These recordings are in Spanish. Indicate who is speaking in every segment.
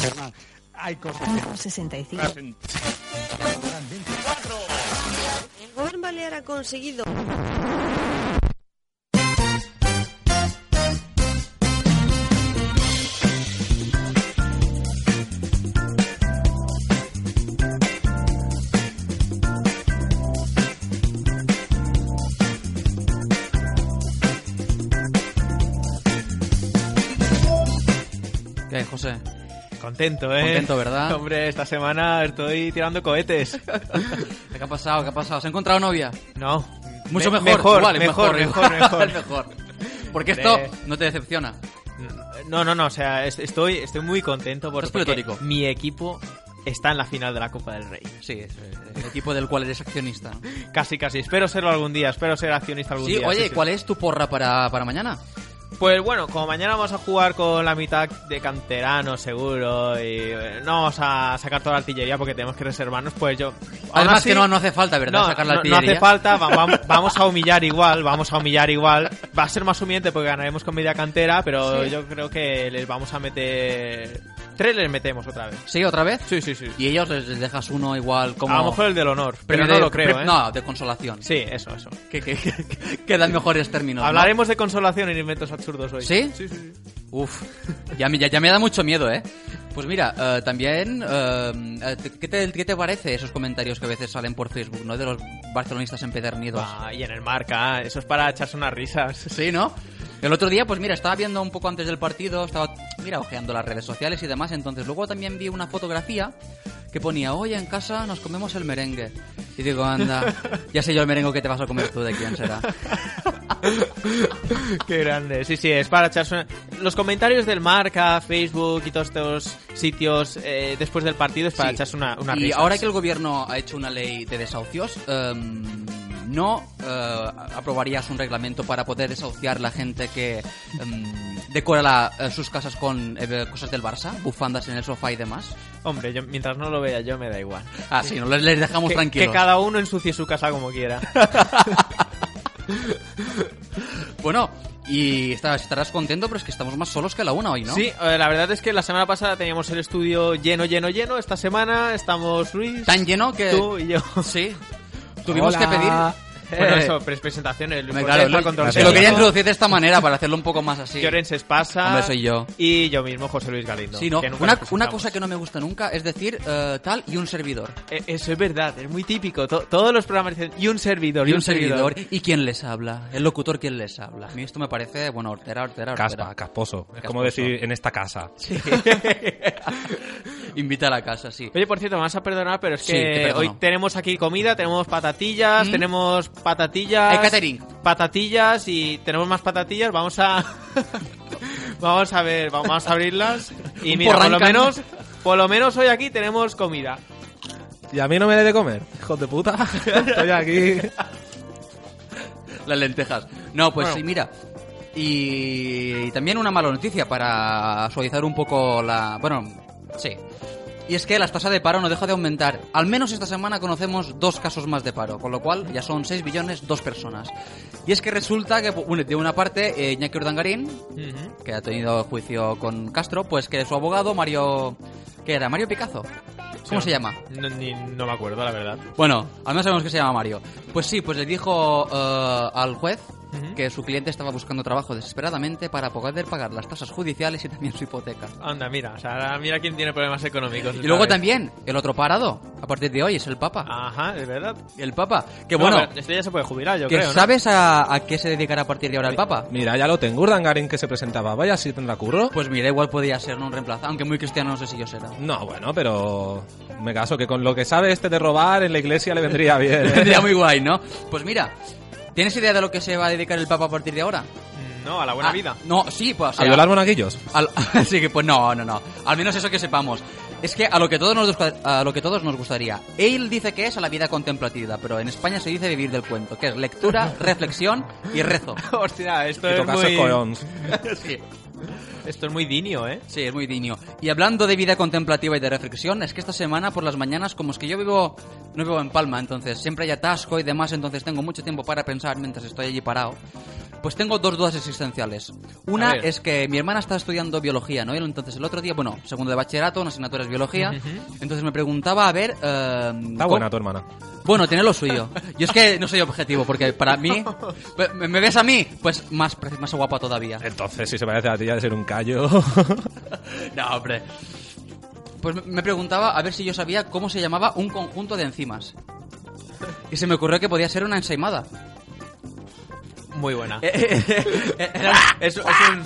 Speaker 1: Germán, hay cosas que...
Speaker 2: 65.
Speaker 1: hacen tan bien.
Speaker 3: El gobierno balear ha conseguido.
Speaker 4: ¿Qué, José?
Speaker 5: Contento, ¿eh?
Speaker 4: Contento, ¿verdad?
Speaker 5: Hombre, esta semana estoy tirando cohetes.
Speaker 4: ¿Qué ha pasado? ¿Qué ha pasado? ¿Se ha encontrado novia?
Speaker 5: No.
Speaker 4: Mucho
Speaker 5: Me-
Speaker 4: mejor. igual,
Speaker 5: mejor, mejor,
Speaker 4: igual,
Speaker 5: mejor.
Speaker 4: mejor. Porque
Speaker 5: Hombre.
Speaker 4: esto no te decepciona.
Speaker 5: No, no, no, o sea, es- estoy, estoy muy contento por-
Speaker 4: Estás
Speaker 5: porque
Speaker 4: pletórico.
Speaker 5: mi equipo está en la final de la Copa del Rey.
Speaker 4: Sí, es eh, el equipo del cual eres accionista. ¿no?
Speaker 5: Casi, casi. Espero serlo algún día, espero ser accionista algún
Speaker 4: Sí,
Speaker 5: día.
Speaker 4: oye,
Speaker 5: sí.
Speaker 4: ¿cuál es tu porra para, para mañana?
Speaker 5: Pues bueno, como mañana vamos a jugar con la mitad de canteranos seguro y eh, no vamos a sacar toda la artillería porque tenemos que reservarnos, pues yo... aún
Speaker 4: Además
Speaker 5: así-
Speaker 4: que no, no hace falta, ¿verdad?
Speaker 5: no,
Speaker 4: Sacar la
Speaker 5: no- no
Speaker 4: artillería.
Speaker 5: hace falta, va- va- vamos a humillar igual, vamos a humillar igual. Va a ser más humillante porque ganaremos con media cantera, pero yo creo que les vamos a meter... Tres les metemos otra vez.
Speaker 4: ¿Sí, otra vez?
Speaker 5: Sí, sí, sí.
Speaker 4: Y ellos les, les dejas uno igual como...
Speaker 5: A lo mejor el del honor, pero
Speaker 4: premio
Speaker 5: no
Speaker 4: de-
Speaker 5: lo creo,
Speaker 4: pre-
Speaker 5: ¿eh?
Speaker 4: No, de consolación.
Speaker 5: Sí, eso, eso.
Speaker 4: Que, que- que- que dan mejores términos. ¿no?
Speaker 5: Hablaremos de consolación en inventos absurdos hoy.
Speaker 4: ¿Sí? Sí, sí. Uf, ya, me- ya, ya me da mucho miedo, ¿eh? Pues mira, eh, también, eh, eh, ¿qué, te, qué te parece esos comentarios que a veces salen por Facebook, ¿no? De los barcelonistas empedernidos.
Speaker 5: Ah, y en el marca, eso es para echarse unas risas.
Speaker 4: Sí, ¿no? El otro día, pues mira, estaba viendo un poco antes del partido, estaba, mira, ojeando las redes sociales y demás, entonces luego también vi una fotografía que ponía, hoy en casa nos comemos el merengue. Y digo, anda, ya sé yo el merengue que te vas a comer tú, ¿de quién será?
Speaker 5: Qué grande. Sí, sí, es para echarse una- Los comentarios del marca, Facebook y todos estos sitios eh, después del partido es para
Speaker 4: Sí.
Speaker 5: echarse una, unas
Speaker 4: y
Speaker 5: risas.
Speaker 4: ahora que el gobierno ha hecho una ley de desahucios, em, ¿no eh, aprobarías un reglamento para poder desahuciar la gente que em, decora la- eh, sus casas con eh, cosas del Barça, bufandas en el sofá y demás?
Speaker 5: Hombre, yo, mientras no lo vea yo me da igual.
Speaker 4: Ah, sí, no les, les dejamos
Speaker 5: Que,
Speaker 4: tranquilos.
Speaker 5: que cada uno ensucie su casa como quiera.
Speaker 4: Bueno, y estarás, estarás contento, pero es que estamos más solos que la una hoy, ¿no?
Speaker 5: Sí, eh, la verdad es que la semana pasada teníamos el estudio lleno, lleno, lleno. Esta semana estamos Luis,
Speaker 4: Tan lleno que...
Speaker 5: tú y yo.
Speaker 4: Sí. Tuvimos
Speaker 1: Hola.
Speaker 4: que pedir...
Speaker 5: Bueno,
Speaker 4: Eh,
Speaker 5: eso, pres- presentaciones. Luis
Speaker 4: hombre,
Speaker 5: Corteza,
Speaker 4: claro, lo-
Speaker 5: control
Speaker 4: lo quería
Speaker 5: técnico.
Speaker 4: introducir de esta manera para hacerlo un poco más así.
Speaker 5: Llorens Espasa.
Speaker 4: Hombre, soy yo.
Speaker 5: Y yo mismo, José Luis Galindo.
Speaker 4: Sí, no.
Speaker 5: que nunca
Speaker 4: Una,
Speaker 5: nos
Speaker 4: una
Speaker 5: presentamos.
Speaker 4: cosa que no me gusta nunca es decir eh, tal y un servidor.
Speaker 5: Eh, Eso es verdad, es muy típico. To- todos los programas dicen, y un servidor,
Speaker 4: Y un servidor. ¿Y quién les habla? El locutor, ¿quién les habla? A mí esto me parece, bueno, hortera, hortera, hortera.
Speaker 6: Caspa, casposo. Es como decir en esta casa.
Speaker 4: Invita a la casa, sí.
Speaker 5: Oye, por cierto, me vas a perdonar, pero es
Speaker 4: Sí, te
Speaker 5: que
Speaker 4: perdono.
Speaker 5: hoy tenemos aquí comida, tenemos patatillas,
Speaker 4: ¿Mm?
Speaker 5: tenemos patatillas...
Speaker 4: Hay catering.
Speaker 5: Patatillas y tenemos más patatillas, vamos a... vamos a ver, vamos a abrirlas. Y
Speaker 4: Un
Speaker 5: mira, por lo
Speaker 4: porrancán.
Speaker 5: menos... Por lo menos hoy aquí tenemos comida.
Speaker 6: Y a mí no me dé de comer. Hijos de puta. Estoy aquí.
Speaker 4: Las lentejas. No, pues
Speaker 5: Bueno.
Speaker 4: sí, mira. Y, y también una mala noticia para suavizar un poco la... Bueno, sí. Y es que la tasa de paro no deja de aumentar. Al menos esta semana conocemos dos casos más de paro, con lo cual ya son 6 billones, dos personas. Y es que resulta que, bueno, de una parte, eh, Iñaki Urdangarín, que ha tenido juicio con Castro, pues que su abogado, Mario... ¿Qué era? Mario Picazo. ¿Cómo
Speaker 5: Sí.
Speaker 4: se llama?
Speaker 5: No, ni- no me acuerdo, la verdad.
Speaker 4: Bueno, al menos sabemos que se llama Mario. Pues sí, pues le dijo eh, al juez
Speaker 5: Ujú.
Speaker 4: que su cliente estaba buscando trabajo desesperadamente para poder pagar las tasas judiciales y también su hipoteca.
Speaker 5: Anda, mira, o sea, ahora mira quién tiene problemas económicos.
Speaker 4: Y
Speaker 5: esta
Speaker 4: luego
Speaker 5: vez.
Speaker 4: también, el otro parado, a partir de hoy, es el Papa.
Speaker 5: Ajá, es verdad.
Speaker 4: El Papa, que
Speaker 5: No,
Speaker 4: bueno,
Speaker 5: pero este ya se puede jubilar, yo
Speaker 4: que
Speaker 5: creo, ¿no?
Speaker 4: ¿sabes a, a qué se dedicará a partir de ahora el Papa?
Speaker 6: Mira, ya lo tengo. Urdangarín que se presentaba. Vaya si tendrá curro.
Speaker 4: Pues mira, igual podía ser ¿no? un reemplazo, aunque muy cristiano no sé si yo será.
Speaker 6: No, bueno, pero me caso que con lo que sabe este de robar en la iglesia le vendría bien. ¿eh?
Speaker 4: Sería muy guay, ¿no? Pues mira, ¿tienes idea de lo que se va a dedicar el Papa a partir de ahora?
Speaker 5: No, a la buena
Speaker 4: Ah,
Speaker 5: vida.
Speaker 4: No, sí, pues... o
Speaker 6: ¿A
Speaker 4: sea,
Speaker 6: violar monaguillos?
Speaker 4: Al- Así que pues no, no, no. Al menos eso que sepamos. Es que a lo que todos nos gust- a lo que todos nos gustaría. Él dice que es a la vida contemplativa, pero en España se dice vivir del cuento, que es lectura, reflexión y rezo.
Speaker 5: Hostia, esto
Speaker 6: Y
Speaker 5: es,
Speaker 6: tocarse
Speaker 5: muy,
Speaker 6: coons.
Speaker 4: Sí.
Speaker 5: esto es muy dinio, ¿eh?
Speaker 4: Sí, es muy diño. Y hablando de vida contemplativa y de reflexión, es que esta semana por las mañanas, como es que yo vivo, no vivo en Palma, entonces siempre hay atasco y demás, entonces tengo mucho tiempo para pensar mientras estoy allí parado. Pues tengo dos dudas existenciales. Una
Speaker 5: A ver.
Speaker 4: es que mi hermana está estudiando biología, ¿no? Y Entonces el otro día, bueno, segundo de bachillerato, una asignatura es biología. Entonces me preguntaba, a ver... eh,
Speaker 6: Está
Speaker 4: ¿cómo-
Speaker 6: buena tu hermana.
Speaker 4: Bueno, tiene lo suyo. Yo es que no soy objetivo, porque para mí... ¿Me me ves a mí? Pues más, pre- más guapa todavía.
Speaker 6: Entonces, si se parece a ti, ya de ser un callo.
Speaker 4: No, hombre. Pues me- me preguntaba a ver si yo sabía cómo se llamaba un conjunto de enzimas. Y se me ocurrió que podía ser una ensaimada.
Speaker 5: Muy
Speaker 6: Ah.
Speaker 5: buena.
Speaker 4: Eh, eh, eh, eh, era-
Speaker 5: Es, es un-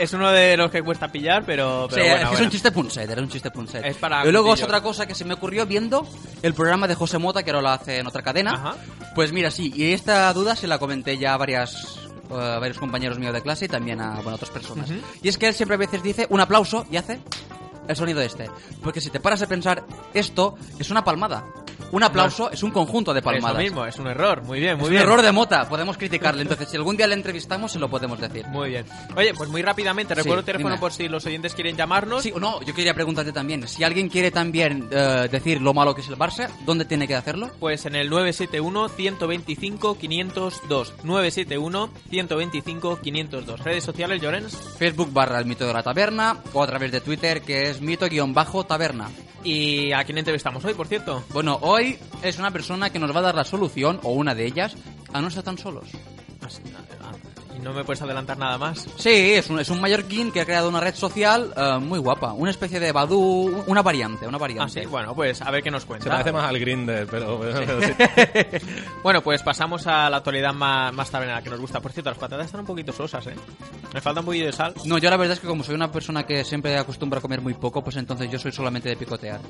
Speaker 5: es uno de los que cuesta pillar, pero,
Speaker 4: Sí,
Speaker 5: pero buena,
Speaker 4: es que es
Speaker 5: buena.
Speaker 4: un chiste punset, era un chiste punset.
Speaker 5: Es para
Speaker 4: y luego es
Speaker 5: cutillos.
Speaker 4: otra cosa que se me ocurrió viendo el programa de José Mota, que ahora lo hace en otra cadena.
Speaker 5: Ajá.
Speaker 4: Pues mira, sí, y esta duda se la comenté ya a varias eh, a varios compañeros míos de clase y también a bueno, a otras personas. Y es que él siempre a veces dice un aplauso y hace el sonido este. Porque si te paras a pensar, esto es una palmada. Un aplauso es un conjunto de palmadas.
Speaker 5: Es lo mismo, es un error. Muy bien, muy
Speaker 4: Es un
Speaker 5: bien.
Speaker 4: error de Mota, podemos criticarle. Entonces, si algún día le entrevistamos, se lo podemos decir.
Speaker 5: Muy bien. Oye, pues muy rápidamente, recuerdo el
Speaker 4: Sí,
Speaker 5: teléfono
Speaker 4: dime.
Speaker 5: por si los oyentes quieren llamarnos.
Speaker 4: Sí, o no, yo quería preguntarte también, si alguien quiere también eh, decir lo malo que es el Barça, ¿dónde tiene que hacerlo?
Speaker 5: Pues en el 971-125-502. 971-125-502. Redes sociales, Llorens.
Speaker 4: Facebook barra el mito de la taberna o a través de Twitter que es mito-taberna.
Speaker 5: ¿Y a quién entrevistamos hoy, por cierto?
Speaker 4: Bueno, hoy es una persona que nos va a dar la solución, o una de ellas, a no estar tan solos.
Speaker 5: Y Ah, no me puedes adelantar nada más.
Speaker 4: Sí, es un, es un mallorquín que ha creado una red social eh, muy guapa, una especie de Badu, una variante, una variante.
Speaker 5: Ah, sí, bueno, pues a ver qué nos
Speaker 6: Se
Speaker 5: cuenta.
Speaker 6: parece más al Grinder, pero, pero sí.
Speaker 5: Bueno, pues pasamos a la actualidad más, más tabernera que nos gusta. Por cierto, las patatas están un poquito sosas, ¿eh? Me falta un poquito de sal.
Speaker 4: No, yo la verdad es que como soy una persona que siempre acostumbra a comer muy poco, pues entonces yo soy solamente de picotear.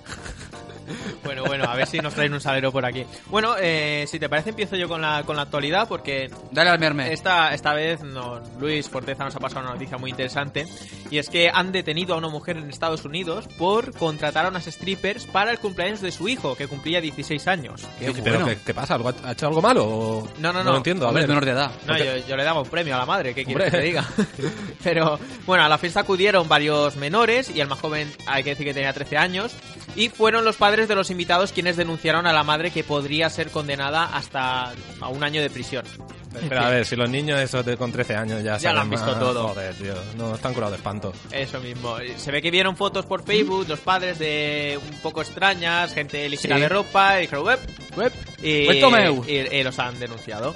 Speaker 5: Bueno, bueno, a ver si nos traen un salero por aquí. Bueno, eh, si te parece empiezo yo con la, con la actualidad porque
Speaker 4: Dale al merme.
Speaker 5: Esta, esta vez no, Luis Forteza nos ha pasado una noticia muy interesante y es que han detenido a una mujer en Estados Unidos por contratar a unas strippers para el cumpleaños de su hijo, que cumplía 16 años.
Speaker 4: Qué
Speaker 6: Pero,
Speaker 4: bueno.
Speaker 6: ¿qué, qué pasa? ¿Algo ha, ha hecho algo malo? o-
Speaker 5: No, no,
Speaker 6: No
Speaker 5: no.
Speaker 6: lo entiendo. A
Speaker 4: Hombre,
Speaker 6: ver.
Speaker 4: es menor de edad.
Speaker 5: No, yo, yo le daba un premio a la madre, ¿qué quieres que
Speaker 6: Hombre.
Speaker 5: te diga? Pero bueno, a la fiesta acudieron varios menores y el más joven hay que decir que tenía 13 años y fueron los padres de los invitados quienes denunciaron a la madre que podría ser condenada hasta a un año de prisión.
Speaker 6: Pero a ver, si los niños esos de con 13 años ya
Speaker 5: Ya lo han
Speaker 6: saben
Speaker 5: visto
Speaker 6: más,
Speaker 5: todo.
Speaker 6: Joder, tío. No, están curados de espanto.
Speaker 5: Eso mismo. Se ve que vieron fotos por Facebook, los padres de un poco extrañas, gente ligera
Speaker 4: Sí.
Speaker 5: de ropa, y dijeron, web, web, y,
Speaker 4: Web tomeu.
Speaker 5: y- y los han denunciado.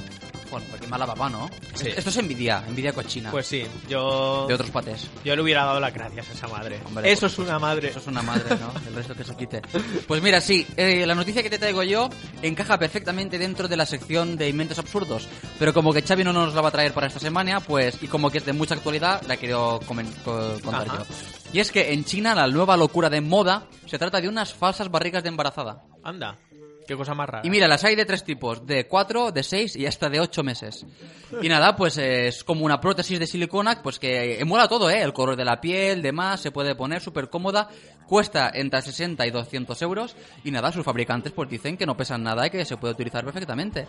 Speaker 4: Joder, porque pues mala baba, ¿no?
Speaker 5: Sí.
Speaker 4: Esto es envidia, envidia cochina.
Speaker 5: Pues sí, yo,
Speaker 4: de otros patés.
Speaker 5: yo le hubiera dado las gracias a esa madre.
Speaker 4: Hombre,
Speaker 5: eso
Speaker 4: por
Speaker 5: es una madre.
Speaker 4: pues, Eso es una madre, ¿no? El resto que se quite. Pues mira, sí, eh, la noticia que te traigo yo encaja perfectamente dentro de la sección de inventos absurdos. Pero como que Xavi no nos la va a traer para esta semana, pues, y como que es de mucha actualidad, la quiero comen- co- contar
Speaker 5: Ajá.
Speaker 4: yo. Y es que en China la nueva locura de moda se trata de unas falsas barrigas de embarazada.
Speaker 5: Anda, qué cosa más rara.
Speaker 4: Y mira, las hay de tres tipos, de cuatro, de seis y hasta de ocho meses. Y nada, pues eh, es como una prótesis de silicona, pues que emula todo, ¿eh? El color de la piel, demás, se puede poner súper cómoda, cuesta entre 60 y 200 euros y nada, sus fabricantes pues dicen que no pesan nada y que se puede utilizar perfectamente.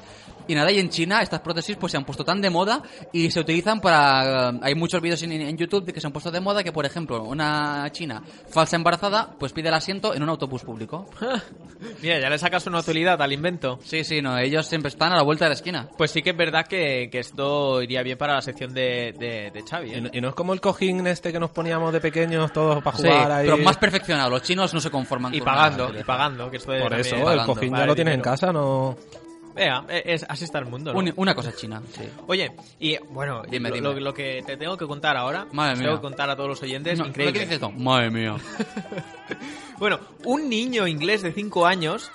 Speaker 4: Y nada, y en China estas prótesis pues se han puesto tan de moda y se utilizan para... eh, hay muchos vídeos en, en YouTube de que se han puesto de moda que, por ejemplo, una china falsa embarazada pues pide el asiento en un autobús público.
Speaker 5: Mira, ya le sacas una utilidad al invento.
Speaker 4: pues- Sí, sí, no, ellos siempre están a la vuelta de la esquina.
Speaker 5: Pues sí que es verdad que, que esto iría bien para la sección de, de, de Xavi.
Speaker 6: Y
Speaker 5: ¿eh?
Speaker 6: no, y no es como el cojín este que nos poníamos de pequeños todos para
Speaker 4: Sí,
Speaker 6: jugar ahí.
Speaker 4: pero más perfeccionado. Los chinos no se conforman
Speaker 5: Y
Speaker 4: con nada,
Speaker 5: pagando,
Speaker 4: creo.
Speaker 5: y pagando, que esto
Speaker 6: Por
Speaker 5: también-
Speaker 6: eso, el
Speaker 4: pagando,
Speaker 6: cojín ya
Speaker 5: vale,
Speaker 6: lo tienes en
Speaker 5: dinero.
Speaker 6: casa, no...
Speaker 5: Vea, e-, es, así está el mundo. ¿no?
Speaker 4: Un- una cosa china, sí.
Speaker 5: Oye, y bueno, y
Speaker 4: Dime,
Speaker 5: lo,
Speaker 4: dime.
Speaker 5: lo- lo que te tengo que contar ahora,
Speaker 4: Madre
Speaker 5: os
Speaker 4: mía.
Speaker 5: tengo que contar a todos los oyentes,
Speaker 4: No,
Speaker 5: increíble.
Speaker 4: ¿lo que dices tú? Madre mía.
Speaker 5: Bueno, un niño inglés de 5 años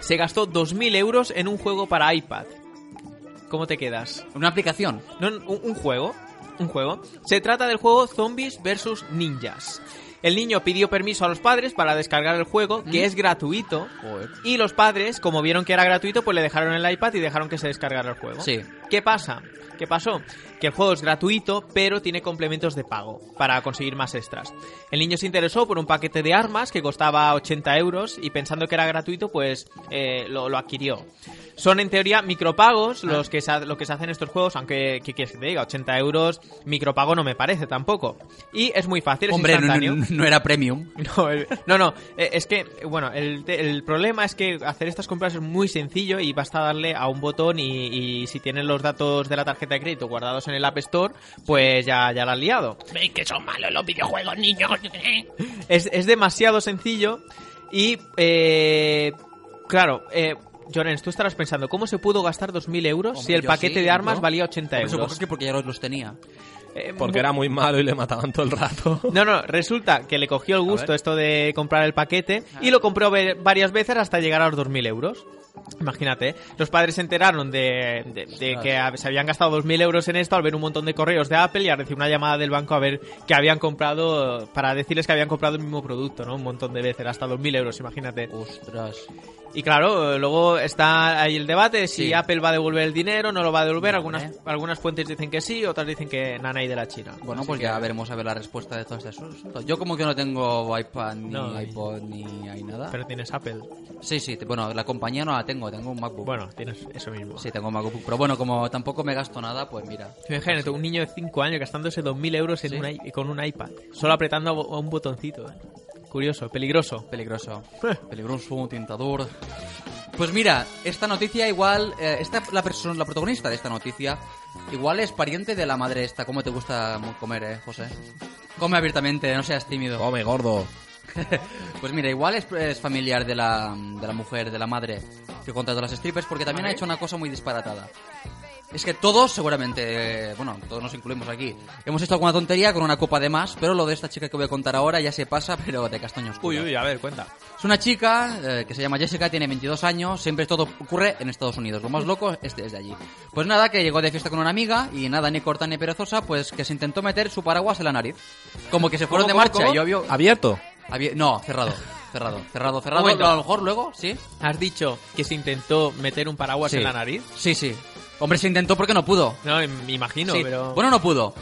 Speaker 5: se gastó 2.000 euros en un juego para iPad. ¿Cómo te quedas?
Speaker 4: Una aplicación.
Speaker 5: No, no, un, un juego, un juego. Se trata del juego Zombies vs Ninjas. El niño pidió permiso a los padres para descargar el juego,
Speaker 4: ¿Mm?
Speaker 5: que es gratuito. Y los padres, como vieron que era gratuito, pues le dejaron el iPad y dejaron que se descargara el juego.
Speaker 4: Sí.
Speaker 5: ¿Qué pasa? ¿Qué pasó? Que el juego es gratuito, pero tiene complementos de pago para conseguir más extras. El niño se interesó por un paquete de armas que costaba 80 euros y pensando que era gratuito, pues eh, lo, lo adquirió. Son en teoría micropagos los que se, ha- lo que se hacen estos juegos, aunque, ¿qué quieres que te diga? 80 euros, micropago no me parece tampoco. Y es muy fácil, es
Speaker 4: Hombre, no,
Speaker 5: instantáneo.
Speaker 4: no- no era premium.
Speaker 5: No, el- no, no, eh, es que, eh, bueno, el, te- el problema es que hacer estas compras es muy sencillo y basta darle a un botón y, y si tienen los datos de la tarjeta de crédito guardados en el App Store, pues ya, ya la has liado.
Speaker 2: Veis que son malos los videojuegos, niños.
Speaker 5: Es, es demasiado sencillo y, eh, claro, eh, Llorens, tú estarás pensando, ¿cómo se pudo gastar 2.000 euros
Speaker 4: Hombre,
Speaker 5: si el
Speaker 4: yo
Speaker 5: paquete
Speaker 4: sí,
Speaker 5: de armas
Speaker 4: yo.
Speaker 5: valía 80
Speaker 4: Por supuesto
Speaker 5: euros?
Speaker 4: que porque ya los, los tenía.
Speaker 5: Eh,
Speaker 6: Porque era muy malo y le mataban todo el rato.
Speaker 5: No, no, resulta que le cogió el gusto esto de comprar el paquete
Speaker 4: Ah.
Speaker 5: y lo compró ve- varias veces hasta llegar a los 2.000 euros. Imagínate, los padres se enteraron de, de- de que a- se habían gastado 2.000 euros en esto al ver un montón de correos de Apple y al recibir una llamada del banco a ver que habían comprado, para decirles que habían comprado el mismo producto, ¿no? Un montón de veces, hasta 2.000 euros, imagínate.
Speaker 4: Ostras.
Speaker 5: Y claro, eh, luego está ahí el debate de si
Speaker 4: Sí.
Speaker 5: Apple va a devolver el dinero, no lo va a devolver.
Speaker 4: Vale.
Speaker 5: Algunas, algunas fuentes dicen que sí, otras dicen que nana y de la China.
Speaker 4: Bueno,
Speaker 5: Así
Speaker 4: pues
Speaker 5: que-
Speaker 4: ya veremos a ver la respuesta de todas estas cosas. Yo como que no tengo iPad, ni
Speaker 5: No, y-
Speaker 4: iPod, ni hay nada.
Speaker 5: Pero tienes Apple.
Speaker 4: Sí, sí, te- bueno, la compañía no la tengo, tengo un MacBook.
Speaker 5: Bueno, tienes eso mismo.
Speaker 4: Sí, tengo un MacBook, pero bueno, como tampoco me gasto nada, pues mira.
Speaker 5: Imagínate, un niño de 5 años gastándose 2.000 euros en
Speaker 4: Sí.
Speaker 5: un i- con un iPad, solo apretando a bo- a un botoncito. ¿eh? Curioso, peligroso.
Speaker 4: Peligroso. Peligroso, un tintador. Pues mira, esta noticia igual. eh, esta, la, perso- la protagonista de esta noticia igual es pariente de la madre esta. ¿Cómo te gusta mu- comer, eh, José? Come abiertamente, no seas tímido.
Speaker 6: Come, gordo.
Speaker 4: Pues mira, igual es, es familiar de la, de la mujer, de la madre que contrató a las strippers, porque también ha hecho una cosa muy disparatada. Es que todos, seguramente, eh, bueno, todos nos incluimos aquí, hemos hecho alguna tontería con una copa de más, pero lo de esta chica que voy a contar ahora ya se pasa, pero de castaños.
Speaker 5: Uy, uy, a ver, cuenta.
Speaker 4: Es una chica eh, que se llama Jessica, tiene 22 años, siempre todo ocurre en Estados Unidos. Lo más loco este es de allí. Pues nada, que llegó de fiesta con una amiga y nada, ni corta ni perezosa, pues que se intentó meter su paraguas en la nariz. Como que se fueron de
Speaker 5: cómo,
Speaker 4: marcha
Speaker 5: cómo?
Speaker 4: y yo vio...
Speaker 6: Abierto.
Speaker 4: había- No, cerrado, cerrado, cerrado, cerrado.
Speaker 5: momento.
Speaker 4: A lo mejor luego, ¿sí?
Speaker 5: Has dicho que se intentó meter un paraguas
Speaker 4: Sí.
Speaker 5: en la nariz.
Speaker 4: Sí, sí. Hombre, se intentó porque no pudo.
Speaker 5: No, im- me imagino,
Speaker 4: Sí.
Speaker 5: pero.
Speaker 4: Bueno, no pudo.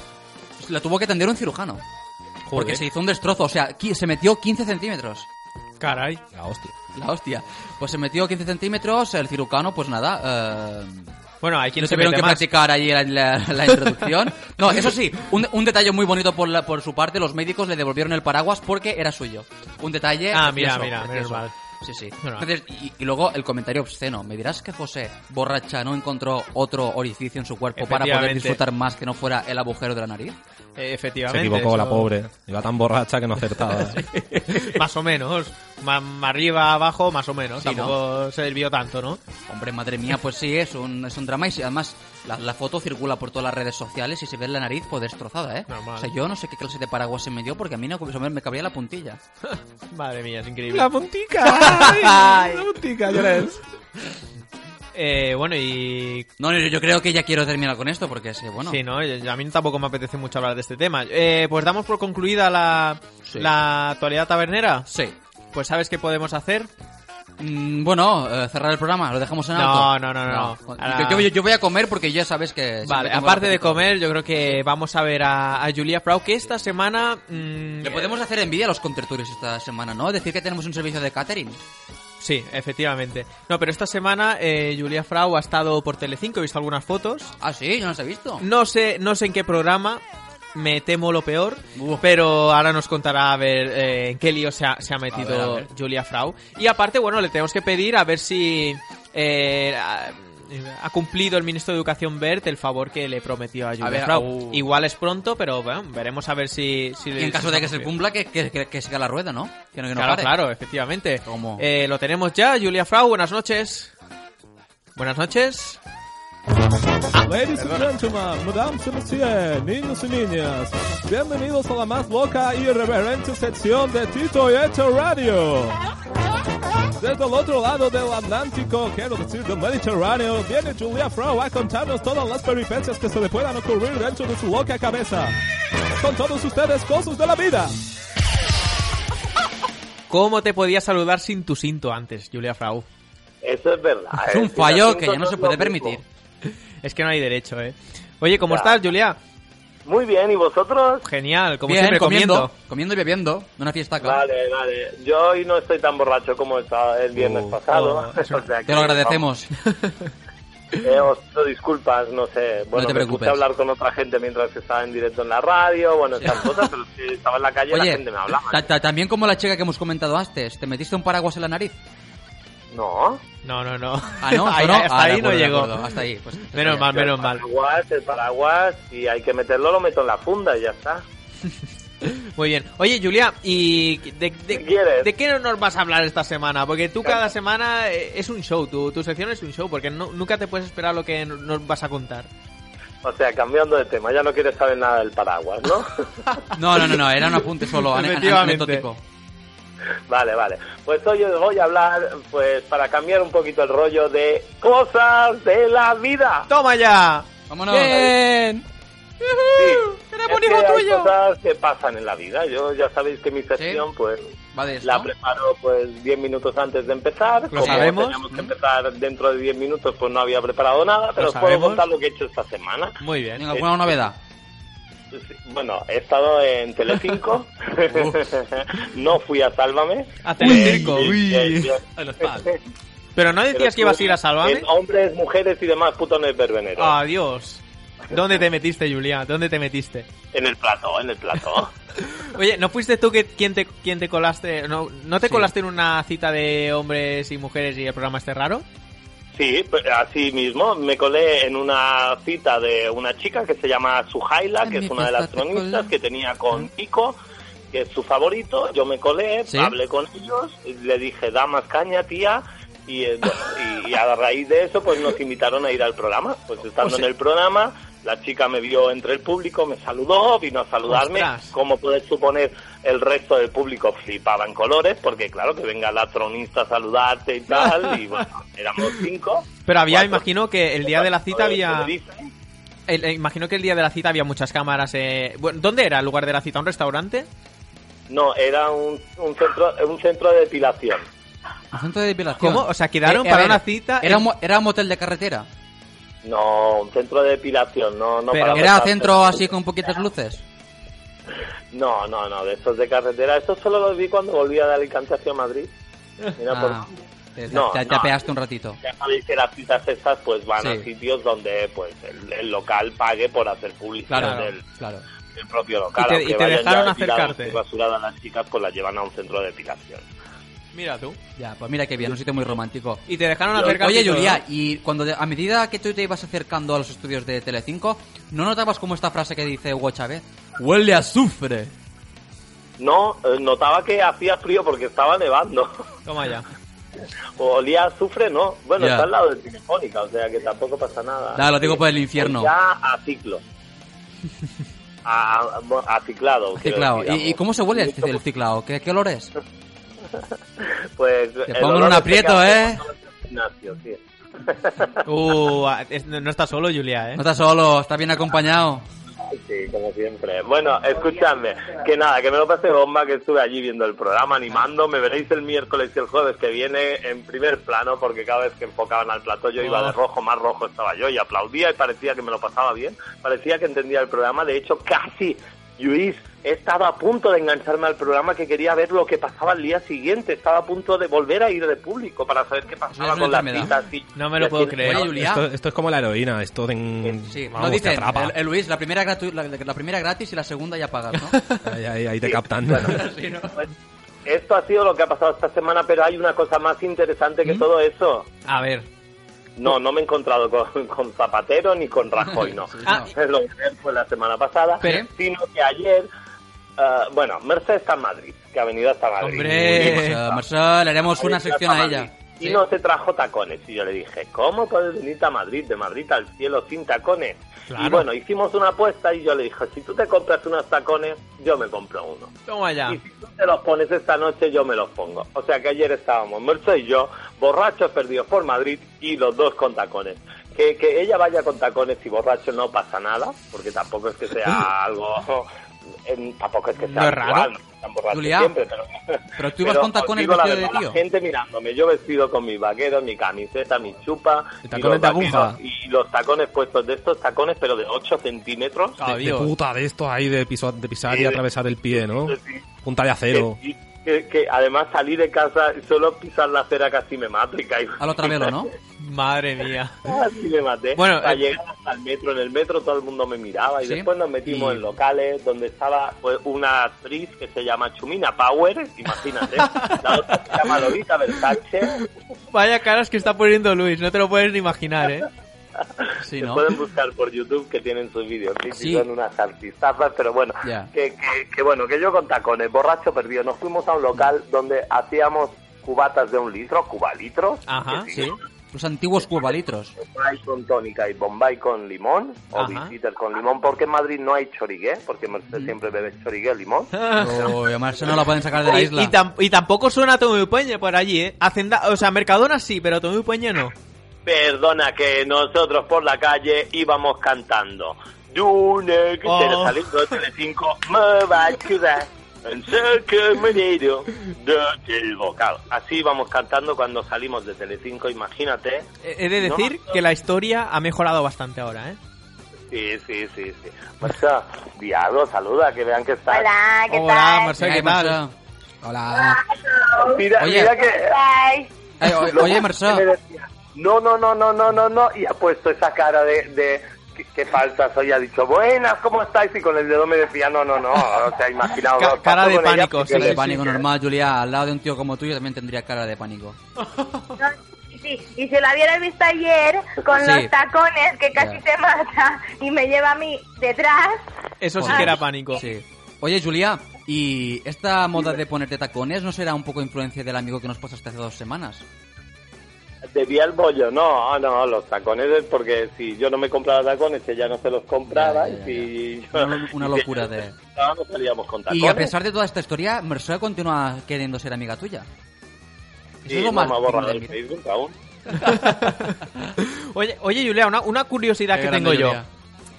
Speaker 4: La tuvo que tender un cirujano. Porque se hizo un destrozo, o sea, qui- se metió 15 centímetros.
Speaker 5: caray.
Speaker 6: La hostia.
Speaker 4: La hostia. Pues se metió 15 centímetros, el cirujano, pues nada. eh,
Speaker 5: Bueno, hay quien
Speaker 4: no
Speaker 5: se
Speaker 4: tuvieron
Speaker 5: mete
Speaker 4: que
Speaker 5: más.
Speaker 4: practicar allí la, la- la introducción. No, eso sí, un, un detalle muy bonito por, la- por su parte, los médicos le devolvieron el paraguas porque era suyo. Un detalle...
Speaker 5: Ah, mira,
Speaker 4: precioso,
Speaker 5: mira, menos
Speaker 4: precioso.
Speaker 5: mal.
Speaker 4: Sí, sí.
Speaker 5: Menos mal.
Speaker 4: Entonces, y, y luego el comentario obsceno. Me dirás que José, borracha, no encontró otro orificio en su cuerpo para poder
Speaker 5: Efectivamente.
Speaker 4: disfrutar más que no fuera el agujero de la nariz.
Speaker 5: Eh,
Speaker 6: Se
Speaker 5: efectivamente.
Speaker 6: equivocó la
Speaker 5: eso-
Speaker 6: pobre. Iba tan borracha que no acertaba.
Speaker 5: más o menos. Más arriba, abajo, más o menos.
Speaker 4: Sí, ¿no?
Speaker 5: Tampoco se desvió tanto, ¿no?
Speaker 4: Hombre, madre mía, pues sí, es un, es un drama y si- además la, la foto circula por todas las redes sociales y se ve la nariz pues destrozada, ¿eh?
Speaker 5: Normal.
Speaker 4: O sea, yo no sé qué clase de paraguas se me dio porque a mí no, me cabría la puntilla.
Speaker 5: Madre mía, es increíble.
Speaker 6: la puntica. la puntica, Llorens.
Speaker 5: Eh, bueno, y
Speaker 4: No, no, yo, yo creo que ya quiero terminar con esto porque es que, bueno...
Speaker 5: Sí, no, y- a mí tampoco me apetece mucho hablar de este tema. Eh, pues damos por concluida la,
Speaker 4: Sí.
Speaker 5: la actualidad tabernera.
Speaker 4: Sí.
Speaker 5: Pues ¿sabes qué podemos hacer?
Speaker 4: Mm, bueno, eh, cerrar el programa, lo dejamos en
Speaker 5: No,
Speaker 4: alto.
Speaker 5: no, no, no. Ahora-
Speaker 4: Yo, yo- yo voy a comer porque ya sabes que... siempre
Speaker 5: Vale,
Speaker 4: como
Speaker 5: aparte de
Speaker 4: apetito.
Speaker 5: comer, yo creo que vamos a ver a, a Julia Frau, que esta semana... mm,
Speaker 4: Le podemos hacer envidia a los contertulios esta semana, ¿no? Decir que tenemos un servicio de catering.
Speaker 5: Sí, efectivamente. No, pero esta semana eh, Julia Frau ha estado por Telecinco, he visto algunas fotos.
Speaker 4: Ah, sí, yo no los he visto.
Speaker 5: No sé, no sé en qué programa, me temo lo peor,
Speaker 4: Uf.
Speaker 5: pero ahora nos contará a ver eh, en qué lío se ha, se ha metido
Speaker 4: ver, a ver.
Speaker 5: Julia Frau. Y aparte, bueno, le tenemos que pedir a ver si eh, ha, ha cumplido el ministro de Educación Bert el favor que le prometió a Julia
Speaker 4: ver,
Speaker 5: Frau.
Speaker 4: uh.
Speaker 5: Igual es pronto, pero bueno, veremos a ver si... si
Speaker 4: Y en caso de que se
Speaker 5: cumpla
Speaker 4: cumpla, que, que, que- que siga la rueda, ¿no? Que no, que no
Speaker 5: claro,
Speaker 4: pare.
Speaker 5: claro, efectivamente.
Speaker 4: ¿Cómo?
Speaker 5: Eh, lo tenemos ya, Julia Frau, buenas noches. Buenas noches.
Speaker 7: Ladies and gentlemen, madame y monsieur, niños y niñas, bienvenidos a la más loca y irreverente sección de Tito y Hecho Radio. Desde el otro lado del Atlántico, quiero decir del Mediterráneo, viene Julia Frau a contarnos todas las peripecias que se le puedan ocurrir dentro de su loca cabeza. Con todos ustedes, cosas de la vida.
Speaker 5: ¿Cómo te podía saludar sin tu cinto antes, Julia Frau?
Speaker 8: Eso es verdad.
Speaker 4: Es
Speaker 8: ¿eh?
Speaker 4: un
Speaker 8: Si
Speaker 4: fallo
Speaker 8: los
Speaker 4: que
Speaker 8: cinco
Speaker 4: ya no
Speaker 8: son
Speaker 4: se puede
Speaker 8: lo mismo.
Speaker 4: permitir.
Speaker 5: Es que no hay derecho, ¿eh? Oye, ¿cómo
Speaker 8: Ya.
Speaker 5: estás, Julia?
Speaker 8: Muy bien, ¿y vosotros?
Speaker 5: Genial, como
Speaker 4: Bien,
Speaker 5: siempre
Speaker 4: comiendo,
Speaker 5: comiendo.
Speaker 4: comiendo y bebiendo. Una fiesta, claro.
Speaker 8: Vale, vale. Yo hoy no estoy tan borracho como estaba el viernes
Speaker 4: Uh,
Speaker 8: pasado. o sea
Speaker 4: Te
Speaker 8: que,
Speaker 4: lo agradecemos.
Speaker 8: Eh, os pido disculpas, no sé. Bueno,
Speaker 4: te
Speaker 8: me
Speaker 4: preocupes.
Speaker 8: puse a hablar con otra gente mientras estaba en directo en la radio, bueno, estas cosas, pero si estaba en la calle la
Speaker 4: Oye,
Speaker 8: gente me hablaba. ¿eh?
Speaker 4: ta- ta- también como la chica que hemos comentado antes, ¿te metiste un paraguas en la nariz?
Speaker 8: No.
Speaker 5: No, no, no.
Speaker 4: Ah, no,
Speaker 5: Ahí-
Speaker 4: no,
Speaker 5: hasta
Speaker 4: ah, de
Speaker 5: ahí no
Speaker 4: acuerdo, de
Speaker 5: llegó.
Speaker 4: acuerdo, hasta ahí. Pues,
Speaker 5: Menos
Speaker 4: ya.
Speaker 5: mal, menos
Speaker 8: el
Speaker 5: mal.
Speaker 8: paraguas, el paraguas, si hay que meterlo, lo meto en la funda y ya está.
Speaker 5: Muy bien. Oye, Julia, ¿y de, de-
Speaker 8: ¿Qué quieres?
Speaker 5: de qué nos vas a hablar esta semana? Porque tú cada semana eh, es un show, tu, tu sección es un show, porque no- nunca te puedes esperar lo que no- nos vas a contar.
Speaker 8: O sea, cambiando de tema, ya no quieres saber nada del paraguas, ¿no?
Speaker 4: No, no, no, no, era un apunte solo, ane- ane-
Speaker 5: Efectivamente.
Speaker 4: anecdótico.
Speaker 8: vale, vale. Pues hoy os voy a hablar, pues para cambiar un poquito el rollo de cosas de la vida.
Speaker 5: ¡Toma ya!
Speaker 4: Vámonos.
Speaker 6: Bien.
Speaker 8: Sí,
Speaker 5: ¡Tenemos
Speaker 8: es
Speaker 5: hijo
Speaker 8: que hay
Speaker 5: tuyo!
Speaker 8: cosas que pasan en la vida. Yo ya sabéis que mi sección, pues
Speaker 4: Va de esto.
Speaker 8: la preparo pues 10 minutos antes de empezar.
Speaker 5: Lo sabemos.
Speaker 8: Teníamos que empezar dentro de 10 minutos, pues no había preparado nada, pero
Speaker 5: Lo
Speaker 8: os puedo
Speaker 5: sabemos.
Speaker 8: contar lo que he hecho esta semana.
Speaker 5: Muy bien.
Speaker 4: Venga, alguna novedad.
Speaker 8: Sí, Bueno, he estado en Telecinco. no fui a Sálvame.
Speaker 5: A Telecinco,
Speaker 8: Eh,
Speaker 5: uy.
Speaker 8: eh, yo-
Speaker 5: Pero no decías que ibas a ir a Sálvame. Ah.
Speaker 8: En hombres, mujeres y demás, puto no es verbenero.
Speaker 5: Adiós. ¿Dónde te metiste, Julia? ¿Dónde te metiste?
Speaker 8: En el plato, en el plato.
Speaker 5: Oye, ¿no fuiste tú que, quien, te, quien te colaste? ¿No, ¿no te colaste en una cita de hombres y mujeres y el programa este raro?
Speaker 8: Sí, pues, así mismo. Me colé en una cita de una chica que se llama Sujaila, que es una de las cronistas que tenía con Pico, que es su favorito. Yo me colé,
Speaker 4: Sí.
Speaker 8: hablé con ellos, le dije, da más caña, tía. Y, eh, bueno, y- y a raíz de eso, pues nos invitaron a ir al programa. Pues estando en el programa, la chica me vio entre el público, me saludó, vino a saludarme.
Speaker 5: Ostras.
Speaker 8: Como puedes suponer, el resto del público flipaba en colores, porque claro, que venga la tronista a saludarte y tal. Y bueno, éramos cinco.
Speaker 5: Pero había,
Speaker 8: Cuatro.
Speaker 5: imagino que el día de la cita
Speaker 8: Cuatro,
Speaker 5: había...
Speaker 8: me dicen.
Speaker 5: el- eh, imagino que el día de la cita había muchas cámaras. eh, bueno, ¿Dónde era el lugar de la cita? ¿Un restaurante?
Speaker 8: No, era un, un centro un centro de depilación.
Speaker 4: Asunto de depilación.
Speaker 5: ¿Cómo? O sea, quedaron
Speaker 4: Eh, a
Speaker 5: para
Speaker 4: ver,
Speaker 5: una cita...
Speaker 4: Era
Speaker 5: en-
Speaker 4: un, mo- era un motel de carretera.
Speaker 8: No, un centro de depilación, no, no
Speaker 5: Pero
Speaker 8: para
Speaker 4: Era
Speaker 8: pasar-
Speaker 4: centro así con poquitas luces.
Speaker 8: No, no, no, de estos de carretera. Estos solo los vi cuando volvía de Alicante hacia Madrid. Mira,
Speaker 4: Ah,
Speaker 8: por-
Speaker 4: te, te-
Speaker 8: No,
Speaker 4: te- te
Speaker 8: no.
Speaker 4: apeaste un ratito.
Speaker 8: ya sabéis que las citas estas pues van
Speaker 4: Sí.
Speaker 8: a sitios donde pues el, el local pague por hacer publicidad
Speaker 4: Claro,
Speaker 8: del,
Speaker 4: claro.
Speaker 8: del propio local.
Speaker 5: Y te- y
Speaker 8: Aunque
Speaker 5: te
Speaker 8: vayan ya
Speaker 5: dejaron
Speaker 8: depilados
Speaker 5: acercarte.
Speaker 8: y basuradas las chicas pues las llevan a un centro de depilación.
Speaker 5: Mira tú.
Speaker 4: Ya, pues mira qué bien, un sitio muy romántico.
Speaker 5: Y te dejaron
Speaker 8: Oye,
Speaker 5: acercarte. y
Speaker 4: Oye,
Speaker 5: todo,
Speaker 4: Julia, y cuando de- a medida que tú te ibas acercando a los estudios de Telecinco, ¿no notabas como esta frase que dice Hugo Chávez? Huele a azufre.
Speaker 8: No, eh, notaba que hacía frío porque estaba nevando.
Speaker 5: ¿no? Toma ya.
Speaker 8: Olía a azufre, no. Bueno,
Speaker 4: Ya.
Speaker 8: está al lado de Telefónica, o sea que tampoco pasa nada.
Speaker 4: Ya, lo digo por el infierno.
Speaker 8: Ya a ciclo. A, a- a ciclado. quiero
Speaker 4: Ciclao.
Speaker 8: decir,
Speaker 4: ¿Y, y
Speaker 8: amor.
Speaker 4: cómo se huele el,
Speaker 8: Mucho,
Speaker 4: el ciclao? ¿Qué, qué olor es?
Speaker 8: Pues,
Speaker 4: Te
Speaker 8: el
Speaker 4: pongo en
Speaker 8: olor
Speaker 4: un
Speaker 8: este
Speaker 4: aprieto,
Speaker 8: que hace
Speaker 4: ¿eh?
Speaker 8: cuando vas al gimnasio, sí.
Speaker 5: Uh, ah, es- no, no estás solo, Julia, ¿eh?
Speaker 4: No estás solo, estás bien acompañado.
Speaker 8: Sí, como siempre. Bueno, escuchadme, que nada, que me lo pasé bomba, que estuve allí viendo el programa, animando, me veréis el miércoles y el jueves que viene en primer plano, porque cada vez que enfocaban al plato yo iba de rojo, más rojo estaba yo, y aplaudía y parecía que me lo pasaba bien, parecía que entendía el programa, de hecho casi, Luis, estaba a punto de engancharme al programa, que quería ver lo que pasaba al día siguiente, estaba a punto de volver a ir de público para saber qué
Speaker 4: Eso
Speaker 8: pasaba
Speaker 4: es una
Speaker 8: con las
Speaker 4: enfermedad.
Speaker 8: citas. y-
Speaker 5: No me lo
Speaker 8: y
Speaker 5: puedo
Speaker 8: así-
Speaker 5: creer.
Speaker 4: Oye, Julia.
Speaker 6: Esto, esto es como la heroína, esto de...
Speaker 4: Sí,
Speaker 6: vamos,
Speaker 4: no
Speaker 6: te
Speaker 4: dicen,
Speaker 6: atrapa.
Speaker 4: el, el eh, Luis, la primera, gratu- la, la primera gratis y la segunda ya pagas, ¿no?
Speaker 6: Ahí, ahí- ahí te captan.
Speaker 8: Pues, esto ha sido lo que ha pasado esta semana, pero hay una cosa más interesante
Speaker 4: ¿Mm?
Speaker 8: que todo eso.
Speaker 5: A ver.
Speaker 8: No, no me he encontrado con, con Zapatero ni con Rajoy, no.
Speaker 4: Sí,
Speaker 5: Ah,
Speaker 8: Es lo que fue la semana pasada,
Speaker 5: Pero-
Speaker 8: sino que ayer, eh, bueno, Mercedes está en Madrid, que ha venido hasta Madrid.
Speaker 5: Hombre.
Speaker 4: Marcel,
Speaker 8: Y-
Speaker 4: pues, eh, Marcel, le haremos una sección a ella.
Speaker 8: Y
Speaker 4: Sí.
Speaker 8: no se trajo tacones. Y yo le dije, ¿cómo puedes venir a Madrid, de Madrid al cielo, sin tacones?
Speaker 5: Claro.
Speaker 8: Y bueno, hicimos una apuesta y yo le dije, si tú te compras unos tacones, yo me compro uno.
Speaker 5: Toma ya.
Speaker 8: Y si tú te los pones esta noche, yo me los pongo. O sea que ayer estábamos Merce y yo, borrachos perdidos por Madrid y los dos con tacones. que, que ella vaya con tacones y borracho no pasa nada, porque tampoco es que sea algo... en- tampoco es que sea
Speaker 5: No es raro.
Speaker 8: habitual, no están borrachos
Speaker 4: Julián,
Speaker 8: siempre, pero...
Speaker 4: Pero tú ibas
Speaker 8: Pero
Speaker 4: con tacones
Speaker 8: os digo la
Speaker 4: vestido de
Speaker 8: verdad,
Speaker 4: tío.
Speaker 8: La gente mirándome, yo vestido con mis vaqueros, mi camiseta, mi chupa.
Speaker 6: Y
Speaker 8: y
Speaker 6: tacones
Speaker 8: los
Speaker 6: de aguja.
Speaker 8: vaqueros Y los tacones puestos de estos tacones, pero de 8 centímetros.
Speaker 6: De, de puta, de esto ahí de, piso- de pisar
Speaker 8: Sí,
Speaker 6: y
Speaker 8: de-
Speaker 6: atravesar el pie, ¿no?
Speaker 8: Sí.
Speaker 6: Punta de acero.
Speaker 8: Que, que- que además salí de casa, solo pisar la acera casi me mato y caigo.
Speaker 4: Al otra velo, ¿no?
Speaker 5: Madre mía.
Speaker 8: Casi me maté.
Speaker 5: Bueno,
Speaker 8: O sea,
Speaker 5: eh,
Speaker 8: llegué hasta el metro, en el metro todo el mundo me miraba y
Speaker 4: Sí.
Speaker 8: después nos metimos
Speaker 4: Y-
Speaker 8: en locales donde estaba pues, una actriz que se llama Chumina Power, imagínate. la otra se llama Lolita Versace.
Speaker 5: Vaya caras que está poniendo Luis, no te lo puedes ni imaginar, ¿eh?
Speaker 4: Sí,
Speaker 8: Se
Speaker 4: ¿no?
Speaker 8: pueden buscar por YouTube que tienen sus vídeos sí,
Speaker 4: Sí.
Speaker 8: sí, son unas artistazas, pero bueno,
Speaker 4: Ya.
Speaker 8: que, que, que bueno, que yo con tacones, borracho perdido, nos fuimos a un local donde hacíamos cubatas de un litro, cubalitros,
Speaker 5: Ajá,
Speaker 8: que
Speaker 5: sí.
Speaker 8: sí,
Speaker 4: Los antiguos cubalitros.
Speaker 8: Bombay con tónica y Bombay con limón, o
Speaker 5: Ajá. Mm.
Speaker 8: visitas con limón, porque en Madrid no hay chorigué, porque en Mercedes siempre bebes chorigué limón.
Speaker 4: Uy, además eso no la pueden sacar de la
Speaker 5: Y,
Speaker 4: isla.
Speaker 5: y tam- y tampoco suena Tommy Peña por allí, ¿eh? Hacenda, o sea, Mercadona sí, pero Tommy Peña no.
Speaker 8: Perdona que nosotros por la calle íbamos cantando. Dune, que
Speaker 5: Oh.
Speaker 8: te saliendo de Telecinco, me va a ayudar. En seco me nido, de el vocal. Así íbamos cantando cuando salimos de Telecinco, imagínate.
Speaker 5: ¿E-, He he de decir que la historia ha mejorado bastante ahora, ¿eh?
Speaker 8: Sí, sí, sí, sí. Marcia, di algo, saluda, que vean que está.
Speaker 9: Hola, ¿qué
Speaker 5: Hola,
Speaker 9: tal?
Speaker 5: Marcel,
Speaker 4: Ay,
Speaker 5: ¿qué tal?
Speaker 4: Marcelo. Hola.
Speaker 8: Mira,
Speaker 4: Oye.
Speaker 8: mira que...
Speaker 9: Ay,
Speaker 4: Ay, Eh, oh, o-
Speaker 8: Lo
Speaker 4: oye,
Speaker 8: que me
Speaker 4: Marcelo.
Speaker 8: decía, No, no, no, no, no, no, no. Y ha puesto esa cara de, de que, que falsa soy. Ha dicho, buenas, ¿cómo estáis? Y con el dedo me decía, no, no, no. O sea, imaginado.
Speaker 5: Ca-
Speaker 8: paso
Speaker 5: cara de
Speaker 8: con ella,
Speaker 5: pánico,
Speaker 8: porque
Speaker 5: sí,
Speaker 4: Cara de
Speaker 8: le-
Speaker 4: pánico normal, Julia. Al lado de un tío como tú yo también tendría cara de pánico.
Speaker 9: no, sí, y si lo hubiera visto ayer con
Speaker 4: Sí.
Speaker 9: los tacones que casi
Speaker 4: Ya.
Speaker 9: te mata y me lleva a mí detrás,
Speaker 5: Eso sí
Speaker 4: Joder.
Speaker 5: que era pánico.
Speaker 4: Sí. Oye, Julia, ¿y esta moda de ponerte tacones no será un poco influencia del amigo que nos pasaste hace dos semanas?
Speaker 8: Debía el bollo, no, no, los tacones es porque si yo no me compraba tacones, ella no se los compraba.
Speaker 4: Ya, ya, ya,
Speaker 8: y si
Speaker 4: ya.
Speaker 8: yo-
Speaker 4: Una- una
Speaker 8: y si
Speaker 4: locura
Speaker 8: ella
Speaker 4: de-
Speaker 8: no se los compraba, no salíamos con tacones.
Speaker 4: Y a pesar de toda esta historia, Merced continúa queriendo ser amiga tuya. Eso
Speaker 8: Sí,
Speaker 4: es lo
Speaker 8: no
Speaker 4: más
Speaker 8: me ha
Speaker 4: digno
Speaker 8: borrado
Speaker 4: de
Speaker 8: el
Speaker 4: mí.
Speaker 8: Facebook aún.
Speaker 5: Oye, oye Julia, una, una curiosidad
Speaker 4: Qué
Speaker 5: que
Speaker 4: grande,
Speaker 5: tengo yo.
Speaker 4: Julia.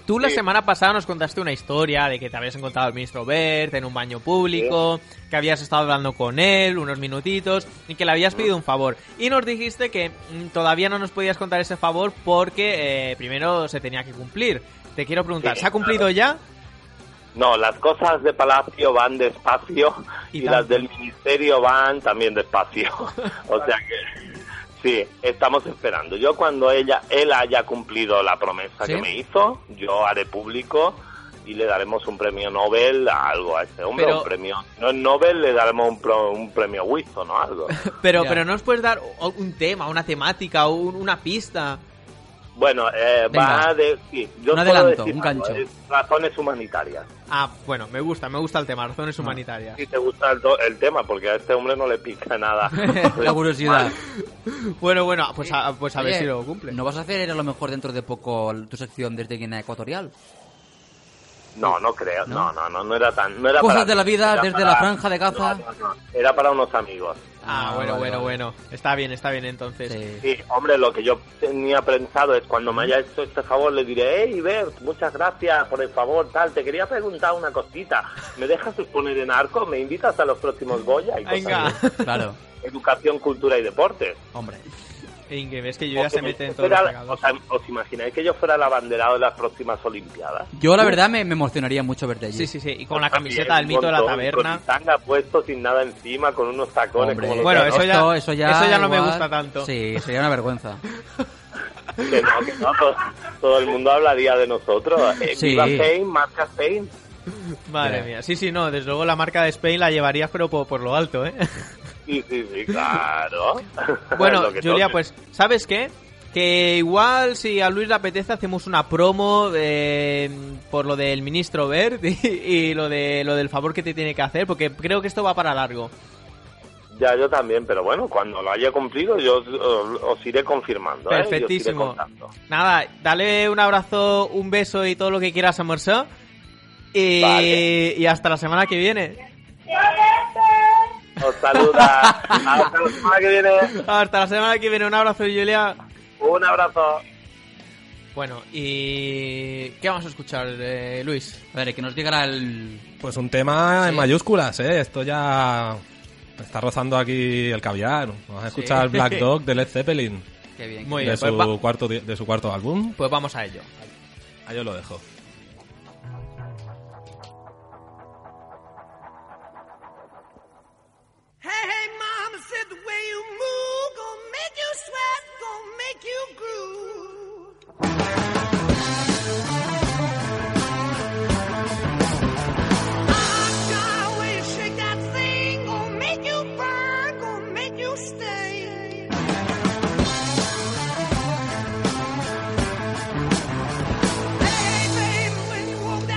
Speaker 5: Tú la
Speaker 8: Sí.
Speaker 5: semana pasada nos contaste una historia de que te habías encontrado al ministro Bert en un baño público, que habías estado hablando con él unos minutitos y que le habías pedido un favor. Y nos dijiste que mm, todavía no nos podías contar ese favor porque eh, primero se tenía que cumplir. Te quiero preguntar,
Speaker 8: Sí,
Speaker 5: ¿se ha cumplido ya?
Speaker 8: No, las cosas de Palacio van despacio
Speaker 5: Y
Speaker 8: y,
Speaker 5: tanto.
Speaker 8: las del Ministerio van también despacio. o sea que sí, estamos esperando. Yo cuando ella, él haya cumplido la promesa
Speaker 4: ¿Sí?
Speaker 8: que me hizo, yo haré público y le daremos un premio Nobel a algo a este hombre,
Speaker 5: Pero-
Speaker 8: un premio no es Nobel, le daremos un, pro- un premio Winston o algo. Eh,
Speaker 5: Pero,
Speaker 4: Ya.
Speaker 5: pero no nos puedes dar o- un tema, una temática, un- una pista.
Speaker 8: Bueno, eh,
Speaker 4: Venga.
Speaker 8: va de sí, yo
Speaker 4: Un
Speaker 8: puedo
Speaker 4: adelanto,
Speaker 8: decir
Speaker 4: un
Speaker 8: algo,
Speaker 4: gancho.
Speaker 8: es razones humanitarias.
Speaker 5: Ah, bueno, me gusta, me gusta el tema,
Speaker 4: Ah.
Speaker 5: razones humanitarias.
Speaker 8: Si te gusta el, to- el tema, porque a este hombre no le pica nada.
Speaker 4: La curiosidad.
Speaker 5: Bueno, bueno, pues a, pues a ver
Speaker 4: Oye,
Speaker 5: si lo cumple.
Speaker 4: ¿No vas a hacer a lo mejor dentro de poco tu sección desde Guinea Ecuatorial?
Speaker 8: No, no creo. No, no, no, no era tan. No era
Speaker 4: Cosas
Speaker 8: para
Speaker 4: de la
Speaker 8: mí,
Speaker 4: vida
Speaker 8: era
Speaker 4: desde
Speaker 8: para-
Speaker 4: la Franja de Gaza.
Speaker 8: No, no, no, Era para unos amigos.
Speaker 5: Ah,
Speaker 4: Ah,
Speaker 5: bueno,
Speaker 4: vale,
Speaker 5: bueno,
Speaker 4: vale.
Speaker 5: bueno. Está bien, está bien entonces.
Speaker 4: Sí.
Speaker 8: Sí, hombre, lo que yo tenía pensado es cuando me haya hecho este favor le diré, hey, Bert, muchas gracias por el favor, tal. Te quería preguntar una cosita. ¿Me dejas poner en arco? ¿Me invitas a los próximos Goya? Y cosas
Speaker 5: Venga.
Speaker 8: así.
Speaker 4: Claro,
Speaker 8: Educación, cultura y deportes.
Speaker 4: hombre.
Speaker 5: Increíble, es que yo ya
Speaker 8: O
Speaker 5: se
Speaker 8: que
Speaker 5: mete en
Speaker 8: yo
Speaker 5: todos los
Speaker 8: fuera-
Speaker 5: pegados.
Speaker 8: o sea, ¿Os imagináis que yo fuera el abanderado de las próximas Olimpiadas?
Speaker 4: Yo la verdad me, me emocionaría mucho verte allí.
Speaker 5: Sí, sí, sí. Y con la
Speaker 8: También,
Speaker 5: camiseta del
Speaker 8: un
Speaker 5: mito de la
Speaker 8: montón, Con
Speaker 5: taberna.
Speaker 8: mi tanga puesto sin nada encima, con unos tacones
Speaker 4: Hombre,
Speaker 8: como los
Speaker 5: Bueno,
Speaker 8: de-
Speaker 5: eso ya-
Speaker 4: esto- eso ya,
Speaker 5: eso ya no me
Speaker 4: igual-
Speaker 5: gusta tanto.
Speaker 4: Sí, sería una vergüenza.
Speaker 8: Que no, que no, todo, todo el mundo hablaría de nosotros. Eh,
Speaker 4: Sí.
Speaker 8: Viva Spain, marca Spain.
Speaker 5: Madre
Speaker 4: Ya.
Speaker 5: mía. Sí, sí, no. Desde luego la marca de Spain la llevarías, pero por, por lo alto, ¿eh?
Speaker 8: Sí, sí, sí, claro.
Speaker 5: Bueno,
Speaker 8: Lo que
Speaker 5: Julia,
Speaker 8: toque.
Speaker 5: pues, ¿sabes qué? Que igual si a Luis le apetece hacemos una promo eh, por lo del ministro Bert y, y lo de lo del favor que te tiene que hacer, porque creo que esto va para largo.
Speaker 8: Ya, yo también, pero bueno, cuando lo haya cumplido, yo os, os- os iré confirmando. ¿eh? Y os iré
Speaker 5: Perfectísimo.
Speaker 8: contando.
Speaker 5: Nada, dale un abrazo, un beso y todo lo que quieras a Merced. Y,
Speaker 8: Vale.
Speaker 5: y hasta la semana que viene.
Speaker 8: Os saluda. Hasta la semana que viene.
Speaker 5: Hasta la semana que viene. Un abrazo, Julia.
Speaker 8: Un abrazo.
Speaker 5: Bueno, ¿y qué vamos a escuchar, eh, Luis?
Speaker 10: A ver, que nos diga el...
Speaker 6: Pues un tema en
Speaker 5: Sí.
Speaker 6: mayúsculas, ¿eh? Esto ya está rozando aquí el caviar. Vamos a escuchar
Speaker 5: Sí.
Speaker 6: Black Dog de Led Zeppelin,
Speaker 10: Qué bien.
Speaker 5: Muy
Speaker 6: de,
Speaker 5: bien,
Speaker 6: su
Speaker 5: pues, va-
Speaker 6: cuarto, di- de su cuarto álbum.
Speaker 5: pues vamos a ello.
Speaker 4: Ah,
Speaker 6: Ahí os lo dejo.
Speaker 11: Hey, hey, mama said the way you move gonna make you sweat, gonna make you groove. I got a way to shake that thing, gonna make you burn, gonna make you stay. Hey, baby,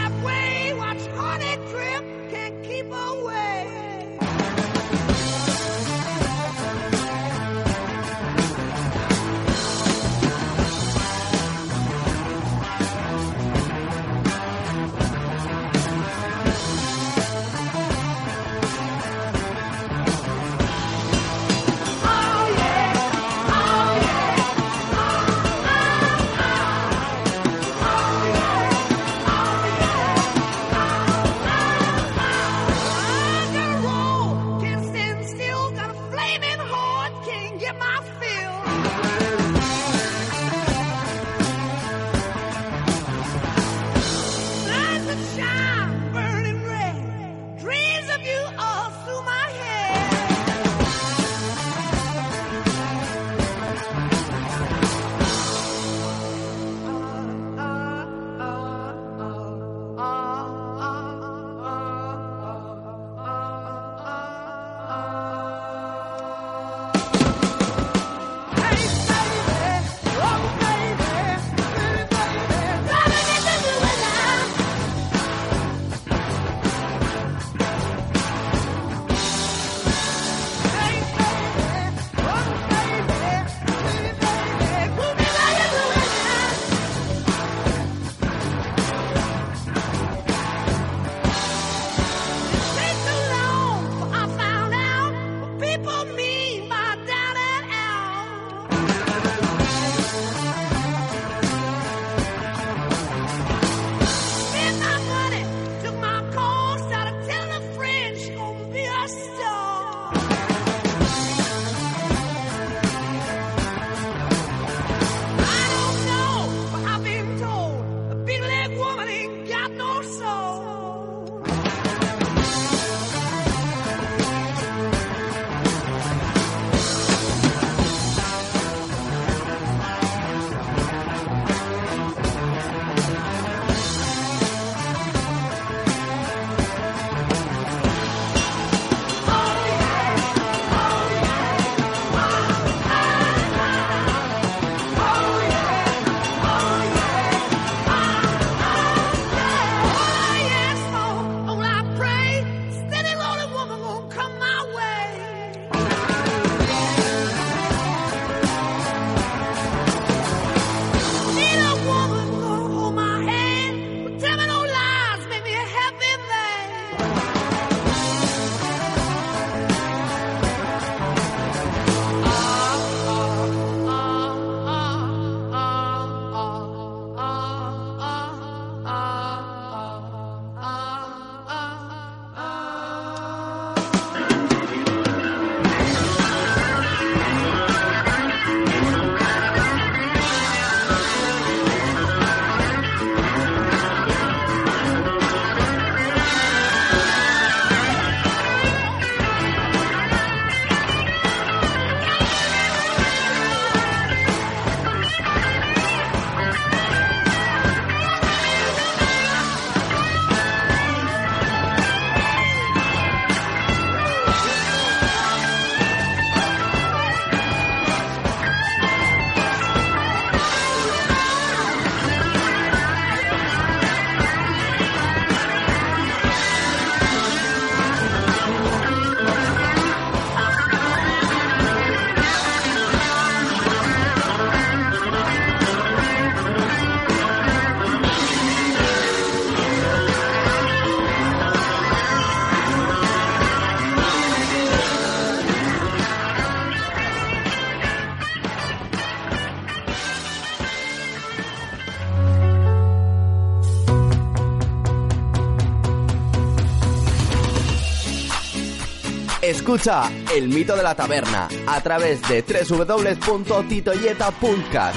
Speaker 12: Escucha El mito de la taberna a través de www.titoyeta.cat.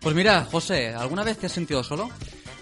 Speaker 4: Pues mira, José, ¿alguna vez te has sentido solo?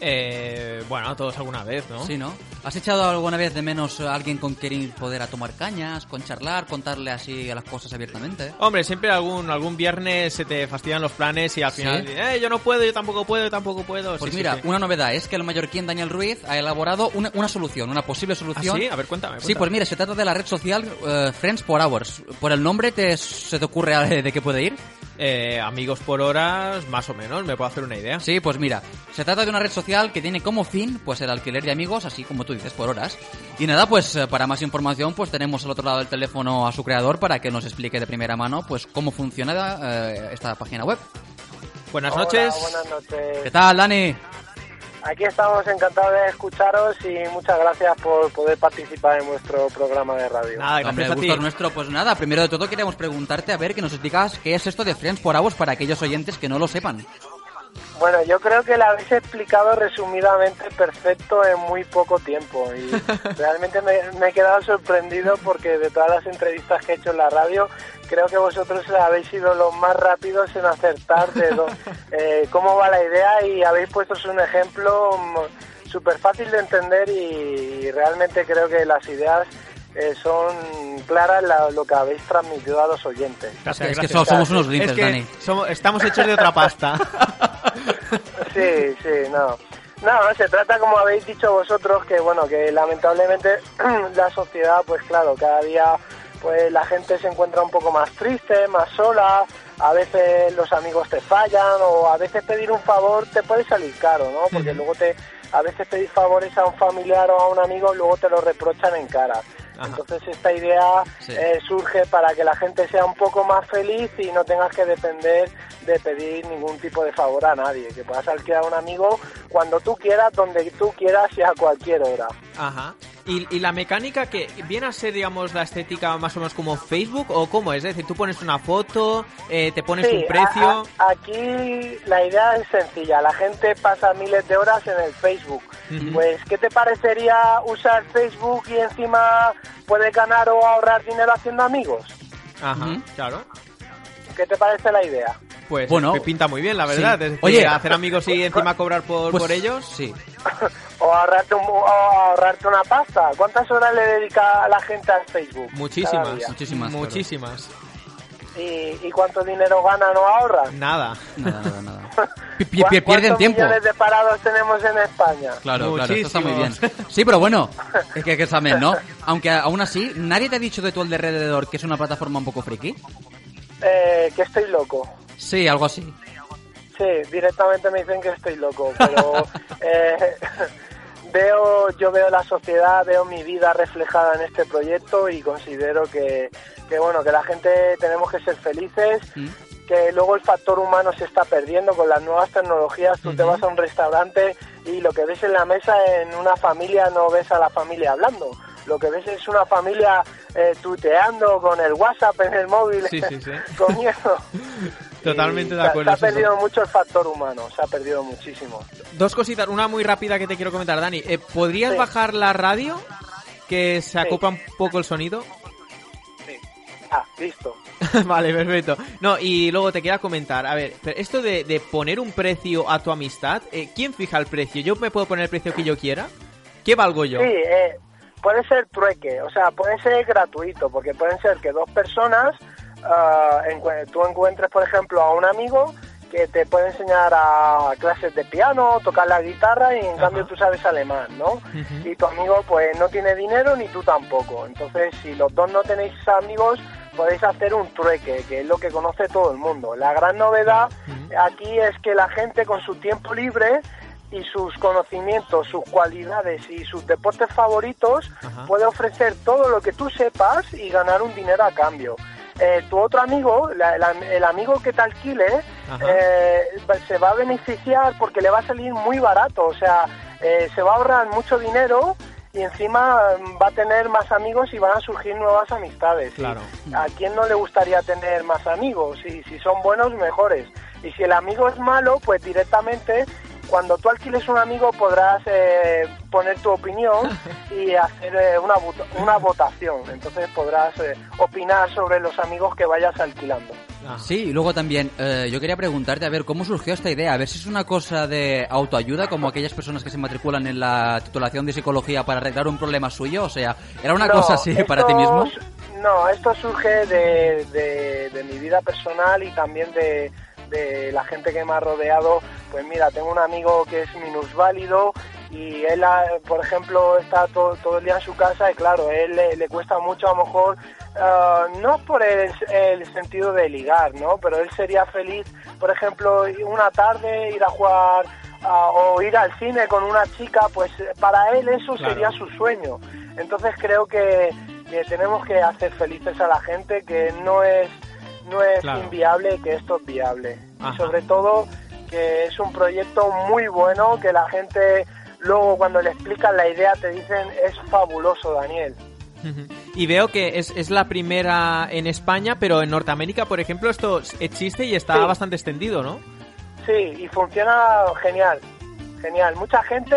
Speaker 5: Eh, bueno, todos alguna vez, ¿no?
Speaker 4: Sí, ¿no? ¿Has echado alguna vez de menos a alguien con quien poder a tomar cañas, con charlar, contarle así a las cosas abiertamente?
Speaker 5: Hombre, siempre algún, algún viernes se te fastidian los planes y al
Speaker 4: Sí.
Speaker 5: final, eh, yo no puedo, yo tampoco puedo, yo tampoco puedo.
Speaker 4: Pues
Speaker 5: Sí, sí,
Speaker 4: mira,
Speaker 5: sí.
Speaker 4: una novedad es que el mallorquín Daniel Ruiz ha elaborado una, una solución, una posible solución.
Speaker 5: ¿Ah, sí? A ver, cuéntame,
Speaker 4: Sí,
Speaker 5: cuéntame.
Speaker 4: pues mira, se trata de la red social eh, Friends for Hours. ¿Por el nombre te, se te ocurre eh, de qué puede ir?
Speaker 5: Eh, amigos por horas, más o menos, me puedo hacer una idea.
Speaker 4: Sí, pues mira, se trata de una red social que tiene como fin pues el alquiler de amigos, así como tú dices, por horas. Y nada, pues eh, para más información pues tenemos al otro lado del teléfono a su creador para que nos explique de primera mano pues cómo funciona eh, esta página web.
Speaker 5: Buenas
Speaker 13: Hola,
Speaker 5: noches.
Speaker 13: buenas noches.
Speaker 4: ¿Qué tal, Dani?
Speaker 13: Aquí estamos encantados de escucharos y muchas gracias por poder participar en vuestro programa de radio.
Speaker 4: Hombre, el gusto es nuestro, pues nada, primero de todo queremos preguntarte, a ver, que nos explicas qué es esto de Friends por Hours para aquellos oyentes que no lo sepan.
Speaker 13: Bueno, yo creo que la habéis explicado resumidamente perfecto en muy poco tiempo y realmente me, me he quedado sorprendido porque de todas las entrevistas que he hecho en la radio, creo que vosotros habéis sido los más rápidos en acertar de do- eh, cómo va la idea y habéis puesto un ejemplo mm, súper fácil de entender y realmente creo que las ideas eh, son claras la- lo que habéis transmitido a los oyentes.
Speaker 5: Gracias,
Speaker 4: Es que
Speaker 5: gracias.
Speaker 4: so- somos unos linces,
Speaker 5: Es que
Speaker 4: Dani.
Speaker 5: somos- estamos hechos de otra pasta.
Speaker 13: Sí, sí, no. No, se trata, como habéis dicho vosotros, que bueno, que lamentablemente la sociedad, pues claro, cada día pues la gente se encuentra un poco más triste, más sola, a veces los amigos te fallan o a veces pedir un favor te puede salir caro, ¿no? Porque luego te a veces pedir favores a un familiar o a un amigo luego te lo reprochan en cara. Entonces esta idea
Speaker 11: Sí.
Speaker 13: eh, surge para que la gente sea un poco más feliz y no tengas que depender de pedir ningún tipo de favor a nadie, que puedas alquilar a un amigo cuando tú quieras, donde tú quieras y a cualquier hora.
Speaker 5: Ajá. ¿Y, y la mecánica que viene a ser, digamos, la estética más o menos como Facebook o cómo es? Es decir, tú pones una foto, eh, te pones
Speaker 13: Sí,
Speaker 5: un precio.
Speaker 13: a- a- aquí la idea es sencilla. La gente pasa miles de horas en el Facebook.
Speaker 5: Ujú.
Speaker 13: Pues, ¿qué te parecería usar Facebook y encima puede ganar o ahorrar dinero haciendo amigos?
Speaker 5: Ajá, claro.
Speaker 13: ¿Qué te parece la idea?
Speaker 5: Pues
Speaker 4: Bueno,
Speaker 5: me pinta muy bien, la verdad.
Speaker 4: sí.
Speaker 5: Es decir,
Speaker 4: Oye,
Speaker 5: hacer amigos y encima cobrar por,
Speaker 4: Pues,
Speaker 5: por ellos.
Speaker 4: Sí.
Speaker 13: O ahorrarte, un- o ahorrarte una pasta. ¿Cuántas horas le dedica la gente al Facebook? cada día?
Speaker 5: Muchísimas,
Speaker 4: muchísimas.
Speaker 5: Muchísimas.
Speaker 13: ¿Y, y cuánto dinero ganan o ahorran?
Speaker 5: Nada.
Speaker 4: Nada, nada, nada.
Speaker 13: ¿Cuá-
Speaker 4: pierden
Speaker 13: cuántos
Speaker 4: tiempo?
Speaker 13: millones de parados tenemos en España?
Speaker 4: Claro, claro, esto está muy bien. Sí, pero bueno, es que, que examen, ¿no? Aunque a- aún así, ¿nadie te ha dicho de tu alrededor que es una plataforma un poco friki?
Speaker 13: Eh, que estoy loco.
Speaker 4: Sí, algo así.
Speaker 13: Sí, directamente me dicen que estoy loco, pero eh, veo, yo veo la sociedad, veo mi vida reflejada en este proyecto y considero que, que bueno, que la gente tenemos que ser felices, que luego el factor humano se está perdiendo con las nuevas tecnologías, tú te vas a un restaurante y lo que ves en la mesa en una familia no ves a la familia hablando. Lo que ves es una familia eh, tuteando con el WhatsApp en el móvil,
Speaker 5: Sí, sí, sí.
Speaker 13: comiendo.
Speaker 5: Totalmente
Speaker 13: Y
Speaker 5: de
Speaker 13: se-
Speaker 5: acuerdo.
Speaker 13: Se ha
Speaker 5: Suso.
Speaker 13: perdido mucho el factor humano, se ha perdido muchísimo.
Speaker 5: Dos cositas, una muy rápida que te quiero comentar, Dani. Eh, ¿Podrías
Speaker 13: Sí.
Speaker 5: bajar la radio? Que se acopla un poco el sonido.
Speaker 13: Ah, listo.
Speaker 5: vale, perfecto. No, y luego te quería comentar, a ver, pero esto de, de poner un precio a tu amistad, eh, ¿quién fija el precio? ¿Yo me puedo poner el precio que yo quiera? ¿Qué valgo yo?
Speaker 13: Sí, eh, puede ser trueque, o sea, puede ser gratuito, porque pueden ser que dos personas, ah, encu- tú encuentres, por ejemplo, a un amigo que te puede enseñar a clases de piano, tocar la guitarra y en cambio tú sabes alemán, ¿no? Y tu amigo pues no tiene dinero ni tú tampoco. Entonces, si los dos no tenéis amigos, podéis hacer un trueque, que es lo que conoce todo el mundo. La gran novedad aquí es que la gente con su tiempo libre y sus conocimientos, sus cualidades y sus deportes favoritos puede ofrecer todo lo que tú sepas y ganar un dinero a cambio. Eh, tu otro amigo, la- la- el amigo que te alquile,
Speaker 11: Ajá.
Speaker 13: eh, se va a beneficiar porque le va a salir muy barato, o sea, eh, se va a ahorrar mucho dinero y encima mm, va a tener más amigos y van a surgir nuevas amistades.
Speaker 5: Claro.
Speaker 13: ¿A quién no le gustaría tener más amigos? Y si son buenos, mejores. Y si el amigo es malo, pues directamente cuando tú alquiles un amigo podrás eh, poner tu opinión y hacer eh, una, vota- una votación. Entonces podrás eh, opinar sobre los amigos que vayas alquilando.
Speaker 4: Sí, y luego también eh, yo quería preguntarte a ver cómo surgió esta idea, a ver si es una cosa de autoayuda como aquellas personas que se matriculan en la titulación de psicología para arreglar un problema suyo, o sea, era una
Speaker 13: No,
Speaker 4: cosa así para ti
Speaker 13: esto
Speaker 4: mismo.
Speaker 13: su- No, esto surge de, de- de mi vida personal y también de, de la gente que me ha rodeado. Pues mira, tengo un amigo que es minusválido y él, ah, por ejemplo, está to- todo el día en su casa y claro, él le, le cuesta mucho a lo mejor, ah, no por el, el sentido de ligar, ¿no? Pero él sería feliz, por ejemplo, una tarde ir a jugar ah, o ir al cine con una chica, pues eh, para él eso
Speaker 11: Claro.
Speaker 13: sería su sueño. Entonces creo que, que tenemos que hacer felices a la gente, que no es, no es
Speaker 11: Claro.
Speaker 13: inviable, que esto es viable.
Speaker 11: Ajá.
Speaker 13: Y sobre todo que es un proyecto muy bueno, que la gente luego cuando le explican la idea te dicen es fabuloso, Daniel.
Speaker 5: Y veo que es, es la primera en España, pero en Norteamérica, por ejemplo, esto existe y está
Speaker 13: Sí.
Speaker 5: bastante extendido, ¿no?
Speaker 13: Sí, y funciona genial, genial. Mucha gente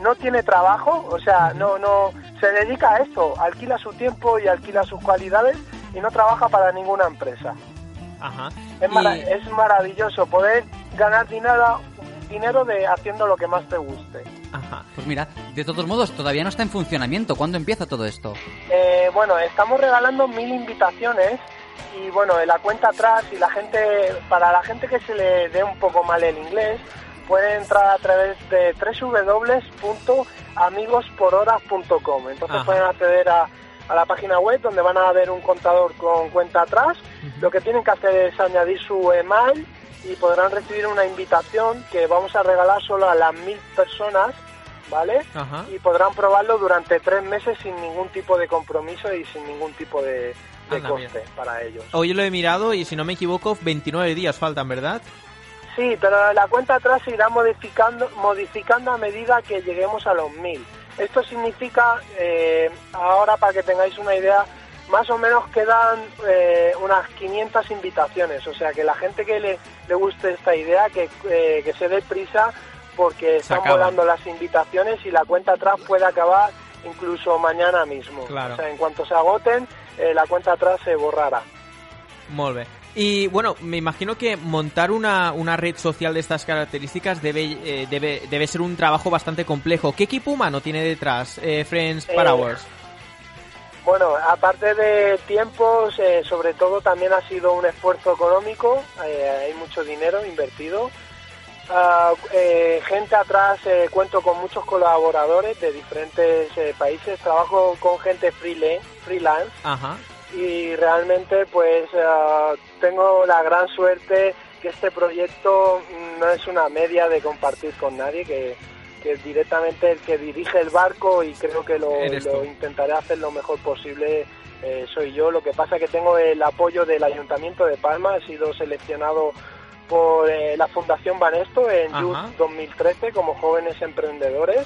Speaker 13: no tiene trabajo, o sea, no, no, se dedica a esto, alquila su tiempo y alquila sus cualidades y no trabaja para ninguna empresa.
Speaker 5: Ajá.
Speaker 13: Es, mara-
Speaker 5: Y-
Speaker 13: es maravilloso poder ganar dinero, dinero de haciendo lo que más te guste.
Speaker 4: Pues mira, de todos modos todavía no está en funcionamiento, ¿cuándo empieza todo esto?
Speaker 13: Eh, bueno, estamos regalando mil invitaciones y bueno, en la cuenta atrás y la gente, para la gente que se le dé un poco mal el inglés, puede entrar a través de www.amigosporhoras.com. Entonces
Speaker 11: Ajá.
Speaker 13: pueden acceder a, a la página web donde van a ver un contador con cuenta atrás. Lo que tienen que hacer es añadir su email y podrán recibir una invitación que vamos a regalar solo a las mil personas, ¿vale?
Speaker 5: Ajá.
Speaker 13: y podrán probarlo durante tres meses sin ningún tipo de compromiso y sin ningún tipo de, de
Speaker 5: Anda,
Speaker 13: coste para ellos.
Speaker 5: Hoy lo he mirado y si no me equivoco, 29 días faltan, ¿verdad?
Speaker 13: Sí, pero la cuenta atrás se irá modificando, modificando a medida que lleguemos a los mil. Esto significa, eh, ahora para que tengáis una idea, más o menos quedan eh, unas 500 invitaciones. O sea que la gente que le, le guste esta idea, que, eh, que se dé prisa, porque están
Speaker 5: acaba.
Speaker 13: volando las invitaciones y la cuenta atrás puede acabar incluso mañana mismo.
Speaker 5: Claro.
Speaker 13: O sea, en cuanto se agoten, eh, la cuenta atrás se borrará.
Speaker 5: Molt bé. Y bueno, me imagino que montar una, una red social de estas características debe, eh, debe, debe ser un trabajo bastante complejo. ¿Qué equipo humano tiene detrás eh, Friends
Speaker 13: Eh,
Speaker 5: per Hours?
Speaker 13: Bueno, aparte de tiempos, eh, sobre todo también ha sido un esfuerzo económico, eh, hay mucho dinero invertido. Ah, eh, gente atrás, eh, cuento con muchos colaboradores de diferentes eh, países, trabajo con gente freelance, freelance
Speaker 5: Ajá.
Speaker 13: y realmente pues ah, tengo la gran suerte que este proyecto mm, no es una media de compartir con nadie, que, que es directamente el que dirige el barco y creo que lo,
Speaker 5: Eres
Speaker 13: lo
Speaker 5: tú.
Speaker 13: intentaré hacer lo mejor posible. eh, soy yo, lo que pasa que tengo el apoyo del Ayuntamiento de Palma, he sido seleccionado por eh, la Fundación Banesto en
Speaker 5: Ajá.
Speaker 13: Youth 2013 como jóvenes emprendedores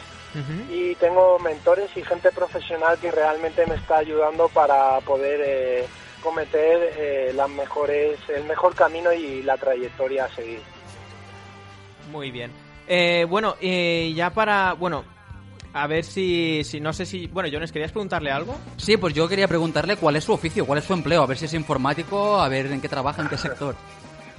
Speaker 13: y tengo mentores y gente profesional que realmente me está ayudando para poder eh, cometer eh, las mejores el mejor camino y la trayectoria a seguir
Speaker 5: Muy bien. Eh, bueno, eh, ya para... Bueno, a ver si, Eh, si... No sé si... Bueno, Jones, ¿querías preguntarle algo?
Speaker 4: Sí, pues yo quería preguntarle cuál es su oficio, cuál es su empleo, a ver si es informático, a ver en qué trabaja, en qué sector.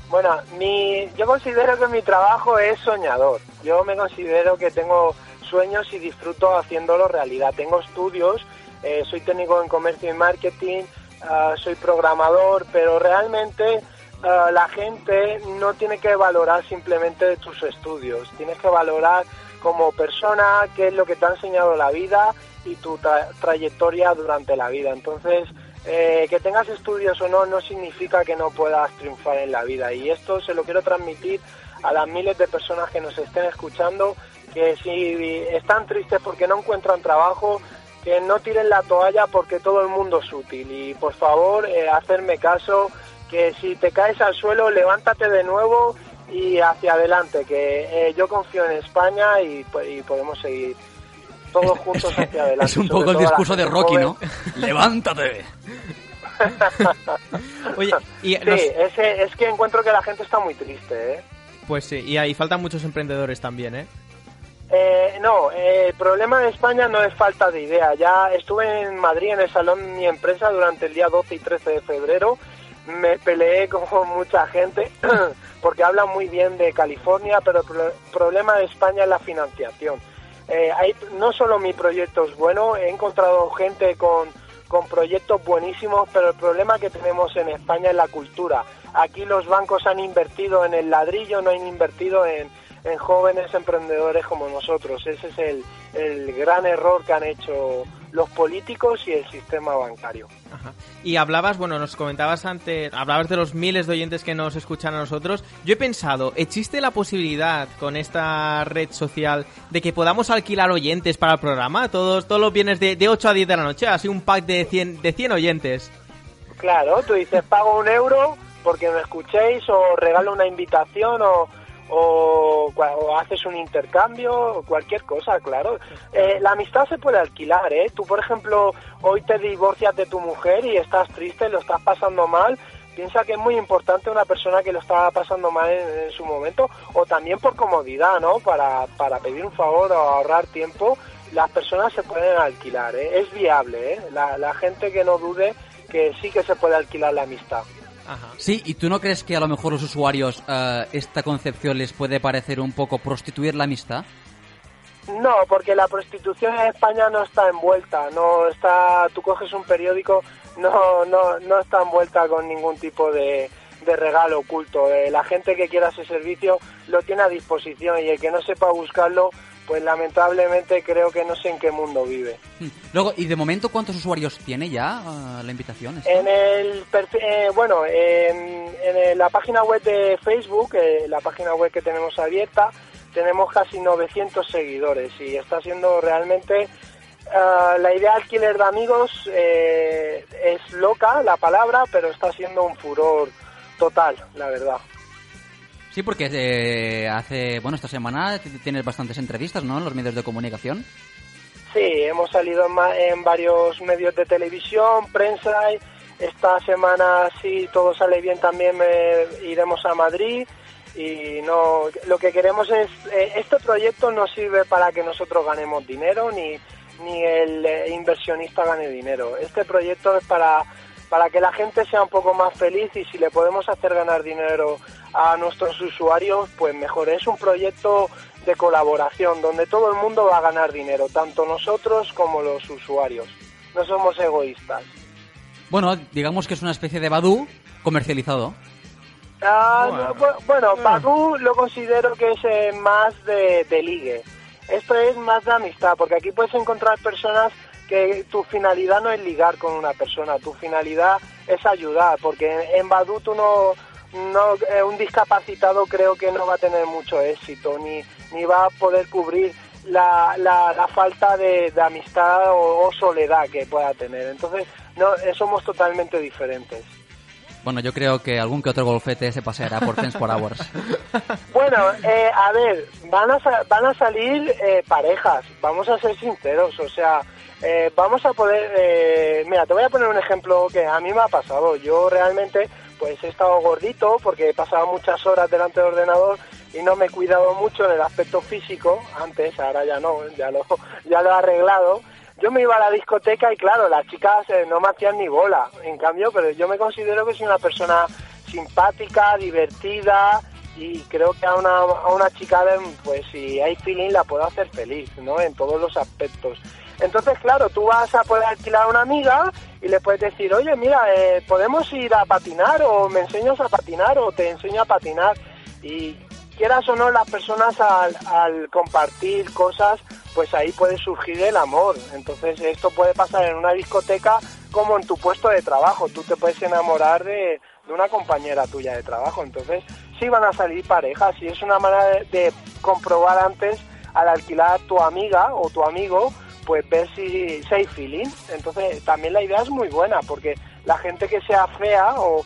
Speaker 13: bueno mi yo considero que mi trabajo es soñador yo me considero que tengo sueños y disfruto haciéndolo realidad tengo estudios eh, soy técnico en comercio y marketing ah, soy programador pero realmente Ah, la gente no tiene que valorar simplemente tus estudios, tienes que valorar como persona qué es lo que te ha enseñado la vida y tu tra- trayectoria durante la vida. Entonces, eh, que tengas estudios o no, no significa que no puedas triunfar en la vida. Y esto se lo quiero transmitir a las miles de personas que nos estén escuchando, que si están tristes porque no encuentran trabajo, que no tiren la toalla porque todo el mundo es útil. Y por favor, eh, hacerme caso, que si te caes al suelo, levántate de nuevo y hacia adelante, que eh, yo confío en España y, po- y podemos seguir todos juntos hacia adelante.
Speaker 4: Es un
Speaker 13: sobre
Speaker 4: poco el
Speaker 13: todo la
Speaker 4: discurso de
Speaker 13: gente
Speaker 4: Rocky,
Speaker 13: joven.
Speaker 4: ¿no? ¡Levántate!
Speaker 5: Oye, y
Speaker 13: Sí,
Speaker 5: nos-
Speaker 13: ese- es que encuentro que la gente está muy triste, ¿eh?
Speaker 5: Pues sí, y ahí faltan muchos emprendedores también, ¿eh?
Speaker 13: Eh, no, eh, el problema de España no es falta de idea. Ya estuve en Madrid en el salón de mi empresa durante el día 12 y 13 de febrero. Me peleé con mucha gente porque habla muy bien de California, pero el pro- problema de España es la financiación. Eh, hay, no solo mi proyecto es bueno, he encontrado gente con, con proyectos buenísimos, pero el problema que tenemos en España es la cultura. Aquí los bancos han invertido en el ladrillo, no han invertido en, en jóvenes emprendedores como nosotros. Ese es el, el gran error que han hecho los políticos y el sistema bancario.
Speaker 5: Y hablabas, bueno, nos comentabas antes, hablabas de los miles de oyentes que nos escuchan a nosotros. Yo he pensado, ¿existe la posibilidad con esta red social de que podamos alquilar oyentes para el programa? Todos, todos los viernes de, de 8 a 10 de la noche, así un pack de 100, de 100 oyentes.
Speaker 13: Claro, tú dices, pago un euro porque me escuchéis o regalo una invitación o, o, cua- o haces un intercambio o cualquier cosa, claro. Eh, la amistad se puede alquilar, ¿eh? Tú, por ejemplo, hoy te divorcias de tu mujer y estás triste, lo estás pasando mal. Piensa que es muy importante una persona que lo está pasando mal en, en su momento o también por comodidad, ¿no? Para, para pedir un favor o ahorrar tiempo, las personas se pueden alquilar, ¿eh? Es viable, ¿eh? La, la gente que no dude que sí que se puede alquilar la amistad.
Speaker 4: Sí, ¿y tú no crees que a lo mejor los usuarios eh, esta concepción les puede parecer un poco prostituir la amistad?
Speaker 13: No, porque la prostitución en España no está envuelta, no está, tú coges un periódico, no, no, no está envuelta con ningún tipo de, de regalo oculto. Eh, la gente que quiera ese servicio lo tiene a disposición y el que no sepa buscarlo, pues lamentablemente creo que no sé en qué mundo vive.
Speaker 4: Hmm. Luego, ¿y de momento cuántos usuarios tiene ya eh, la invitación? esta?
Speaker 13: En el perfil- eh, bueno, en, en el- la página web de Facebook, eh, la página web que tenemos abierta, tenemos casi 900 seguidores y está siendo realmente ah, la idea alquiler de amigos eh, es loca la palabra, pero está siendo un furor total, la verdad.
Speaker 4: Sí, porque eh, hace, bueno, esta semana t- tienes bastantes entrevistas, ¿no? En los medios de comunicación.
Speaker 13: Sí, hemos salido en, ma- en varios medios de televisión, prensa. y Esta semana, si todo sale bien, también eh, iremos a Madrid. Y no, lo que queremos es, eh, este proyecto no sirve para que nosotros ganemos dinero ni, ni el eh, inversionista gane dinero. Este proyecto es para, para que la gente sea un poco más feliz y si le podemos hacer ganar dinero a nuestros usuarios, pues mejor. Es un proyecto de colaboración donde todo el mundo va a ganar dinero, tanto nosotros como los usuarios. No somos egoístas.
Speaker 4: Bueno, digamos que es una especie de Badu comercializado.
Speaker 13: Ah, no, bu- bueno, Badoo lo considero que es eh, más de, de ligue. Esto es más de amistad, porque aquí puedes encontrar personas que tu finalidad no es ligar con una persona, tu finalidad es ayudar, porque en, en Badoo tú no, no eh, un discapacitado creo que no va a tener mucho éxito, ni, ni va a poder cubrir la, la, la falta de, de amistad o, o soledad que pueda tener. Entonces, no, eh, somos totalmente diferentes.
Speaker 4: Bueno, yo creo que algún que otro golfete se paseará por Friends for Hours.
Speaker 13: Bueno, eh, a ver, van a, sa- van a salir eh, parejas, vamos a ser sinceros, o sea, eh, vamos a poder, eh, mira, te voy a poner un ejemplo que a mí me ha pasado, yo realmente pues he estado gordito porque he pasado muchas horas delante del ordenador y no me he cuidado mucho en el aspecto físico, antes, ahora ya no, ya lo, ya lo he arreglado, yo me iba a la discoteca y claro, las chicas eh, no me hacían ni bola. En cambio, pero yo me considero que soy una persona simpática, divertida y creo que a una, a una chica, eh, pues si hay feeling, la puedo hacer feliz, ¿no? En todos los aspectos. Entonces, claro, tú vas a poder alquilar a una amiga y le puedes decir, oye, mira, eh, podemos ir a patinar o me enseñas a patinar o te enseño a patinar. Y quieras o no, las personas al, al compartir cosas, pues ahí puede surgir el amor. Entonces esto puede pasar en una discoteca como en tu puesto de trabajo. Tú te puedes enamorar de, de una compañera tuya de trabajo. Entonces sí van a salir parejas y es una manera de, de comprobar antes al alquilar tu amiga o tu amigo, pues ver si, si hay feeling. Entonces también la idea es muy buena porque la gente que sea fea o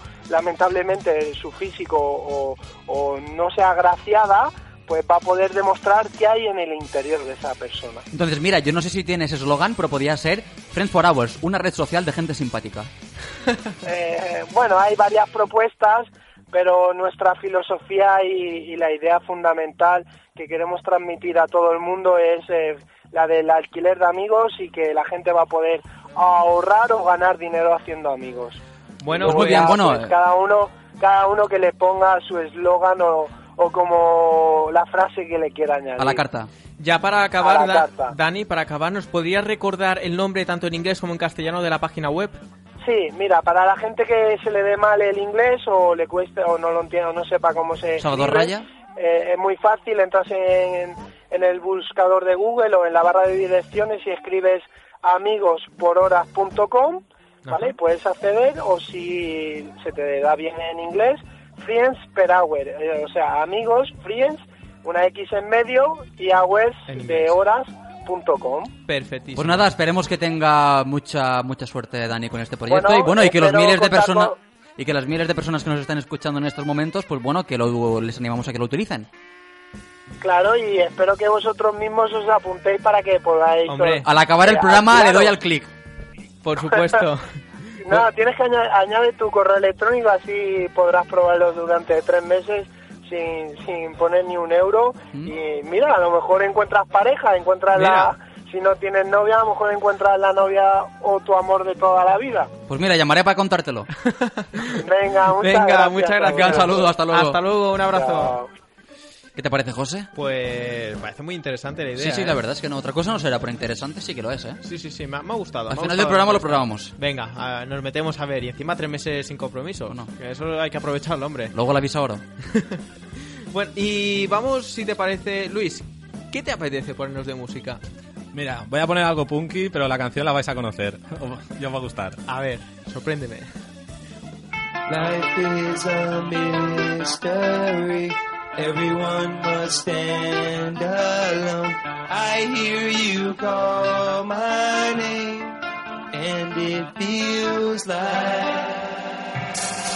Speaker 13: lamentablemente su físico o, o no sea agraciada, pues va a poder demostrar qué hay en el interior de esa persona.
Speaker 4: Entonces, mira, yo no sé si tienes eslogan, pero podría ser Friends for Hours, una red social de gente simpática.
Speaker 13: Eh, bueno, hay varias propuestas. pero nuestra filosofía y, y la idea fundamental que queremos transmitir a todo el mundo es eh, la del alquiler de amigos y que la gente va a poder ahorrar o ganar dinero haciendo amigos.
Speaker 5: Bueno,
Speaker 13: Luego
Speaker 5: muy bien,
Speaker 13: ya,
Speaker 5: bueno,
Speaker 13: pues,
Speaker 5: eh.
Speaker 13: cada uno, cada uno que le ponga su eslogan o, o como la frase que le quiera añadir.
Speaker 5: A la carta. Ya para acabar,
Speaker 13: A la
Speaker 5: Da-
Speaker 13: carta.
Speaker 5: Dani, para acabar, ¿nos podrías recordar el nombre tanto en inglés como en castellano de la página web?
Speaker 13: Sí, mira, para la gente que se le dé mal el inglés o le cueste o no lo entienda o no sepa cómo se
Speaker 5: Salvador
Speaker 13: escribe,
Speaker 5: Raya.
Speaker 13: eh, es muy fácil, entras en, en el buscador de Google o en la barra de direcciones y escribes amigospororas.com, ¿vale? Y puedes acceder o si se te da bien en inglés, friends per hour, eh, o sea, amigos, friends, una X en medio y hours de horas.com.
Speaker 5: Perfectísimo.
Speaker 4: Pues nada, esperemos que tenga mucha mucha suerte Dani con este proyecto
Speaker 13: Bueno,
Speaker 4: y bueno, y que los
Speaker 13: espero
Speaker 4: miles de
Speaker 13: contar
Speaker 4: personas
Speaker 13: con-
Speaker 4: y que las miles de personas que nos están escuchando en estos momentos, pues bueno, que lo, les animamos a que lo utilicen.
Speaker 13: Claro, y espero que vosotros mismos os apuntéis para que podáis... eh,
Speaker 4: Hombre, al acabar el programa le doy al clic.
Speaker 5: Por supuesto.
Speaker 13: No, tienes que añadir tu correo electrónico, así podrás probarlo durante tres meses sin, sin poner ni un euro. Y mira, a lo mejor encuentras pareja, encuentras
Speaker 4: Mm. Mira.
Speaker 13: la... Si no tienes novia, a lo mejor encuentras la novia o tu amor de toda la vida.
Speaker 4: Pues mira, llamaré para contártelo.
Speaker 13: Venga, muchas
Speaker 5: Venga,
Speaker 13: gracias.
Speaker 5: muchas gracias.
Speaker 4: Un saludo, hasta luego.
Speaker 5: Hasta luego, un abrazo.
Speaker 13: Chao.
Speaker 4: ¿Qué te parece, José?
Speaker 5: Pues parece muy interesante la idea.
Speaker 4: sí, sí,
Speaker 5: ¿eh?
Speaker 4: la verdad es que no, otra cosa no será, pero interesante sí que lo es, ¿eh?
Speaker 5: Sí, sí, sí, me ha, me ha gustado.
Speaker 4: Al
Speaker 5: me ha gustado
Speaker 4: final del programa lo
Speaker 5: respuesta.
Speaker 4: programamos.
Speaker 5: Venga, ah, nos metemos a ver. Y encima tres meses sin compromiso. Que Eso hay que aprovecharlo, hombre.
Speaker 4: Luego la avisa ahora.
Speaker 5: Bueno, y vamos, si te parece, Luis, ¿qué te apetece ponernos de música?
Speaker 6: Mira, voy a poner algo punky, pero la canción la vais a conocer. Ya os va a gustar.
Speaker 5: A ver, sorpréndeme.
Speaker 11: Life is a mystery. Everyone must stand alone. I hear you call my name, and it feels like.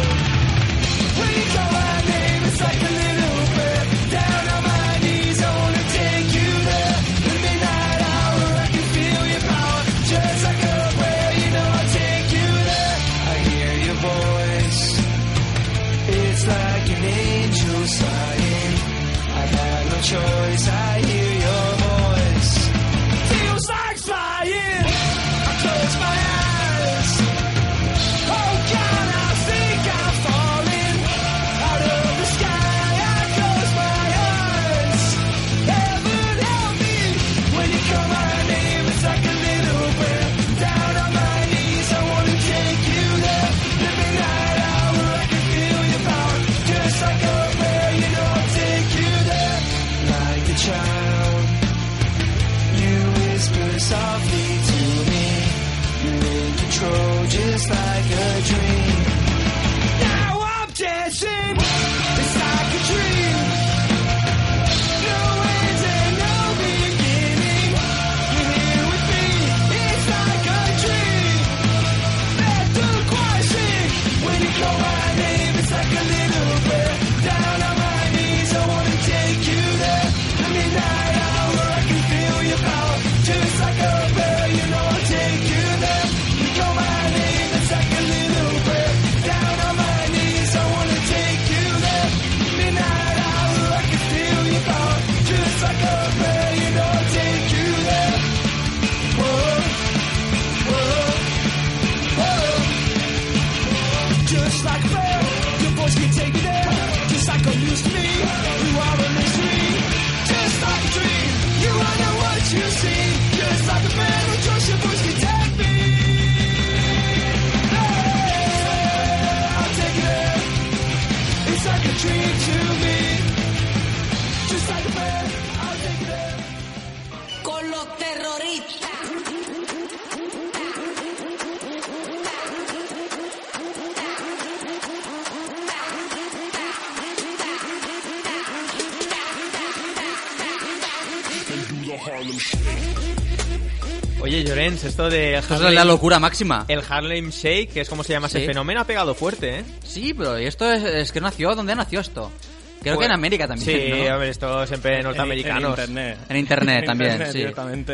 Speaker 11: When you call my name, it's like a little breath. Down on my knees, I wanna take you there. The midnight hour, I can feel your power. Just like a prayer, you know I'll take you there. I hear your voice. It's like an angel sighing. I've had no choice, I hear your voice. Feels like flying. I close my eyes. Oh God, I think I'm falling out of the sky. I close my eyes. Heaven help me when you call my name. It's like a little breath down on my knees. I wanna take you there. The midnight hour, I can feel your power. Just like a prayer, you know I'll take you there. Like a child, you whisper softly to me. You're in control just like a dream. Now I'm dancing, it's like a dream. No ends and no beginning. You're here with me, it's like a dream. Let the choir sing when you call my name. It's like a little breath down on my knees. I wanna take you there. The midnight hour, I can feel your power, just like a prayer. You know I'll take you there. You call my name, it's like a little breath down on my knees. I wanna take you there. Midnight hour, I can feel your power, just like a prayer. You know I'll take you there. Whoa, whoa. Just like prayer, your voice can take me there. Just like a news to me, you are a mystery. Just like a dream, you are not what you see. Just like a man, rejoice, your voice can take me. Hey, I'll take it there. It's like a dream to me. Just like a prayer, I'll take it there.
Speaker 2: Con los terroristas.
Speaker 5: Oye, Llorens, esto de.
Speaker 4: Esto es la locura máxima.
Speaker 5: El Harlem Shake, que es como se llama
Speaker 4: Sí.
Speaker 5: ese fenómeno, ha pegado fuerte, ¿eh?
Speaker 4: Sí, pero ¿y esto es, es que nació? ¿Dónde nació esto? Creo que en América también.
Speaker 5: Pues, Sí,
Speaker 4: ¿no?
Speaker 5: a ver, esto siempre norteamericanos.
Speaker 6: en internet.
Speaker 4: En internet
Speaker 6: En
Speaker 4: también,
Speaker 6: internet
Speaker 4: sí.
Speaker 6: directamente.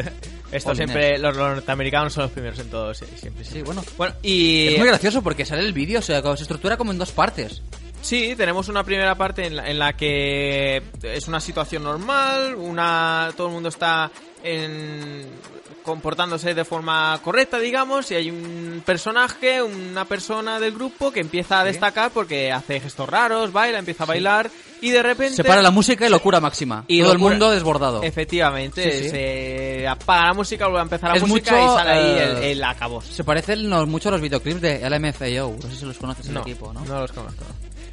Speaker 5: Esto
Speaker 4: Jolines.
Speaker 5: siempre, los, los norteamericanos son los primeros en todo, sí, siempre. Sí,
Speaker 4: bueno.
Speaker 5: Bueno, y...
Speaker 4: Es muy gracioso porque sale el vídeo, o sea, se estructura como en dos partes.
Speaker 5: Sí, tenemos una primera parte en la, en la que es una situación normal, una todo el mundo está en- comportándose de forma correcta, digamos, y hay un personaje, una persona del grupo que empieza a destacar porque hace gestos raros, baila, empieza a bailar y de repente
Speaker 4: Se para la música y locura máxima.
Speaker 5: Y
Speaker 4: Y todo el
Speaker 5: locura.
Speaker 4: mundo desbordado.
Speaker 5: Efectivamente,
Speaker 4: Sí, sí.
Speaker 5: se apaga la música, vuelve a empezar la
Speaker 4: Es
Speaker 5: música
Speaker 4: mucho,
Speaker 5: y sale ahí
Speaker 4: eh,
Speaker 5: el, el acabó.
Speaker 4: Se parecen los- mucho a los videoclips de LMFAO. No sé si los conoces el equipo, ¿no?
Speaker 5: los conozco.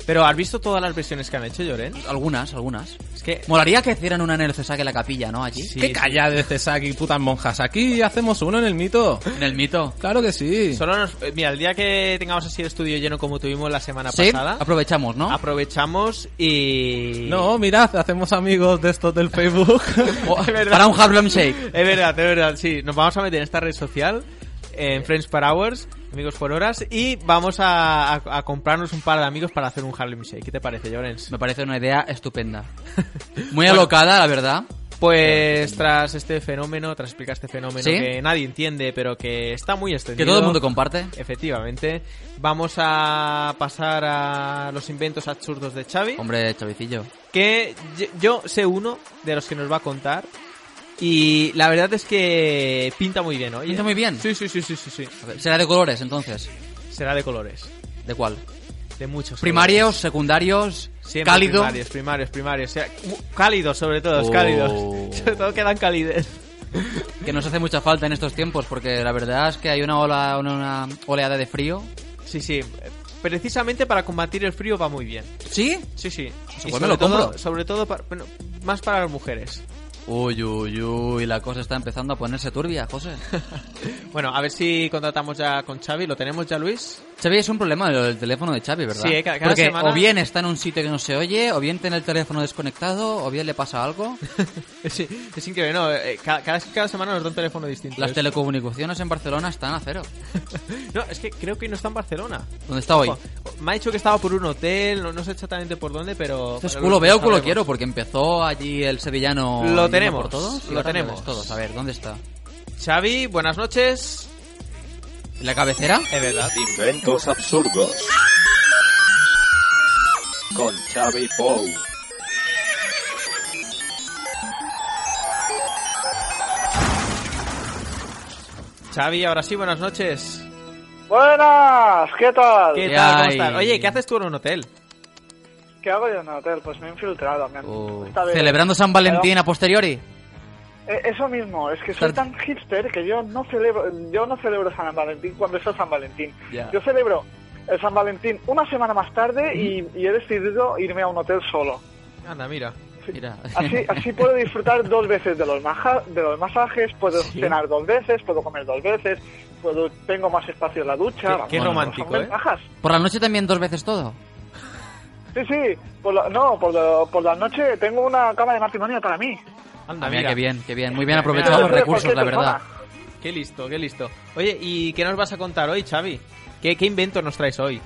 Speaker 5: Pero ¿has visto todas las versiones que han hecho, Lloren?
Speaker 4: Algunas, algunas.
Speaker 5: Es que
Speaker 4: Molaría que hicieran una en el CSAC en la capilla, ¿no? Allí.
Speaker 6: ¿Qué calla de Cesac y putas monjas? Aquí hacemos uno en el mito.
Speaker 4: En el mito.
Speaker 6: Claro que sí.
Speaker 5: Solo nos- eh, mira, el día que tengamos así el estudio lleno como tuvimos la semana
Speaker 6: Sí,
Speaker 5: pasada, Ah,
Speaker 4: aprovechamos, ¿no?
Speaker 5: aprovechamos y...
Speaker 6: No, mirad, hacemos amigos de estos del Facebook.
Speaker 5: Oh, Es verdad.
Speaker 4: Para un Harlem Shake.
Speaker 5: Es verdad, es verdad, sí. Nos vamos a meter en esta red social, en Friends per Hours, Amigos por Horas, y vamos a, a- a comprarnos un par de amigos para hacer un Harlem Shake. ¿Qué te parece, Llorens?
Speaker 4: Me parece una idea estupenda. Muy alocada, la verdad.
Speaker 5: Pues tras este fenómeno, tras explicar este fenómeno
Speaker 4: ¿Sí?
Speaker 5: que nadie entiende, pero que está muy extendido.
Speaker 4: todo el mundo comparte.
Speaker 5: Efectivamente. Vamos a pasar a los inventos absurdos de Xavi.
Speaker 4: Hombre, chavicillo.
Speaker 5: que yo- yo sé uno de los que nos va a contar y la verdad es que pinta muy bien, ¿oye?
Speaker 4: Pinta muy bien.
Speaker 5: Sí, sí, sí, sí, sí, sí.
Speaker 4: Será de colores, entonces.
Speaker 5: Será de colores,
Speaker 4: ¿De cuál?
Speaker 5: de muchos.
Speaker 4: Primarios, secundarios,
Speaker 5: colores. Siempre
Speaker 4: cálido.
Speaker 5: Primarios, primarios, primarios. O sea, mu- cálidos sobre todo,
Speaker 4: Oh.
Speaker 5: cálidos. Sobre todo quedan calidez.
Speaker 4: que nos hace mucha falta en estos tiempos, porque la verdad es que hay una ola, una, una oleada de frío.
Speaker 5: Sí, sí. Precisamente para combatir el frío va muy bien.
Speaker 4: ¿Sí?
Speaker 5: Sí, sí.
Speaker 4: Pues
Speaker 5: Y sobre
Speaker 4: igual me lo
Speaker 5: todo-
Speaker 4: compro.
Speaker 5: sobre todo, para- bueno, más para las mujeres.
Speaker 4: Uy, uy, uy, la cosa está empezando a ponerse turbia, José.
Speaker 5: Bueno, a ver si contratamos ya con Xavi. ¿Lo tenemos ya, Luis?
Speaker 4: Xavi es un problema lo del teléfono de Xavi, ¿verdad?
Speaker 5: Sí, eh, cada- cada
Speaker 4: Porque
Speaker 5: semana-
Speaker 4: o bien está en un sitio que no se oye, o bien tiene el teléfono desconectado, o bien le pasa algo.
Speaker 5: Sí, es increíble, ¿no? Eh, Cada, cada, cada semana nos da un teléfono distinto.
Speaker 4: Las
Speaker 5: Es-
Speaker 4: telecomunicaciones en Barcelona están a cero.
Speaker 5: No, es que creo que no está en Barcelona.
Speaker 4: ¿Dónde está hoy?
Speaker 5: Ojo, Me ha dicho que estaba por un hotel, no, no sé exactamente por dónde, pero...
Speaker 4: Esto Este es
Speaker 5: pero
Speaker 4: culo
Speaker 5: lo
Speaker 4: veo, culo
Speaker 5: sabremos.
Speaker 4: quiero, porque empezó allí el sevillano.
Speaker 5: Lo
Speaker 4: yendo
Speaker 5: tenemos,
Speaker 4: Por todos, y
Speaker 5: lo
Speaker 4: ahora
Speaker 5: tenemos.
Speaker 4: Todos, a ver, ¿dónde está?
Speaker 5: Xavi, buenas noches.
Speaker 4: ¿En la cabecera?
Speaker 5: Es verdad.
Speaker 14: Inventos absurdos. Con Xavi Pou.
Speaker 5: Xavi, ahora sí, buenas noches.
Speaker 15: Buenas, ¿qué tal?
Speaker 5: ¿Qué tal? ¿Cómo estás? Oye, ¿qué haces tú en un hotel?
Speaker 15: ¿Qué hago yo en el hotel? Pues me he infiltrado. me han- esta vez-
Speaker 4: Oh. ¿Celebrando San Valentín a posteriori?
Speaker 15: Pero, eh, eso mismo, es que soy tan hipster que yo no celebro, yo no celebro San Valentín cuando es el San Valentín.
Speaker 4: Ya.
Speaker 15: Yo celebro el San Valentín una semana más tarde y, y he decidido irme a un hotel solo.
Speaker 5: Anda, mira.
Speaker 4: Mira.
Speaker 15: Así, así puedo disfrutar dos veces de los, maja- de los masajes, puedo cenar dos veces, puedo comer dos veces, puedo, tengo más espacio en la ducha.
Speaker 4: Qué-
Speaker 15: vamos,
Speaker 4: qué
Speaker 15: son
Speaker 4: romántico, ¿eh?
Speaker 15: ventajas.
Speaker 4: ¿Por la noche también dos veces todo?
Speaker 15: Sí, sí, por la- no, por la, por la noche tengo una cama de matrimonio para mí.
Speaker 5: Anda,
Speaker 4: Ah, mira, qué bien, qué bien. Muy bien
Speaker 5: Mira,
Speaker 4: aprovechados
Speaker 5: mira,
Speaker 4: los recursos, la verdad.
Speaker 5: Qué listo, qué listo. Oye, ¿y qué nos vas a contar hoy, Xavi? ¿Qué, qué invento nos traes hoy?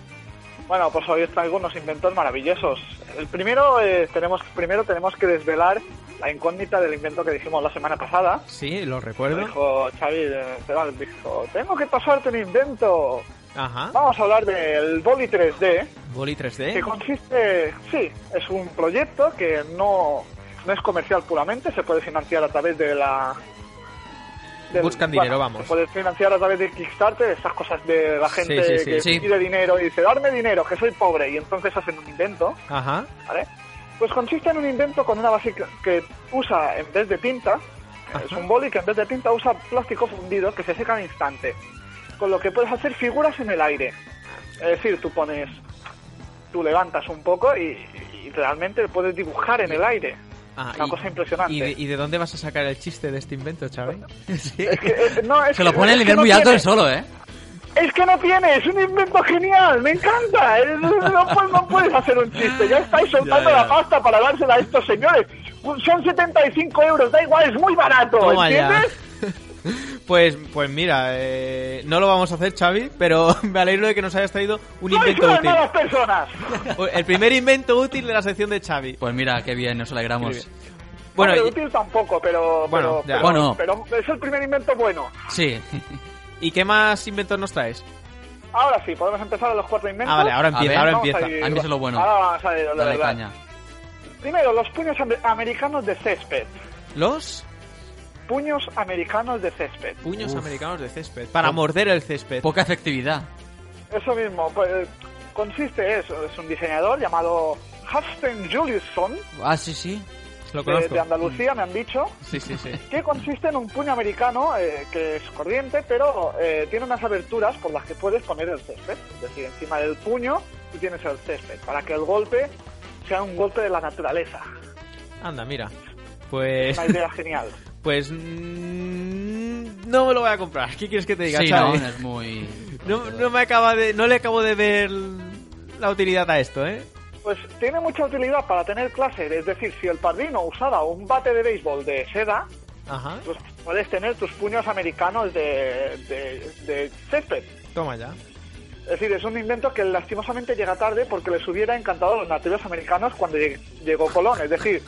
Speaker 15: Bueno, pues hoy os traigo unos inventos maravillosos. El primero, eh, tenemos, primero tenemos que desvelar la incógnita del invento que dijimos la semana pasada.
Speaker 5: Sí, lo recuerdo.
Speaker 15: Dijo Xavi, eh, Pedal, dijo, tengo que pasarte un invento.
Speaker 5: Ajá.
Speaker 15: Vamos a hablar del boli 3D,
Speaker 5: Boli
Speaker 15: que
Speaker 5: 3D.
Speaker 15: consiste, sí, es un proyecto que no, no es comercial puramente, se puede financiar a través de la...
Speaker 5: Buscan
Speaker 15: bueno,
Speaker 5: dinero, vamos.
Speaker 15: Se puede financiar a través de Kickstarter, esas cosas de la
Speaker 5: Sí,
Speaker 15: gente
Speaker 5: sí, sí,
Speaker 15: que
Speaker 5: sí.
Speaker 15: pide dinero y dice, darme dinero, que soy pobre, y entonces hacen un invento.
Speaker 5: Ajá.
Speaker 15: ¿vale? Pues consiste en un invento con una base que- que usa en vez de tinta, es un boli que en vez de tinta usa plástico fundido que se seca al instante, con lo que puedes hacer figuras en el aire. Es decir, tú pones, tú levantas un poco y, y realmente puedes dibujar en el aire.
Speaker 5: Ah,
Speaker 15: Una
Speaker 5: y-
Speaker 15: cosa impresionante.
Speaker 5: ¿Y de, y de dónde vas a sacar el chiste de este invento, Xavi?
Speaker 15: Es que, eh, no, es
Speaker 4: Se lo
Speaker 15: que-
Speaker 4: pone el
Speaker 15: es que
Speaker 4: nivel
Speaker 15: no
Speaker 4: muy alto
Speaker 15: tiene-
Speaker 4: él solo, ¿eh?
Speaker 15: Es que no tiene, es un invento genial, me encanta. es- No, pues, no puedes hacer un chiste, ya estáis soltando
Speaker 5: Ya, ya.
Speaker 15: la pasta para dársela a estos señores. Son 75 euros, da igual, es muy barato,
Speaker 5: Toma ya.
Speaker 15: ¿entiendes?
Speaker 5: Pues, pues mira, eh, no lo vamos a hacer, Xavi, pero me alegro de que nos hayas traído un
Speaker 15: ¡Sois
Speaker 5: invento
Speaker 15: unas
Speaker 5: útil.
Speaker 15: malas personas!
Speaker 5: El primer invento útil de la sección de Xavi.
Speaker 4: Pues mira, qué bien, nos alegramos.
Speaker 5: Muy bien. Bueno,
Speaker 15: Hombre,
Speaker 5: y-
Speaker 15: útil tampoco, pero
Speaker 5: Bueno,
Speaker 15: pero,
Speaker 5: ya.
Speaker 15: pero-
Speaker 5: Bueno.
Speaker 15: pero es el primer invento bueno.
Speaker 5: Sí. ¿Y qué más inventos nos traes?
Speaker 15: Ahora sí, podemos empezar a los cuatro inventos.
Speaker 5: Ah, vale, ahora empieza, ahora
Speaker 15: Vamos
Speaker 5: empieza.
Speaker 15: a ir-
Speaker 5: A mí eso es lo bueno.
Speaker 15: Ahora vamos a ir, la
Speaker 5: Dale
Speaker 15: verdad.
Speaker 5: caña.
Speaker 15: Primero, los puños am- americanos de césped.
Speaker 5: ¿Los?
Speaker 15: Puños americanos de césped.
Speaker 5: Puños americanos de césped. Para morder el césped.
Speaker 4: Poca efectividad.
Speaker 15: Eso mismo, pues consiste eso, es un diseñador llamado Hudson Juliusson
Speaker 4: Ah, sí, sí.
Speaker 5: Lo
Speaker 15: de, de Andalucía, me han dicho,
Speaker 5: Sí, sí, sí.
Speaker 15: que consiste en un puño americano eh, que es corriente, pero eh, tiene unas aberturas por las que puedes poner el césped. Es decir, encima del puño tú tienes el césped, para que el golpe sea un golpe de la naturaleza.
Speaker 5: Anda, mira. Pues.
Speaker 15: Una idea genial.
Speaker 5: Pues. mm, No me lo voy a comprar. ¿Qué quieres que te diga,
Speaker 4: Sí, eh.
Speaker 5: Xavi?
Speaker 4: no, es muy...
Speaker 5: No, no me acaba de. No le acabo de ver la utilidad a esto, ¿eh?
Speaker 15: Pues tiene mucha utilidad para tener clase, es decir, si el padrino usara un bate de béisbol de seda,
Speaker 5: Ajá.
Speaker 15: pues puedes tener tus puños americanos de, de, de césped.
Speaker 5: Toma ya.
Speaker 15: Es decir, es un invento que lastimosamente llega tarde porque les hubiera encantado a los nativos americanos cuando lleg- llegó Colón. Es decir,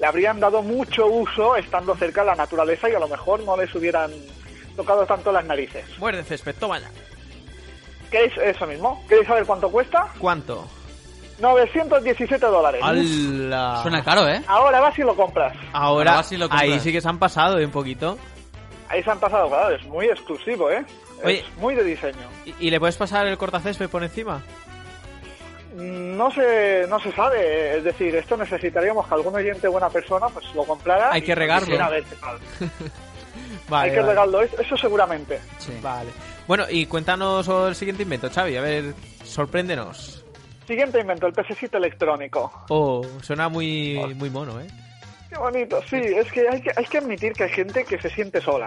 Speaker 15: le habrían dado mucho uso estando cerca de la naturaleza y a lo mejor no les hubieran tocado tanto las narices.
Speaker 5: Muerde el césped, toma ya.
Speaker 15: ¿Queréis eso mismo? ¿Queréis saber cuánto cuesta?
Speaker 5: ¿Cuánto?
Speaker 15: 917 dólares.
Speaker 5: ¡Hala!
Speaker 4: Suena caro, ¿eh?
Speaker 15: Ahora vas y lo compras.
Speaker 5: Ahora,
Speaker 4: Ahora sí lo compras.
Speaker 5: ahí sí que se han pasado ¿eh? un poquito.
Speaker 15: Ahí se han pasado, claro, es muy exclusivo, ¿eh?
Speaker 5: Oye.
Speaker 15: Es muy de diseño.
Speaker 5: ¿Y, y le puedes pasar el cortacésped por encima?
Speaker 15: No se, no se sabe, es decir, esto necesitaríamos que algún oyente buena persona pues lo comprara.
Speaker 5: Hay
Speaker 15: y
Speaker 5: que regarlo.
Speaker 15: quisiera ver qué tal.
Speaker 5: Vale,
Speaker 15: Hay que
Speaker 5: vale.
Speaker 15: regarlo, es- eso seguramente.
Speaker 5: Vale. Bueno, y cuéntanos el siguiente invento, Xavi. A ver, sorpréndenos.
Speaker 15: Siguiente invento, el pececito electrónico.
Speaker 5: Oh, suena muy, muy mono, ¿eh?
Speaker 15: Qué bonito, sí, es que hay, que hay que admitir que hay gente que se siente sola.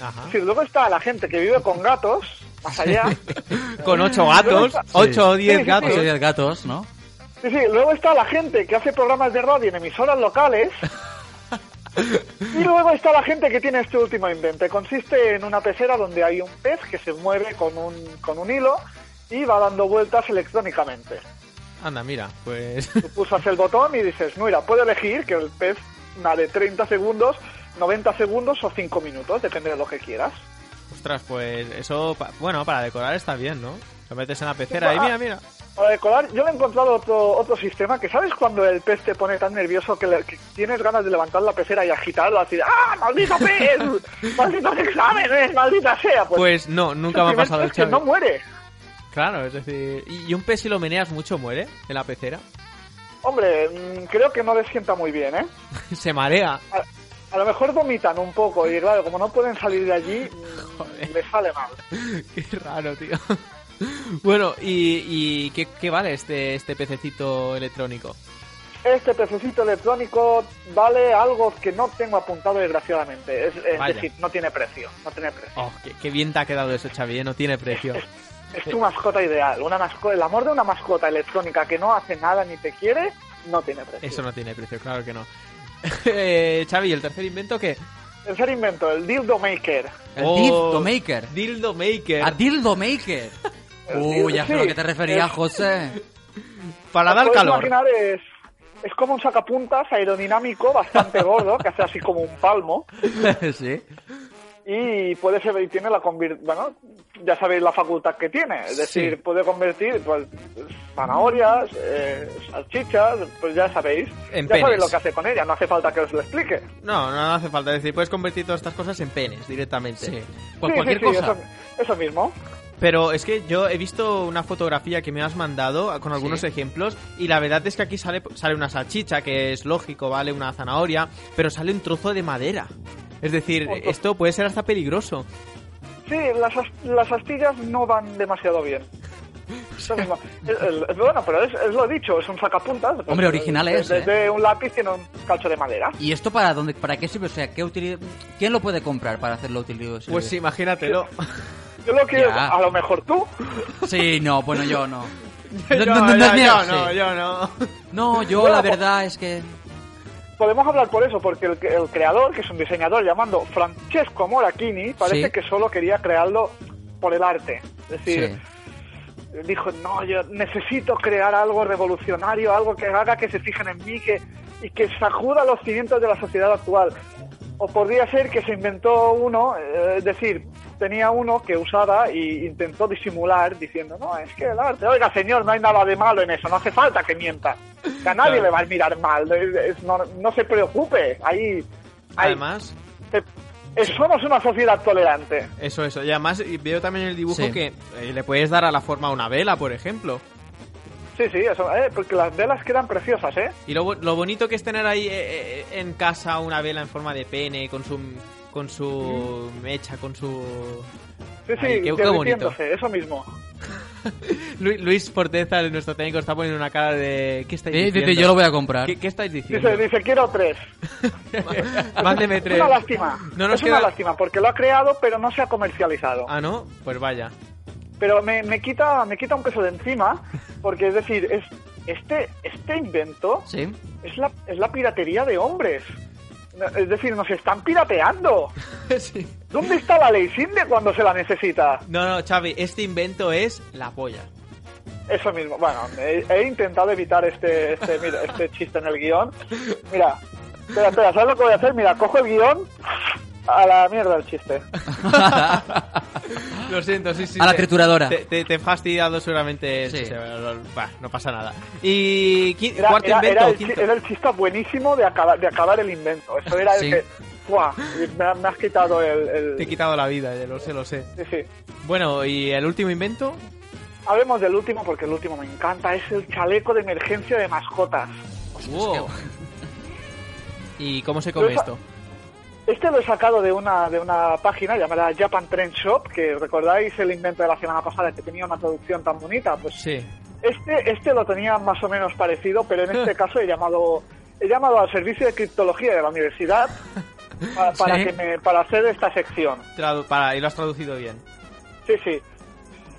Speaker 5: Ajá.
Speaker 15: Es decir, luego está la gente que vive con gatos, más allá.
Speaker 5: Con ocho
Speaker 15: Luego
Speaker 5: gatos,
Speaker 15: está-
Speaker 5: ocho o diez
Speaker 15: Sí, sí,
Speaker 5: gatos.
Speaker 15: sí.
Speaker 4: Ocho o diez gatos, ¿no?
Speaker 15: Sí, sí, luego está la gente que hace programas de radio en emisoras locales. Y luego está la gente que tiene este último invento. Consiste en una pecera donde hay un pez que se mueve con un, con un hilo y va dando vueltas electrónicamente.
Speaker 5: Anda, mira, pues.
Speaker 15: Tú pulsas el botón y dices, mira, puedo elegir que el pez nade 30 segundos, 90 segundos o 5 minutos, depende de lo que quieras.
Speaker 5: Ostras, pues eso. pa- Bueno, para decorar está bien, ¿no? Lo metes en la pecera y Este
Speaker 15: Ah,
Speaker 5: mira, mira.
Speaker 15: Para decorar, yo le he encontrado otro, otro sistema que, ¿sabes cuando el pez te pone tan nervioso que, le- que tienes ganas de levantar la pecera y agitarlo así? ¡Ah, maldito pez! ¡Malditos exámenes! ¡Maldita sea! Pues,
Speaker 5: Pues no, nunca me ha
Speaker 15: el primer
Speaker 5: pasado el
Speaker 15: pez que
Speaker 5: Xavi.
Speaker 15: no muere.
Speaker 5: Claro, es decir. ¿Y y un pez si lo meneas mucho muere en la pecera?
Speaker 15: Hombre, mm, creo que no les sienta muy bien, ¿eh?
Speaker 5: Se marea.
Speaker 15: A lo mejor vomitan un poco y claro, como no pueden salir de allí, mm, les sale mal.
Speaker 5: Qué
Speaker 15: Ah,
Speaker 5: raro, tío. Bueno, ¿y, y qué, qué vale este, este pececito electrónico?
Speaker 15: Este pececito electrónico vale algo que no tengo apuntado desgraciadamente. Es, es
Speaker 5: Vaya.
Speaker 15: decir, no tiene precio. No tiene precio.
Speaker 5: Oh, qué, qué bien te ha quedado eso, Xavi, ¿eh? no tiene precio.
Speaker 15: Es tu mascota ideal. Una masco- el amor de una mascota electrónica que no hace nada ni te quiere, no tiene precio.
Speaker 5: Eso no tiene precio, claro que no. Eh, Xavi, ¿el tercer invento qué?
Speaker 15: Tercer invento, el dildo maker.
Speaker 4: El
Speaker 5: Oh,
Speaker 4: Dildo Maker.
Speaker 5: Dildo Maker.
Speaker 4: A Dildo Maker. Uy, ya sé a lo que te refería,
Speaker 15: Sí.
Speaker 4: José.
Speaker 5: Para
Speaker 15: Os podéis imaginar, es, es como un sacapuntas aerodinámico bastante gordo, que hace así como un palmo.
Speaker 4: sí.
Speaker 15: Y puede ser, y tiene la convir- bueno, ya sabéis la facultad que tiene, es decir,
Speaker 5: Sí.
Speaker 15: puede convertir pues, zanahorias, eh, salchichas, pues ya sabéis,
Speaker 5: En
Speaker 15: ya sabéis
Speaker 5: penes.
Speaker 15: lo que hace con ella, no hace falta que os lo explique.
Speaker 5: No, no hace falta decir, puedes convertir todas estas cosas en penes directamente. Pues Sí.
Speaker 15: Sí, sí, sí, Eso, eso mismo.
Speaker 5: Pero es que yo he visto una fotografía que me has mandado con algunos ejemplos y la verdad es que aquí sale, sale una salchicha, que es lógico, vale, una zanahoria, pero sale un trozo de madera. Es decir,
Speaker 15: Otro.
Speaker 5: esto puede ser hasta peligroso.
Speaker 15: Sí, las, as- las astillas no van demasiado bien. Eso mismo. El- el- bueno, pero es, es lo dicho, es un sacapuntas.
Speaker 4: Hombre, original es, ¿eh?
Speaker 15: Desde un lápiz tiene un cacho de madera.
Speaker 4: ¿Y esto para dónde, para qué sirve? O sea, ¿qué utilidad, ¿quién lo puede comprar para hacerlo utilidad?
Speaker 5: Pues imagínatelo.
Speaker 15: Yo lo que
Speaker 4: Ya.
Speaker 15: a lo mejor tú.
Speaker 4: Sí, no, bueno, yo no.
Speaker 5: Yo,
Speaker 4: No, no, no,
Speaker 5: yo,
Speaker 4: no,
Speaker 5: yo
Speaker 4: sí.
Speaker 5: no, yo no.
Speaker 4: No, yo
Speaker 15: Bueno,
Speaker 4: la
Speaker 15: pues-
Speaker 4: verdad es que...
Speaker 15: Podemos hablar por eso, porque el, el creador, que es un diseñador llamando Francesco Moracchini, parece
Speaker 4: Sí.
Speaker 15: que solo quería crearlo por el arte. Es decir,
Speaker 4: Sí.
Speaker 15: dijo, no, yo necesito crear algo revolucionario, algo que haga que se fijen en mí, que, y que sacuda los cimientos de la sociedad actual. O podría ser que se inventó uno, eh, es decir, tenía uno que usara y intentó disimular diciendo, no, es que el arte, oiga señor, no hay nada de malo en eso, no hace falta que mienta, que a nadie
Speaker 5: Claro.
Speaker 15: le va a mirar mal, es- es- no, no se preocupe, ahí... ahí-
Speaker 5: Además,
Speaker 15: te- eh, somos una sociedad tolerante.
Speaker 5: eso, eso. Y además y veo también en el dibujo
Speaker 15: Sí.
Speaker 5: que eh, le puedes dar a la forma una vela, por ejemplo.
Speaker 15: Sí, sí, eso, eh, porque las velas quedan preciosas, ¿eh?
Speaker 5: Y lo, bu- lo bonito que es tener ahí eh, eh, en casa una vela en forma de pene, con su, con su mecha, con su...
Speaker 15: Mm. Sí, sí,
Speaker 5: Ay, qué- qué bonito.
Speaker 15: derritiéndose, eso mismo.
Speaker 5: Lu- Luis Porteza, nuestro técnico, está poniendo una cara de... ¿Qué estáis
Speaker 4: Eh, dice,
Speaker 5: diciendo?
Speaker 4: "Yo lo voy a comprar".
Speaker 5: ¿Qué, qué estáis diciendo?
Speaker 15: Dice, dice, quiero tres.
Speaker 5: Mándeme
Speaker 15: Es
Speaker 5: tres.
Speaker 15: una lástima.
Speaker 5: No nos
Speaker 15: es una
Speaker 5: queda-
Speaker 15: lástima, porque lo ha creado, pero no se ha comercializado.
Speaker 5: Ah, ¿no? Pues vaya.
Speaker 15: Pero me, me quita me quita un peso de encima, porque es decir, es este este invento
Speaker 4: Sí.
Speaker 15: es la, es la piratería de hombres. No, Es decir, nos están pirateando. ¿Dónde está la ley Sinde cuando se la necesita?
Speaker 5: No, no, Xavi, este invento es la polla.
Speaker 15: Eso mismo. Bueno, he, he intentado evitar este, este, mira, este chiste en el guión. Mira, espera, espera, ¿sabes lo que voy a hacer? Mira, cojo el guión a la mierda el chiste.
Speaker 5: Lo siento, sí, sí.
Speaker 4: A la
Speaker 5: te-
Speaker 4: trituradora.
Speaker 5: Te, te- te he fastidiado seguramente.
Speaker 4: Sí.
Speaker 5: sí, bueno, bah, no pasa nada. Y qui-
Speaker 15: Era,
Speaker 5: cuarto
Speaker 15: era-
Speaker 5: invento.
Speaker 15: era el,
Speaker 5: quinto.
Speaker 15: chi- era el chiste buenísimo de acabar, de acabar el invento. Eso era
Speaker 5: Sí.
Speaker 15: el que... ¡Buah! Me, me has quitado el... el-
Speaker 5: Te he quitado la vida, eh, lo sé, lo sé.
Speaker 15: sí, sí.
Speaker 5: Bueno, ¿y el último invento?
Speaker 15: Hablemos del último porque el último me encanta. Es el chaleco de emergencia de mascotas.
Speaker 5: Wow. ¿Y cómo se come
Speaker 15: Pero
Speaker 5: esto?
Speaker 15: esa- Este lo he sacado de una, de una página llamada Japan Trend Shop, que recordáis el invento de la semana pasada que tenía una traducción tan bonita. Pues
Speaker 5: Sí.
Speaker 15: Este, este lo tenía más o menos parecido, pero en este caso he llamado, he llamado al servicio de criptología de la universidad pa- para,
Speaker 5: Sí.
Speaker 15: que me, para hacer esta sección.
Speaker 5: Tradu- para, y lo has traducido bien.
Speaker 15: Sí, sí.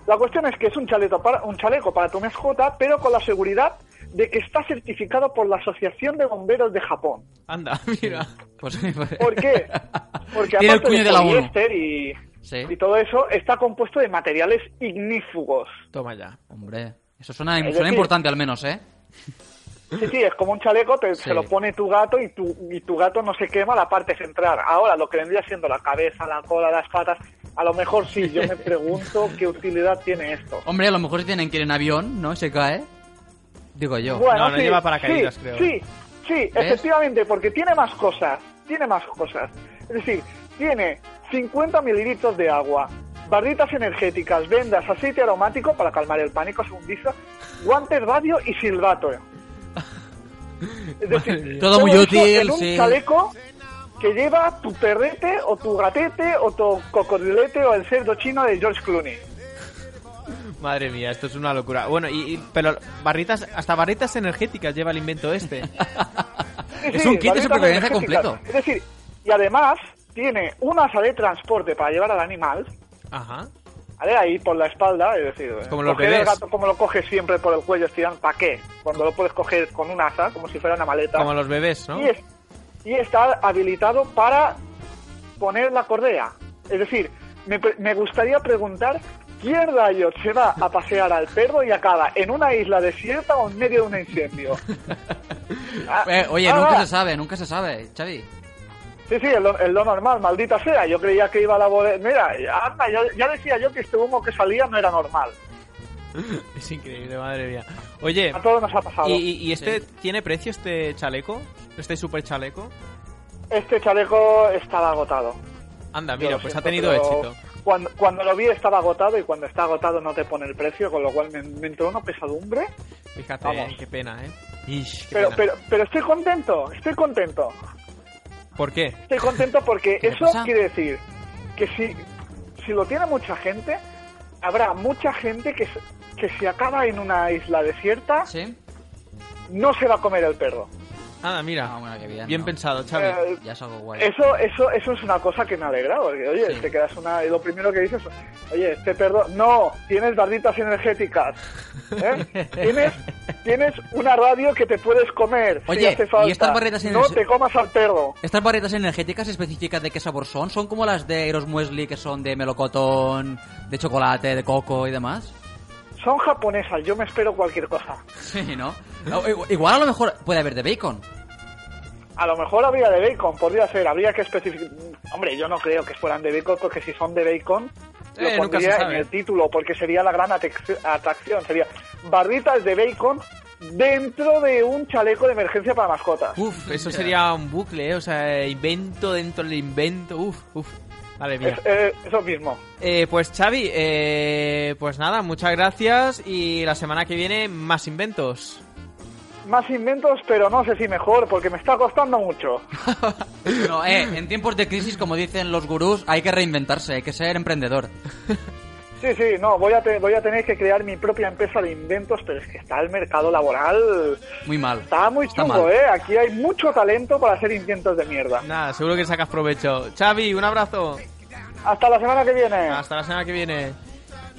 Speaker 15: La cuestión es que es un chaleco para, un chaleco para tu mascota, pero con la seguridad de que está certificado por la Asociación de Bomberos de Japón.
Speaker 5: Anda, mira.
Speaker 4: Pues,
Speaker 15: ¿Por qué? Porque
Speaker 4: Tiene el
Speaker 15: aparte
Speaker 4: cuño de la ONU.
Speaker 15: poliéster y,
Speaker 4: Sí.
Speaker 15: y todo eso, está compuesto de materiales ignífugos.
Speaker 5: Toma ya.
Speaker 4: Hombre, eso suena,
Speaker 15: Es
Speaker 4: suena
Speaker 15: decir-
Speaker 4: importante al menos, ¿eh?
Speaker 15: Sí, sí, es como un chaleco, te,
Speaker 4: Sí.
Speaker 15: se lo pone tu gato y tu, y tu gato no se quema la parte central. Ahora, lo que vendría siendo la cabeza, la cola, las patas, a lo mejor sí, yo me pregunto qué utilidad tiene esto.
Speaker 4: Hombre, a lo mejor si tienen que ir en avión, ¿no? Y se cae. Digo yo.
Speaker 15: Bueno, sí, sí,
Speaker 4: ¿eh?
Speaker 15: Sí, sí,
Speaker 4: ¿Ves?
Speaker 15: efectivamente, porque tiene más cosas. Tiene más cosas. Es decir, tiene 50 mililitros de agua, barritas energéticas, vendas, aceite aromático para calmar el pánico, según dice, guantes radio y silbato. Es decir,
Speaker 4: Todo muy
Speaker 15: eso
Speaker 4: útil,
Speaker 15: en un
Speaker 4: sí.
Speaker 15: chaleco que lleva tu perrete o tu gatete o tu cocodrilete o el cerdo chino de George Clooney.
Speaker 5: Madre mía, esto es una locura. Bueno, y, y- pero barritas, hasta barritas energéticas lleva el invento este.
Speaker 15: Sí,
Speaker 5: Es
Speaker 15: sí,
Speaker 5: un kit de
Speaker 15: barritas
Speaker 5: supervivencia
Speaker 15: energéticas.
Speaker 5: completo.
Speaker 15: Es decir, y además tiene un asa de transporte para llevar al animal,
Speaker 5: Ajá.
Speaker 15: ¿vale? Ahí por la espalda, es decir,
Speaker 5: como los
Speaker 15: coger el
Speaker 5: bebés.
Speaker 15: gato como lo coges siempre por el cuello estirando, ¿para qué? Cuando lo puedes coger con un asa, como si fuera una maleta.
Speaker 5: Como los bebés, ¿no?
Speaker 15: y, es- y está habilitado para poner la correa. Es decir, me, pre- me gustaría preguntar quién rayos se va a pasear al perro y acaba en una isla desierta o en medio de un incendio. Ah,
Speaker 4: Eh, oye,
Speaker 15: ah,
Speaker 4: nunca
Speaker 15: ah.
Speaker 4: se sabe, nunca se sabe, Xavi.
Speaker 15: Sí, sí, es lo, es lo normal, maldita sea. Yo creía que iba a la bodega. Mira, ya- anda, ya, ya decía yo que este humo que salía no era normal.
Speaker 5: Es increíble, madre mía. Oye,
Speaker 15: A todos nos ha pasado.
Speaker 5: ¿y, y- y este tiene precio este chaleco? ¿Este super chaleco?
Speaker 15: Este chaleco estaba agotado.
Speaker 5: Anda,
Speaker 15: Yo
Speaker 5: mira,
Speaker 15: lo
Speaker 5: pues ha
Speaker 15: siento,
Speaker 5: tenido
Speaker 15: pero
Speaker 5: éxito.
Speaker 15: Cuando, cuando lo vi estaba agotado y cuando está agotado no te pone el precio, con lo cual me, me entró una pesadumbre.
Speaker 5: Fíjate,
Speaker 15: Vamos.
Speaker 5: eh, qué pena, ¿eh? Ish, qué
Speaker 15: Pero,
Speaker 5: pena.
Speaker 15: pero, pero estoy contento, estoy contento.
Speaker 5: ¿Por qué?
Speaker 15: Estoy contento porque
Speaker 5: ¿Qué le
Speaker 15: eso
Speaker 5: pasa?
Speaker 15: quiere decir que si, si lo tiene mucha gente, habrá mucha gente que, se- que si acaba en una isla desierta, no se va a comer el perro.
Speaker 5: Anda, mira.
Speaker 4: Ah, bien
Speaker 5: bien pensado, Xavi.
Speaker 15: Eh,
Speaker 4: Ya es algo guay.
Speaker 15: Eso, eso, eso es una cosa que me alegra, porque oye, te quedas una. y Lo primero que dices, oye, este perro. No, tienes barritas energéticas. ¿eh? tienes, tienes una radio que te puedes comer. si
Speaker 4: Oye,
Speaker 15: hace falta.
Speaker 4: ¿y estas barritas
Speaker 15: No
Speaker 4: energe-
Speaker 15: te comas al perro.
Speaker 4: Estas barretas energéticas específicas de qué sabor son, son como las de Eros Muesli que son de melocotón, de chocolate, de coco y demás.
Speaker 15: Son japonesas, yo me espero cualquier cosa.
Speaker 4: Sí, ¿no? O- i- Igual a lo mejor puede haber de bacon.
Speaker 15: A lo mejor habría de bacon, podría ser, habría que especificar. Hombre, yo no creo que fueran de bacon, porque si son de bacon,
Speaker 5: Eh, nunca se
Speaker 15: lo pondría en
Speaker 5: sabe.
Speaker 15: el título, porque sería la gran atec- atracción. Sería barritas de bacon dentro de un chaleco de emergencia para mascotas.
Speaker 5: Uf, eso sería un bucle, ¿eh? O sea, invento dentro del invento. Uf, uf. Vale, mía.
Speaker 15: Es- eh, eso mismo.
Speaker 5: Eh, pues Xavi, eh, pues nada, muchas gracias y la semana que viene más inventos.
Speaker 15: Más inventos, pero no sé si mejor, porque me está costando mucho.
Speaker 4: No, eh, en tiempos de crisis, como dicen los gurús, hay que reinventarse, hay que ser emprendedor.
Speaker 15: Sí, sí, no, voy a, te- voy a tener que crear mi propia empresa de inventos, pero es que está el mercado laboral.
Speaker 4: Muy mal.
Speaker 15: Está muy
Speaker 4: Está
Speaker 15: chungo,
Speaker 4: mal.
Speaker 15: ¿eh? Aquí hay mucho talento para hacer inventos de mierda.
Speaker 5: Nada, seguro que sacas provecho. Xavi, un abrazo.
Speaker 15: Hasta la semana que viene.
Speaker 5: Hasta la semana que viene.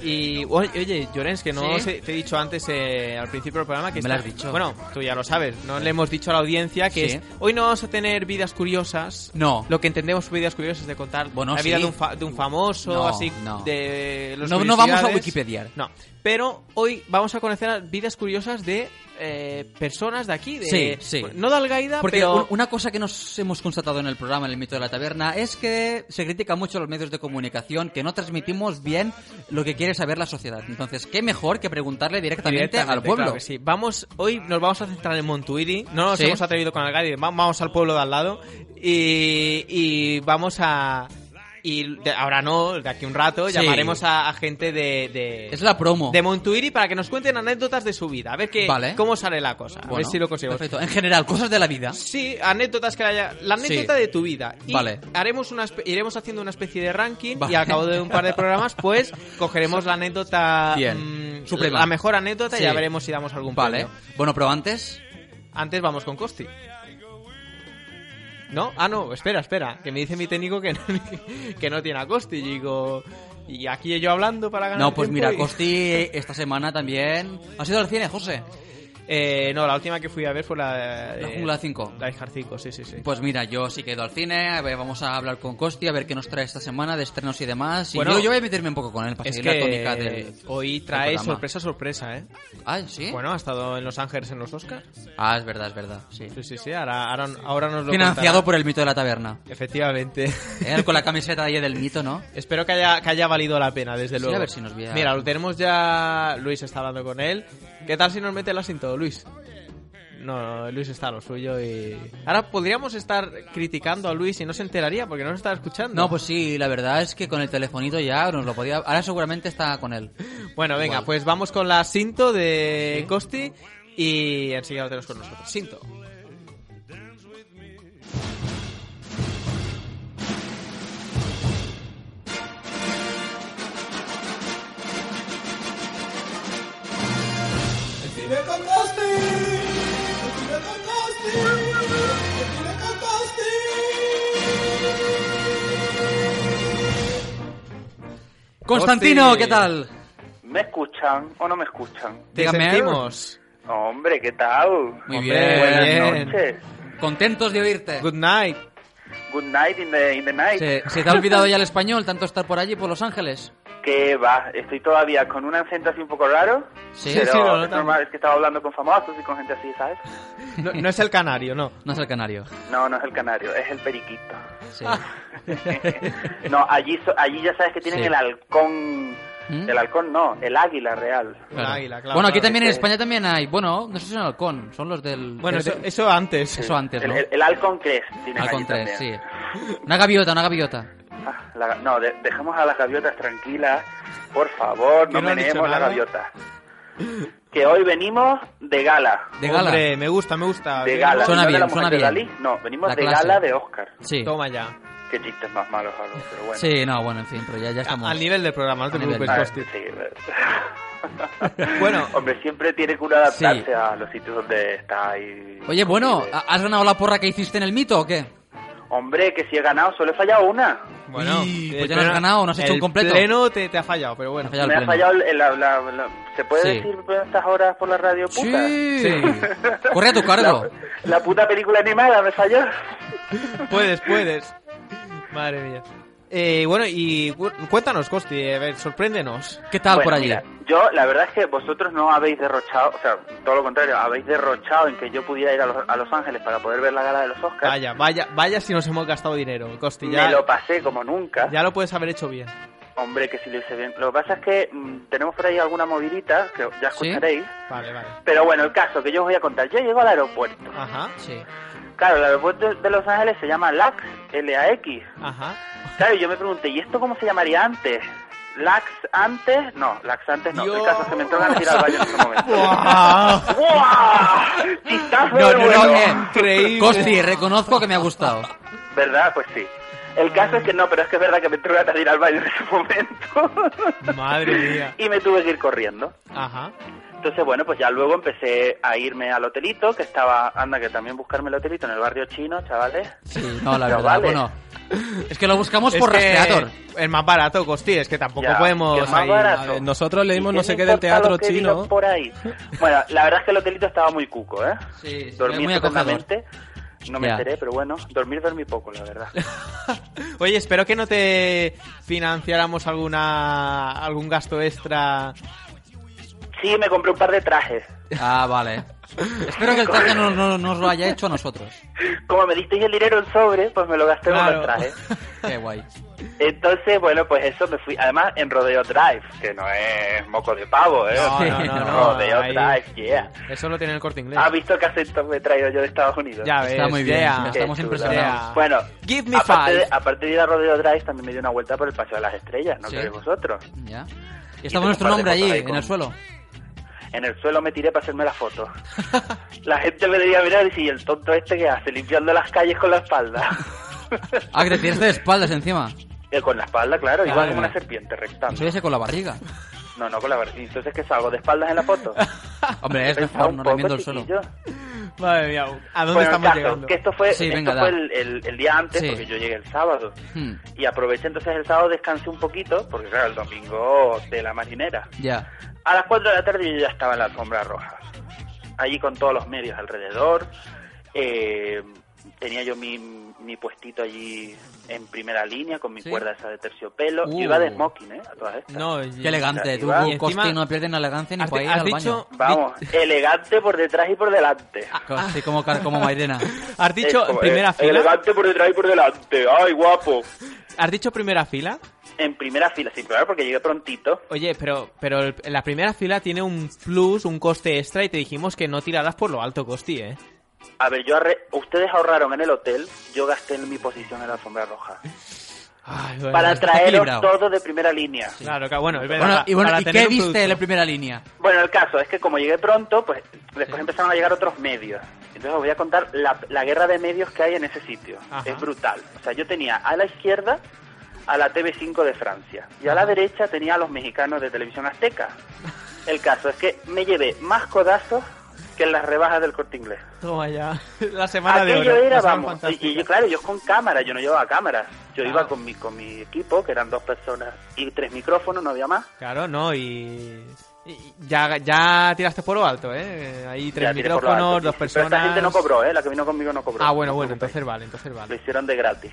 Speaker 5: Y o- oye, Llorens, que no
Speaker 4: ¿Sí?
Speaker 5: se- te he dicho antes eh, al principio del programa que
Speaker 4: Me lo
Speaker 5: está-
Speaker 4: has dicho.
Speaker 5: Bueno, tú ya lo sabes. No le hemos dicho a la audiencia que
Speaker 4: Sí.
Speaker 5: es- hoy no vamos a tener vidas curiosas.
Speaker 4: No.
Speaker 5: Lo que entendemos por vidas curiosas es de contar
Speaker 4: Bueno,
Speaker 5: la vida
Speaker 4: sí.
Speaker 5: de, un fa- de un famoso,
Speaker 4: No,
Speaker 5: así
Speaker 4: no.
Speaker 5: de los
Speaker 4: No, no vamos a
Speaker 5: curiosidades.
Speaker 4: Wikipediar.
Speaker 5: No, pero hoy vamos a conocer a vidas curiosas de eh, personas de aquí, de
Speaker 4: Sí, sí.
Speaker 5: no de Algaida,
Speaker 4: Porque
Speaker 5: pero
Speaker 4: un- una cosa que nos hemos constatado en el programa, en el mito de la taberna, es que se critica mucho a los medios de comunicación, que no transmitimos bien lo que quiere saber la sociedad. Entonces, qué mejor que preguntarle directamente,
Speaker 5: Directamente,
Speaker 4: al pueblo.
Speaker 5: claro que sí. Vamos, hoy nos vamos a centrar en Montuiri. No nos
Speaker 4: Sí.
Speaker 5: hemos atrevido con Algaide. va- Vamos al pueblo de al lado y, y vamos a y de- ahora no, de aquí un rato
Speaker 4: Sí.
Speaker 5: llamaremos a, a gente de, de
Speaker 4: Es la promo.
Speaker 5: de Montuiri para que nos cuenten anécdotas de su vida. A ver qué
Speaker 4: Vale.
Speaker 5: cómo sale la cosa. a ver
Speaker 4: Bueno,
Speaker 5: si lo conseguimos.
Speaker 4: perfecto. En general, cosas de la vida.
Speaker 5: Sí, anécdotas que haya. La anécdota
Speaker 4: Sí.
Speaker 5: de tu vida. Y
Speaker 4: Vale.
Speaker 5: haremos una espe- iremos haciendo una especie de ranking y
Speaker 4: Vale.
Speaker 5: al cabo de un par de programas, pues cogeremos la anécdota.
Speaker 4: Bien.
Speaker 5: mm,
Speaker 4: Suprema.
Speaker 5: La mejor anécdota y
Speaker 4: Sí.
Speaker 5: ya veremos si damos algún
Speaker 4: Vale.
Speaker 5: premio.
Speaker 4: Bueno, pero antes,
Speaker 5: Antes vamos con Costi. ¿No? Ah, no, espera, espera. Que me dice mi técnico que no, que no tiene a Costi. Y digo. Y aquí yo hablando para ganar.
Speaker 4: No, pues
Speaker 5: tiempo
Speaker 4: mira,
Speaker 5: y-
Speaker 4: Costi esta semana también. ¿Has ido al cine, José?
Speaker 5: Eh, no, la última que fui a ver fue la.
Speaker 4: La
Speaker 5: eh,
Speaker 4: Jungla 5.
Speaker 5: La de Hard 5, sí, sí, sí.
Speaker 4: Pues mira, yo sí que he ido al cine. A ver, vamos a hablar con Costi, a ver qué nos trae esta semana de estrenos y demás. Y
Speaker 5: Bueno,
Speaker 4: yo, yo voy a meterme un poco con él para
Speaker 5: Es
Speaker 4: seguir la tónica
Speaker 5: que
Speaker 4: del.
Speaker 5: hoy
Speaker 4: del
Speaker 5: trae
Speaker 4: programa.
Speaker 5: sorpresa, sorpresa, ¿eh?
Speaker 4: Ah, sí.
Speaker 5: Bueno, ha estado en Los Ángeles en los Oscars.
Speaker 4: Ah, es verdad, es verdad. Sí.
Speaker 5: Sí, sí, sí. Ahora, ahora, ahora nos lo
Speaker 4: Financiado
Speaker 5: contará.
Speaker 4: por el mito de la taberna.
Speaker 5: Efectivamente.
Speaker 4: Eh, Con la camiseta de ayer del mito, ¿no?
Speaker 5: Espero que haya, que haya valido la pena, desde
Speaker 4: Sí,
Speaker 5: luego.
Speaker 4: a ver si nos viera.
Speaker 5: Mira, lo tenemos ya. Luis está hablando con él. ¿Qué tal si nos mete el asinto, Luis? No, no, Luis está a lo suyo y. Ahora podríamos estar criticando a Luis y no se enteraría porque no nos está escuchando.
Speaker 4: No, pues sí, la verdad es que con el telefonito ya nos lo podía. Ahora seguramente está con él.
Speaker 5: Bueno, venga,
Speaker 4: Igual.
Speaker 5: pues vamos con la Sinto de Costi y enseguida lo tenemos con nosotros. Sinto.
Speaker 11: El cine con Costi. El cine con Costi. El cine con Costi.
Speaker 4: Constantino,
Speaker 16: Costi.
Speaker 4: ¿qué tal?
Speaker 16: ¿Me escuchan o no me escuchan?
Speaker 4: Te Dígame. sentimos.
Speaker 16: Hombre, ¿qué tal?
Speaker 4: Muy
Speaker 16: Hombre,
Speaker 4: bien.
Speaker 16: Buenas noches.
Speaker 4: Contentos de oírte.
Speaker 5: Good night.
Speaker 16: Good night in the, in the night.
Speaker 4: ¿Se, se te ha olvidado ya el español, tanto estar por allí, por Los Ángeles?
Speaker 16: Que va, estoy todavía con un acento así un poco raro.
Speaker 4: Sí,
Speaker 16: pero
Speaker 4: sí, lo
Speaker 16: es
Speaker 4: notamos.
Speaker 16: normal, es que estaba hablando con famosos y con gente así, ¿sabes?
Speaker 5: No, no es el canario, no.
Speaker 4: No es el canario.
Speaker 16: No, no es el canario, es el periquito.
Speaker 4: Sí.
Speaker 16: no, allí, so- allí ya sabes que tienen
Speaker 4: Sí. ¿Mm?
Speaker 16: el halcón. El halcón no, el águila real.
Speaker 4: Claro. bueno, aquí también en España también hay. Bueno, no sé si son halcón, son los del.
Speaker 5: Bueno,
Speaker 4: del-
Speaker 5: eso, eso antes.
Speaker 4: Eso antes,
Speaker 16: El,
Speaker 4: ¿no?
Speaker 16: el, el halcón crest tienen
Speaker 4: Halcón
Speaker 16: allí
Speaker 4: 3, sí.
Speaker 16: también.
Speaker 4: Una gaviota, una gaviota.
Speaker 16: Ah, la- no, de- dejemos a las gaviotas tranquilas. Por favor,
Speaker 5: Que
Speaker 16: no
Speaker 5: no han dicho
Speaker 16: meneemos las
Speaker 5: nada.
Speaker 16: gaviotas. Que hoy venimos de gala.
Speaker 4: De gala.
Speaker 5: Hombre, me gusta, me gusta.
Speaker 16: De gala.
Speaker 4: Suena
Speaker 16: ¿No de
Speaker 4: bien,
Speaker 16: la mujer
Speaker 4: suena
Speaker 16: de
Speaker 4: bien.
Speaker 16: Dalí? No, venimos
Speaker 4: La
Speaker 16: de
Speaker 4: clase.
Speaker 16: gala de Oscar.
Speaker 4: Sí.
Speaker 5: Toma ya.
Speaker 16: Qué chistes más malos, algo, pero bueno.
Speaker 4: Sí, no, bueno, en fin, pero ya, ya estamos.
Speaker 5: Al nivel del programa, no te
Speaker 4: A nivel.
Speaker 5: preocupes,
Speaker 16: Ah,
Speaker 5: Costi.
Speaker 16: sí, bueno. Hombre, siempre tiene que uno adaptarse
Speaker 4: Sí.
Speaker 16: a los sitios donde está ahí.
Speaker 4: Oye, bueno, ¿ha- ¿has ganado la porra que hiciste en el mito o qué?
Speaker 16: Hombre, que si he ganado, solo he fallado una.
Speaker 5: Bueno,
Speaker 4: Uy, pues
Speaker 5: el
Speaker 4: ya no has
Speaker 5: pleno-
Speaker 4: ganado, no has hecho
Speaker 5: el
Speaker 4: un completo.
Speaker 5: pleno te, te ha fallado, pero bueno.
Speaker 4: fallado
Speaker 16: Me ha fallado el- la, la- la- ¿Se puede
Speaker 4: Sí.
Speaker 16: decir estas horas por la radio puta?
Speaker 4: Sí. Corre a tu cargo.
Speaker 16: La puta película animada me falló.
Speaker 5: Puedes, puedes. Madre mía. Eh, bueno, y cu- cuéntanos, Costi, a ver, sorpréndenos. ¿Qué tal
Speaker 16: Bueno,
Speaker 5: por allí?
Speaker 16: mira, yo, la verdad es que vosotros no habéis derrochado, o sea, todo lo contrario, habéis derrochado en que yo pudiera ir a Los, a Los Ángeles para poder ver la gala de los Oscars.
Speaker 5: Vaya, vaya, vaya si nos hemos gastado dinero, Costi.
Speaker 16: Me
Speaker 5: Ya,
Speaker 16: lo pasé como nunca.
Speaker 5: ya lo puedes haber hecho bien.
Speaker 16: Hombre, que si lo hice bien. Lo que pasa es que mm, tenemos por ahí alguna movidita que ya
Speaker 5: ¿Sí?
Speaker 16: escucharéis.
Speaker 5: Vale, vale.
Speaker 16: Pero bueno, el caso que yo os voy a contar. Yo llego al aeropuerto.
Speaker 5: Ajá, sí.
Speaker 16: Claro, el aeropuerto de Los Ángeles se llama LAX, L-A-X.
Speaker 5: Ajá.
Speaker 16: Claro, y yo me pregunté, ¿y esto cómo se llamaría antes? ¿Lax antes? No, lax antes no. El caso es que me entró ganas de ir al baño en ese momento.
Speaker 5: Ah.
Speaker 4: ¡Guau!
Speaker 16: ¡Guau! Chistazo
Speaker 4: No,
Speaker 16: de
Speaker 4: no,
Speaker 16: bueno.
Speaker 4: no. Costi, reconozco que me ha gustado.
Speaker 16: ¿Verdad? Pues sí. El caso es que no, pero es que es verdad que me entró ganas de ir al baño en ese momento.
Speaker 5: Madre mía.
Speaker 16: Y me tuve que ir corriendo.
Speaker 5: Ajá.
Speaker 16: Entonces, bueno, pues ya luego empecé a irme al hotelito, que estaba, anda, que también buscarme el hotelito en el barrio chino, chavales.
Speaker 4: Sí, no, la
Speaker 16: Pero
Speaker 4: verdad,
Speaker 16: vale.
Speaker 4: bueno. Es que lo buscamos
Speaker 5: Es
Speaker 4: por
Speaker 5: que
Speaker 4: rastreador.
Speaker 5: Es más barato, Costi, es que tampoco
Speaker 16: Ya,
Speaker 5: podemos...
Speaker 16: que es más
Speaker 5: ahí- eh,
Speaker 16: barato.
Speaker 5: a ver,
Speaker 6: Nosotros leímos
Speaker 16: ¿Y
Speaker 6: no
Speaker 16: qué
Speaker 6: sé
Speaker 16: me
Speaker 6: qué del
Speaker 16: importa
Speaker 6: teatro
Speaker 16: lo que digan
Speaker 6: chino.
Speaker 16: por ahí? Bueno, la verdad es que el hotelito estaba muy cuco, ¿eh?
Speaker 4: Sí,
Speaker 16: dormí
Speaker 4: muy acogedor.
Speaker 16: eternamente. No me
Speaker 4: Ya.
Speaker 16: enteré, pero bueno, dormir dormí poco, la verdad.
Speaker 5: Oye, espero que no te financiáramos alguna algún gasto extra.
Speaker 16: Sí, me compré un par de trajes.
Speaker 4: Ah, vale. Espero que el traje no, no- nos lo haya hecho a nosotros.
Speaker 16: Como me disteis el dinero en sobre, pues me lo gasté en
Speaker 4: Claro.
Speaker 16: los trajes.
Speaker 4: Qué guay.
Speaker 16: Entonces, bueno, pues eso me fui. Además, en Rodeo Drive, que no es moco de pavo, ¿eh?
Speaker 5: No,
Speaker 16: O sea,
Speaker 5: no, no, no,
Speaker 16: Rodeo
Speaker 5: ahí-
Speaker 16: Drive, yeah.
Speaker 5: Eso lo tiene el corte inglés.
Speaker 16: ¿Has visto qué acento me he traído yo de Estados Unidos?
Speaker 5: Ya ves, Está muy bien, yeah. ya
Speaker 16: Qué
Speaker 5: estamos
Speaker 16: chulo.
Speaker 5: impresionados.
Speaker 16: Bueno,
Speaker 5: Give me
Speaker 16: aparte,
Speaker 5: five.
Speaker 16: De, aparte de ir a Rodeo Drive, también me dio una vuelta por el Paseo de las Estrellas, ¿no
Speaker 4: Sí.
Speaker 16: creéis vosotros?
Speaker 4: Ya.
Speaker 16: Y
Speaker 4: Y
Speaker 16: tengo
Speaker 4: estaba nuestro
Speaker 16: un par de
Speaker 4: nombre allí,
Speaker 16: fotos ahí
Speaker 4: en
Speaker 16: con-
Speaker 4: el suelo.
Speaker 16: En el suelo me tiré para hacerme la foto. La gente me debía mirar y decir, ¿y el tonto este qué hace? Limpiando las calles con la espalda.
Speaker 4: Ah, que te tiraste de espaldas encima.
Speaker 16: Eh, con la espalda, claro,
Speaker 4: Madre
Speaker 16: igual como
Speaker 4: mía.
Speaker 16: una serpiente, rectángulo.
Speaker 4: Soy ese con la barriga.
Speaker 16: No, no, con la verdad. Entonces, ¿qué salgo? ¿De espaldas en la foto?
Speaker 4: Hombre, es mejor,
Speaker 16: Pensaba un
Speaker 4: no
Speaker 16: poco,
Speaker 4: lamiendo el suelo.
Speaker 16: chiquillo.
Speaker 5: Madre mía, ¿a dónde
Speaker 16: Bueno, el
Speaker 5: estamos
Speaker 16: caso,
Speaker 5: llegando?
Speaker 16: Que esto fue,
Speaker 4: Sí,
Speaker 16: esto
Speaker 4: venga,
Speaker 16: fue
Speaker 4: da.
Speaker 16: el, el- el día antes,
Speaker 4: Sí.
Speaker 16: porque yo llegué el sábado.
Speaker 4: Hmm,
Speaker 16: Y aproveché entonces el sábado, descansé un poquito, porque claro, el domingo de la marinera.
Speaker 4: Ya.
Speaker 16: A las 4 de la tarde yo ya estaba en la alfombra roja. Allí con todos los medios alrededor. Eh, tenía yo mi, mi puestito allí en primera línea con mi
Speaker 5: ¿Sí?
Speaker 16: cuerda esa de terciopelo.
Speaker 5: Uh.
Speaker 16: Yo iba de smoking, ¿eh? A todas estas.
Speaker 5: No, y-
Speaker 4: Qué elegante, tú,
Speaker 16: Y
Speaker 4: Costi,
Speaker 5: encima-
Speaker 4: no pierdes la elegancia ni
Speaker 5: has-
Speaker 4: para ir
Speaker 5: has
Speaker 4: al baño.
Speaker 5: dicho- Ah,
Speaker 16: Vamos, elegante por detrás y por delante.
Speaker 4: Costi, como, car- como Mairena.
Speaker 5: ¿Has dicho
Speaker 16: Es como,
Speaker 5: primera
Speaker 16: eh,
Speaker 5: fila?
Speaker 16: Elegante por detrás y por delante. Ay, guapo.
Speaker 5: ¿Has dicho primera fila?
Speaker 16: En primera fila, sí, claro, porque llegué prontito.
Speaker 5: Oye, pero, pero el- la primera fila tiene un plus, un coste extra y te dijimos que no tiradas por lo alto, Costi, ¿eh?
Speaker 16: A ver, yo arre- ustedes ahorraron en el hotel, yo gasté en mi posición en la alfombra roja.
Speaker 5: Ay, bueno,
Speaker 16: para
Speaker 4: está
Speaker 16: traeros
Speaker 4: equilibrado.
Speaker 16: todo de primera línea.
Speaker 5: Claro, claro, bueno, es verdad,
Speaker 4: Bueno,
Speaker 5: para-
Speaker 4: y, bueno,
Speaker 5: para
Speaker 4: ¿y
Speaker 5: tener
Speaker 4: qué
Speaker 5: un
Speaker 4: viste en la
Speaker 5: producto.
Speaker 4: primera línea?
Speaker 16: Bueno, el caso es que como llegué pronto, pues después empezaron a llegar otros medios. Entonces os voy a contar la, la guerra de medios que hay en ese sitio.
Speaker 5: Ajá.
Speaker 16: Es brutal. O sea, yo tenía a la izquierda a la TV5 de Francia y a la derecha tenía a los mexicanos de televisión azteca. El caso es que me llevé más codazos que en las rebajas del corte inglés.
Speaker 5: Toma ya, la semana de
Speaker 16: Aquello
Speaker 5: oro. la
Speaker 16: era,
Speaker 5: semana
Speaker 16: vamos. Y,
Speaker 5: fantástica.
Speaker 16: y yo, claro, yo con cámara, yo no llevaba cámara. Yo
Speaker 5: Claro.
Speaker 16: iba con mi, con mi equipo, que eran dos personas y tres micrófonos, no había más.
Speaker 5: Claro, no, y... y ya, ya tiraste por lo alto, ¿eh? Hay tres
Speaker 16: Ya tiré por lo
Speaker 5: micrófonos,
Speaker 16: alto,
Speaker 5: dos
Speaker 16: sí, sí.
Speaker 5: personas...
Speaker 16: Pero esta gente no cobró, ¿eh? La que vino conmigo no cobró.
Speaker 5: Ah, bueno,
Speaker 16: No
Speaker 5: bueno,
Speaker 16: preocupéis.
Speaker 5: entonces vale, entonces
Speaker 16: Lo
Speaker 5: vale.
Speaker 16: hicieron de gratis.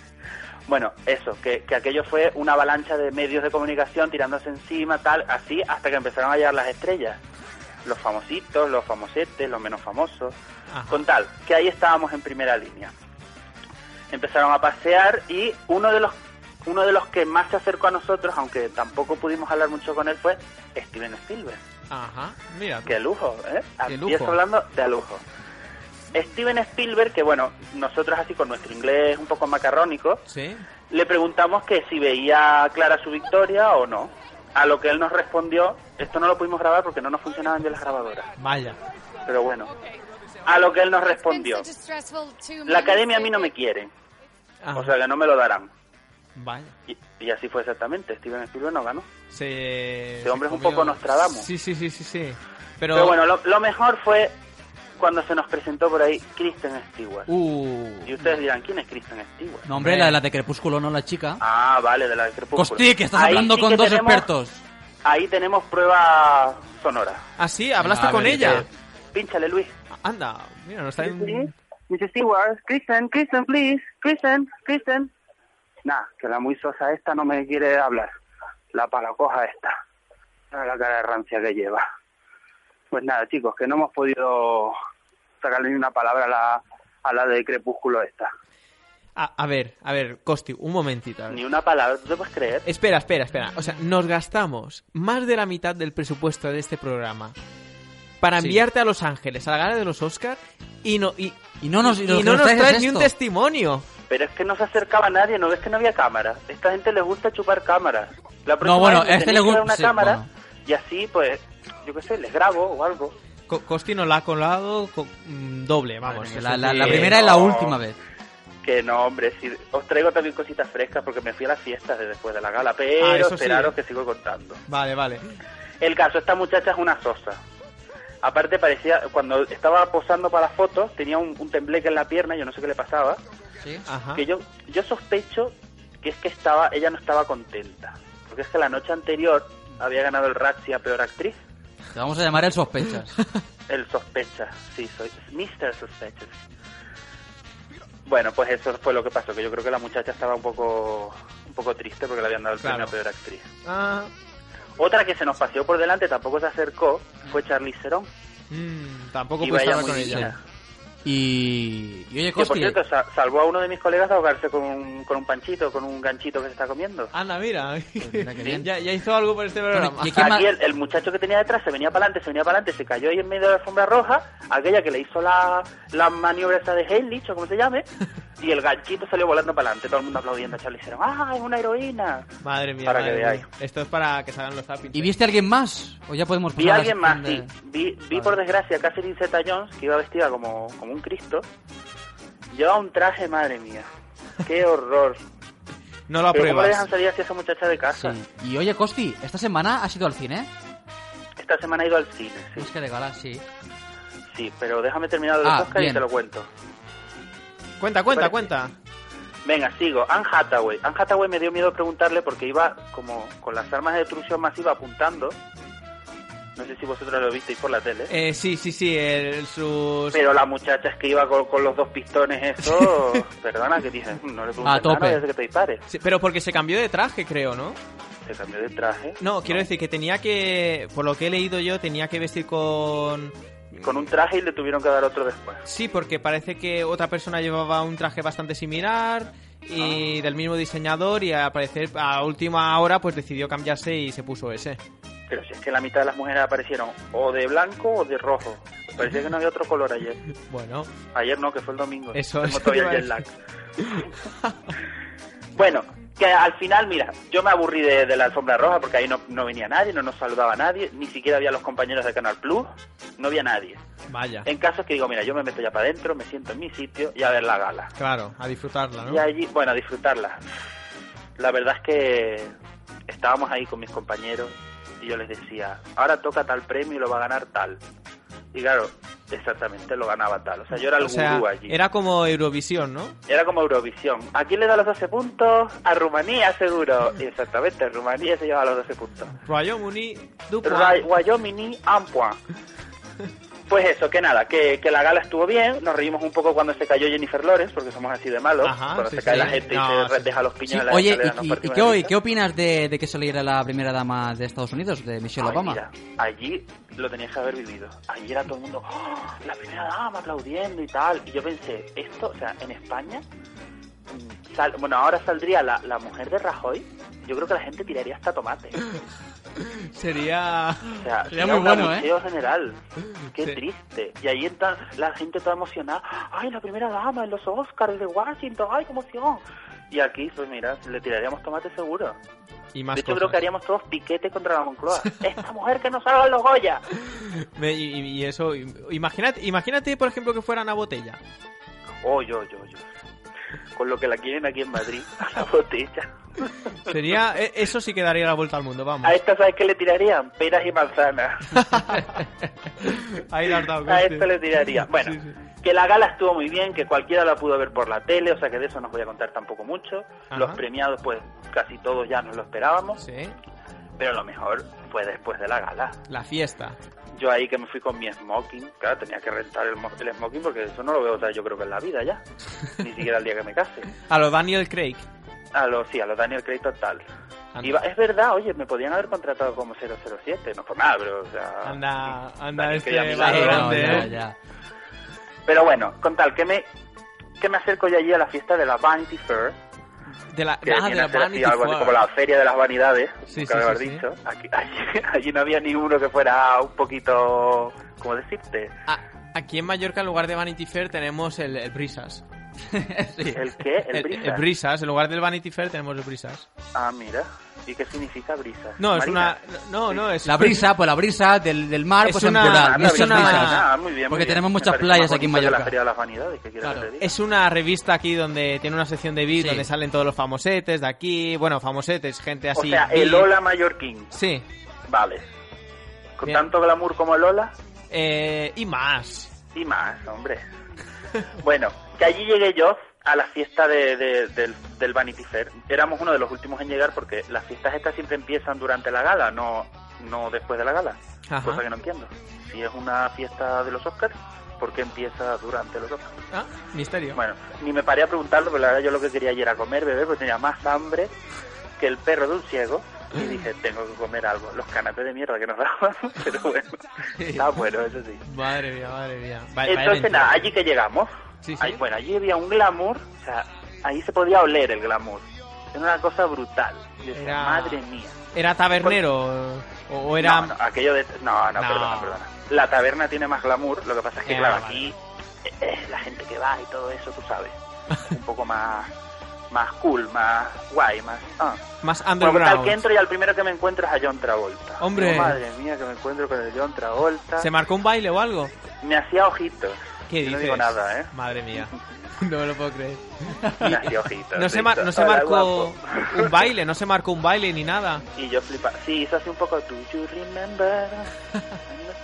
Speaker 16: bueno, eso, que, que aquello fue una avalancha de medios de comunicación tirándose encima, tal, así, hasta que empezaron a llegar las estrellas. Los famositos, los famosetes, los menos famosos.
Speaker 5: Ajá.
Speaker 16: Con tal, que ahí estábamos en primera línea. Empezaron a pasear y uno de los uno de los que más se acercó a nosotros, aunque tampoco pudimos hablar mucho con él, fue Steven Spielberg.
Speaker 5: Ajá, mira.
Speaker 16: Qué lujo, ¿eh?
Speaker 5: Qué
Speaker 16: Aquí
Speaker 5: lujo.
Speaker 16: estoy hablando de lujo. Steven Spielberg, que bueno, nosotros así con nuestro inglés un poco macarrónico,
Speaker 5: Sí,
Speaker 16: le preguntamos que si veía clara su victoria o no. A lo que él nos respondió, esto no lo pudimos grabar porque no nos funcionaban bien las grabadoras,
Speaker 5: vaya.
Speaker 16: pero bueno. A lo que él nos respondió, la academia a mí no me quiere,
Speaker 5: Ajá,
Speaker 16: o sea que no me lo darán.
Speaker 5: vaya.
Speaker 16: Y, y así fue exactamente, Steven Spielberg no ganó.
Speaker 5: Se...
Speaker 16: Este hombre es un
Speaker 5: comió-
Speaker 16: poco Nostradamus.
Speaker 5: Sí, sí, sí, sí, sí. Pero...
Speaker 16: Pero, bueno, lo, lo mejor fue cuando se nos presentó por ahí Kristen Stewart.
Speaker 5: Uh,
Speaker 16: Y ustedes dirán, ¿quién es Kristen Stewart?
Speaker 4: No, hombre, la, la de Crepúsculo, no la chica.
Speaker 16: Ah, vale, de la del crepúsculo.
Speaker 4: Costi, que estás
Speaker 16: Ahí
Speaker 4: hablando
Speaker 16: sí
Speaker 4: con
Speaker 16: que
Speaker 4: dos
Speaker 16: tenemos-
Speaker 4: expertos.
Speaker 16: Ahí tenemos prueba sonora.
Speaker 5: Ah, sí, hablaste
Speaker 4: A
Speaker 5: con
Speaker 4: ver, eh,
Speaker 5: ella.
Speaker 16: Pínchale, Luis.
Speaker 5: Anda, mira, no está en...
Speaker 16: Mrs. Stewart, Kristen, Kristen, please, Kristen, Kristen. Nada, que la muy sosa esta no me quiere hablar. La palacoja esta. Mira la cara de rancia que lleva. Pues nada, chicos, que no hemos podido sacarle ni una palabra a la, a la de crepúsculo esta.
Speaker 5: A, a ver, a ver, Costi, un momentito. a ver.
Speaker 16: Ni una palabra, ¿tú te puedes creer?
Speaker 5: Espera, espera, espera. O sea, nos gastamos más de la mitad del presupuesto de este programa para
Speaker 4: Sí.
Speaker 5: enviarte a Los Ángeles, a la gala de los Oscars, y no, y,
Speaker 4: no nos- y lo que
Speaker 5: no
Speaker 4: nos
Speaker 5: nos
Speaker 4: traes es
Speaker 5: traes ni un
Speaker 4: esto.
Speaker 5: testimonio.
Speaker 16: Pero es que no se acercaba nadie, ¿no ves que no había cámara? Esta gente les gusta chupar cámaras. La próxima
Speaker 5: No, bueno,
Speaker 16: vez me
Speaker 5: a este
Speaker 16: tenéis
Speaker 5: le
Speaker 16: que dar
Speaker 5: gu-
Speaker 16: una
Speaker 5: sí,
Speaker 16: cámara
Speaker 5: bueno.
Speaker 16: y así, pues, yo qué sé, les grabo o algo.
Speaker 5: Co- Costi nos la ha colado co- mm, doble, vamos.
Speaker 4: La,
Speaker 5: eso
Speaker 4: la-
Speaker 5: sí.
Speaker 4: la primera es la última vez.
Speaker 16: Que no, hombre, si os traigo también cositas frescas porque me fui a las fiestas de después de la gala, pero
Speaker 5: Ah, eso sí.
Speaker 16: esperaros que sigo contando.
Speaker 5: Vale, vale.
Speaker 16: El caso, esta muchacha es una sosa. Aparte parecía, cuando estaba posando para las fotos, tenía un, un tembleque en la pierna, yo no sé qué le pasaba,
Speaker 8: Ah.
Speaker 5: Ajá.
Speaker 16: que yo, yo sospecho que es que estaba, ella no estaba contenta. Porque es que la noche anterior había ganado el Razzie a Peor Actriz,
Speaker 4: Te vamos a llamar el sospechas.
Speaker 16: el sospecha, sí, soy Mr. Sospechas. Bueno, pues eso fue lo que pasó, que yo creo que la muchacha estaba un poco un poco triste porque le habían dado el premio
Speaker 5: Claro.
Speaker 16: a Peor Actriz.
Speaker 5: Ah.
Speaker 16: Otra que se nos paseó por delante, tampoco se acercó, fue Charlie Cerón.
Speaker 5: Mm, tampoco
Speaker 16: Y
Speaker 5: puedes
Speaker 16: vaya
Speaker 5: hablar con
Speaker 16: muy
Speaker 5: ella.
Speaker 16: bien.
Speaker 4: Y, y oye,
Speaker 16: Que por
Speaker 4: Costi,
Speaker 16: cierto, sa- salvó a uno de mis colegas de ahogarse con un, con un panchito, con un ganchito que se está comiendo.
Speaker 5: Anda, mira.
Speaker 4: Pues
Speaker 16: bien.
Speaker 5: ya, ya hizo algo por este programa.
Speaker 16: Aquí el, el muchacho que tenía detrás se venía para adelante, se venía para adelante, se cayó ahí en medio de la alfombra roja, aquella que le hizo la, la maniobra esa de Heimlich, o como se llame, y el ganchito salió volando para adelante, todo el mundo aplaudiendo a Charlie Cerón. ¡Ah, es una heroína!
Speaker 5: Madre mía,
Speaker 16: Para
Speaker 5: madre
Speaker 16: que
Speaker 5: mía.
Speaker 16: veáis.
Speaker 5: Esto es para que salgan los zappings.
Speaker 4: ¿y viste a alguien más? ¿O ya podemos
Speaker 16: Vi
Speaker 4: pasar
Speaker 16: a
Speaker 4: la
Speaker 16: alguien más, sí.
Speaker 4: sección de-
Speaker 16: Vi, vi por desgracia a Catherine Zeta-Jones, que iba vestida como, como un Cristo. Llevaba un traje, madre mía. ¡Qué horror!
Speaker 5: No lo
Speaker 16: Pero ¿Cómo le
Speaker 5: apruebas.
Speaker 16: dejan salir así a esa muchacha de casa?
Speaker 4: Y oye, Costi, ¿esta semana has ido al cine?
Speaker 16: Esta semana he ido al cine, sí.
Speaker 4: Es que de gala, sí.
Speaker 16: Sí, pero déjame terminar de los
Speaker 4: Ah,
Speaker 16: Oscar y
Speaker 4: bien.
Speaker 16: te lo cuento.
Speaker 5: Cuenta, cuenta, cuenta.
Speaker 16: Venga, sigo. Anne Hathaway. Anne Hathaway me dio miedo preguntarle porque iba como con las armas de destrucción masiva apuntando. No sé si vosotros lo visteis por la tele.
Speaker 5: Eh, sí, sí, sí. el-
Speaker 4: pues-
Speaker 5: sus...
Speaker 16: Pero la muchacha es que iba con, con los dos pistones eso... perdona, que dije, "Mm, no le preguntes
Speaker 5: A tope.
Speaker 16: nada, ya sé que te dispare.
Speaker 5: Sí, pero porque se cambió de traje, creo, ¿no?
Speaker 16: Se cambió de traje.
Speaker 5: No, quiero decir que tenía que... Por lo que he leído yo, tenía que vestir con...
Speaker 16: Con un traje y le tuvieron que dar otro después.
Speaker 5: Sí, porque parece que otra persona llevaba un traje bastante similar
Speaker 16: Ah.
Speaker 5: y del mismo diseñador y al parecer a última hora pues decidió cambiarse y se puso ese.
Speaker 16: Pero si es que la mitad de las mujeres aparecieron o de blanco o de rojo. Parecía que no había otro color ayer.
Speaker 5: Bueno,
Speaker 16: Ayer no, que fue el domingo.
Speaker 5: Eso,
Speaker 16: Tengo
Speaker 5: eso
Speaker 16: todavía
Speaker 5: te
Speaker 16: el jet
Speaker 5: iba a
Speaker 16: lag. bueno, que al final, mira, yo me aburrí de, de la alfombra roja porque ahí no, no venía nadie, no nos saludaba nadie, ni siquiera había los compañeros de Canal Plus, no había nadie.
Speaker 5: vaya.
Speaker 16: En casos que digo, mira, yo me meto ya para adentro, me siento en mi sitio y a ver la gala.
Speaker 5: Claro, a disfrutarla, ¿no?
Speaker 16: Y allí, bueno, a disfrutarla. La verdad es que estábamos ahí con mis compañeros y yo les decía, ahora toca tal premio y lo va a ganar tal. Y claro, exactamente lo ganaba tal. O sea, yo era el
Speaker 5: o sea,
Speaker 16: gurú allí.
Speaker 5: era como Eurovisión, ¿no?
Speaker 16: Era como Eurovisión. ¿A quién le da los 12 puntos? A Rumanía, seguro. Y Exactamente, Rumanía se lleva los 12 puntos.
Speaker 5: Royal Muni,
Speaker 16: Ra- Wyoming y Ampua. Pues eso, que nada, que, que la gala estuvo bien. Nos reímos un poco cuando se cayó Jennifer Lawrence, porque somos así de malos. cuando
Speaker 5: sí,
Speaker 16: se cae
Speaker 5: sí.
Speaker 16: la gente
Speaker 5: No,
Speaker 16: y se
Speaker 5: sí,
Speaker 16: deja los piños
Speaker 4: Sí,
Speaker 16: en la
Speaker 4: oye,
Speaker 16: escalera,
Speaker 4: ¿y-
Speaker 16: nos
Speaker 4: ¿y, y
Speaker 16: partimos
Speaker 4: qué,
Speaker 16: de
Speaker 4: hoy-
Speaker 16: risa.
Speaker 4: qué opinas de, de que saliera la primera dama de Estados Unidos, de Michelle
Speaker 16: Ay,
Speaker 4: Obama?
Speaker 16: mira, allí lo tenías que haber vivido. Allí era todo el mundo, "¡Ah, la primera dama aplaudiendo y tal. Y yo pensé, esto, o sea, en España, mm, sal- bueno, ahora saldría la, la mujer de Rajoy. Yo creo que la gente tiraría hasta tomate.
Speaker 5: Sería...
Speaker 16: O
Speaker 5: Sería
Speaker 16: sea, sería
Speaker 5: muy
Speaker 16: un
Speaker 5: bueno, ¿eh?
Speaker 16: abucheo general. Qué
Speaker 5: Sí.
Speaker 16: triste. Y ahí está la gente toda emocionada. ¡ah! ¡Ay, la primera dama en los Oscars de Washington! ¡Ay, qué emoción! Y aquí, pues mira, le tiraríamos tomate seguro.
Speaker 5: Y más
Speaker 16: de hecho, creo
Speaker 5: cosas.
Speaker 16: que haríamos todos piquete contra la Moncloa. ¡Esta mujer que no salga en los Goya!
Speaker 5: Me- y, y eso, y- imagínate, imagínate, por ejemplo, que fuera una botella.
Speaker 16: ¡Oh, yo, yo, yo! Con lo que la quieren aquí en Madrid, a la botella.
Speaker 5: Sería, e- eso sí que daría la vuelta al mundo, vamos.
Speaker 16: A esta, ¿sabes qué le tirarían? Peras y manzanas.
Speaker 5: Ahí la has dado,
Speaker 16: A
Speaker 5: Costi.
Speaker 16: esto le tiraría. Bueno, que la gala estuvo muy bien, que cualquiera la pudo ver por la tele, o sea que de eso no os voy a contar tampoco mucho.
Speaker 5: Ajá.
Speaker 16: Los premiados, pues casi todos ya nos lo esperábamos, pero lo mejor fue después de la gala.
Speaker 5: La fiesta.
Speaker 16: Yo ahí que me fui con mi smoking, claro, tenía que rentar el, mo- el smoking porque eso no lo veo, o sea, yo creo que en la vida ya, ni siquiera el día que me case.
Speaker 5: A lo Daniel Craig.
Speaker 16: A los, sí, a los Daniel Craig total. Iba- es verdad, oye, me podían haber contratado como 007, no por nada, pero, o sea...
Speaker 5: Anda, anda
Speaker 16: Daniel
Speaker 5: este
Speaker 16: Craig a mi
Speaker 5: va
Speaker 16: lado.
Speaker 5: grande,
Speaker 4: ya,
Speaker 5: ¿eh?
Speaker 4: ya.
Speaker 16: Pero bueno, con tal que me, que me acerco yo allí a la fiesta de la Vanity Fair,
Speaker 5: De la,
Speaker 16: que
Speaker 5: ah,
Speaker 16: viene
Speaker 5: de la
Speaker 16: a ser así
Speaker 5: Vanity
Speaker 16: algo así
Speaker 5: Fair.
Speaker 16: como la Feria de las Vanidades,
Speaker 5: Sí,
Speaker 16: nunca
Speaker 5: sí,
Speaker 16: mejor
Speaker 5: sí, sí.
Speaker 16: dicho. Aquí, allí, allí no había ninguno que fuera un poquito, ¿cómo decirte?
Speaker 5: Ah. Aquí en Mallorca, en lugar de Vanity Fair, tenemos el, el Brisas.
Speaker 16: ¿El qué? ¿El
Speaker 5: El,
Speaker 16: Brisas?
Speaker 5: Brisas. En lugar del Vanity Fair, tenemos el Brisas.
Speaker 16: Ah, mira. ¿Y qué significa brisa?
Speaker 5: No, es
Speaker 16: Marina.
Speaker 5: una. No, no, es.
Speaker 4: La brisa, pues la brisa del, del mar,
Speaker 5: Es
Speaker 4: pues
Speaker 5: una-
Speaker 4: en plural.
Speaker 5: es
Speaker 4: muchas
Speaker 5: una
Speaker 4: brisas.
Speaker 5: marinada,
Speaker 16: Ah, muy bien, muy
Speaker 4: porque
Speaker 16: bien.
Speaker 4: tenemos
Speaker 16: Me
Speaker 4: muchas
Speaker 16: parece
Speaker 4: playas
Speaker 16: más
Speaker 4: aquí en
Speaker 16: bonito que
Speaker 4: Mallorca.
Speaker 16: La Feria de las Vanidades, ¿qué quieres que te diga?
Speaker 5: Es una revista aquí donde tiene una sección de VIP donde salen todos los famosetes de aquí. Bueno, famosetes, gente
Speaker 16: O
Speaker 5: así.
Speaker 16: sea, el
Speaker 5: VIP.
Speaker 16: Ola Mallorquín.
Speaker 5: Sí.
Speaker 16: Vale. ¿Con
Speaker 5: Bien.
Speaker 16: tanto glamour como el Ola?
Speaker 5: Eh, y más.
Speaker 16: Y más, hombre. bueno, que allí llegué yo a la fiesta de, de- del, del Vanity Fair. Éramos uno de los últimos en llegar porque las fiestas estas siempre empiezan durante la gala, no, no después de la gala.
Speaker 5: Ajá.
Speaker 16: Cosa que no entiendo. Si es una fiesta de los Oscars, ¿por qué empieza durante los Oscars?
Speaker 5: Ah, misterio.
Speaker 16: Bueno, ni me paré a preguntarlo, pero la verdad yo lo que quería ayer era comer, beber, porque tenía más hambre que el perro de un ciego. Y dije, tengo que comer algo. Los canapés de mierda que nos daban, pero bueno, está bueno, eso sí.
Speaker 5: Madre mía, madre mía. Va- vaya
Speaker 16: Entonces,
Speaker 5: mentira.
Speaker 16: nada, allí que llegamos. Ahí- bueno, allí había un glamour, o sea, ahí se podía oler el glamour. Era una cosa brutal. Yo decía,
Speaker 5: Era-
Speaker 16: madre mía.
Speaker 5: ¿Era tabernero? O, o era.
Speaker 16: No, no, aquello de... No, no,
Speaker 5: No.
Speaker 16: perdona, perdona. La taberna tiene más glamour, lo que pasa es que,
Speaker 5: Ya,
Speaker 16: claro,
Speaker 5: vale.
Speaker 16: aquí eh, eh, la gente que va y todo eso, tú sabes. Un poco más, más cool, más guay, más... ah.
Speaker 5: Más
Speaker 16: Bueno,
Speaker 5: underground.
Speaker 16: tal que entro y al primero que me encuentro es a John Travolta.
Speaker 5: Hombre.
Speaker 16: Digo, madre mía, que me encuentro con el John Travolta.
Speaker 5: ¿Se marcó un baile o algo?
Speaker 16: Me hacía ojitos.
Speaker 5: ¿Qué
Speaker 16: Yo
Speaker 5: dices?
Speaker 16: No digo nada, ¿eh?
Speaker 5: Madre mía. No me lo puedo creer.
Speaker 16: Me hacía ojitos.
Speaker 5: No se,
Speaker 16: Rita.
Speaker 5: mar- no se
Speaker 16: Hola,
Speaker 5: marcó
Speaker 16: guapo.
Speaker 5: un baile, no se marcó un baile ni nada.
Speaker 16: Y yo flipaba. Sí, hizo así un poco. Do you remember?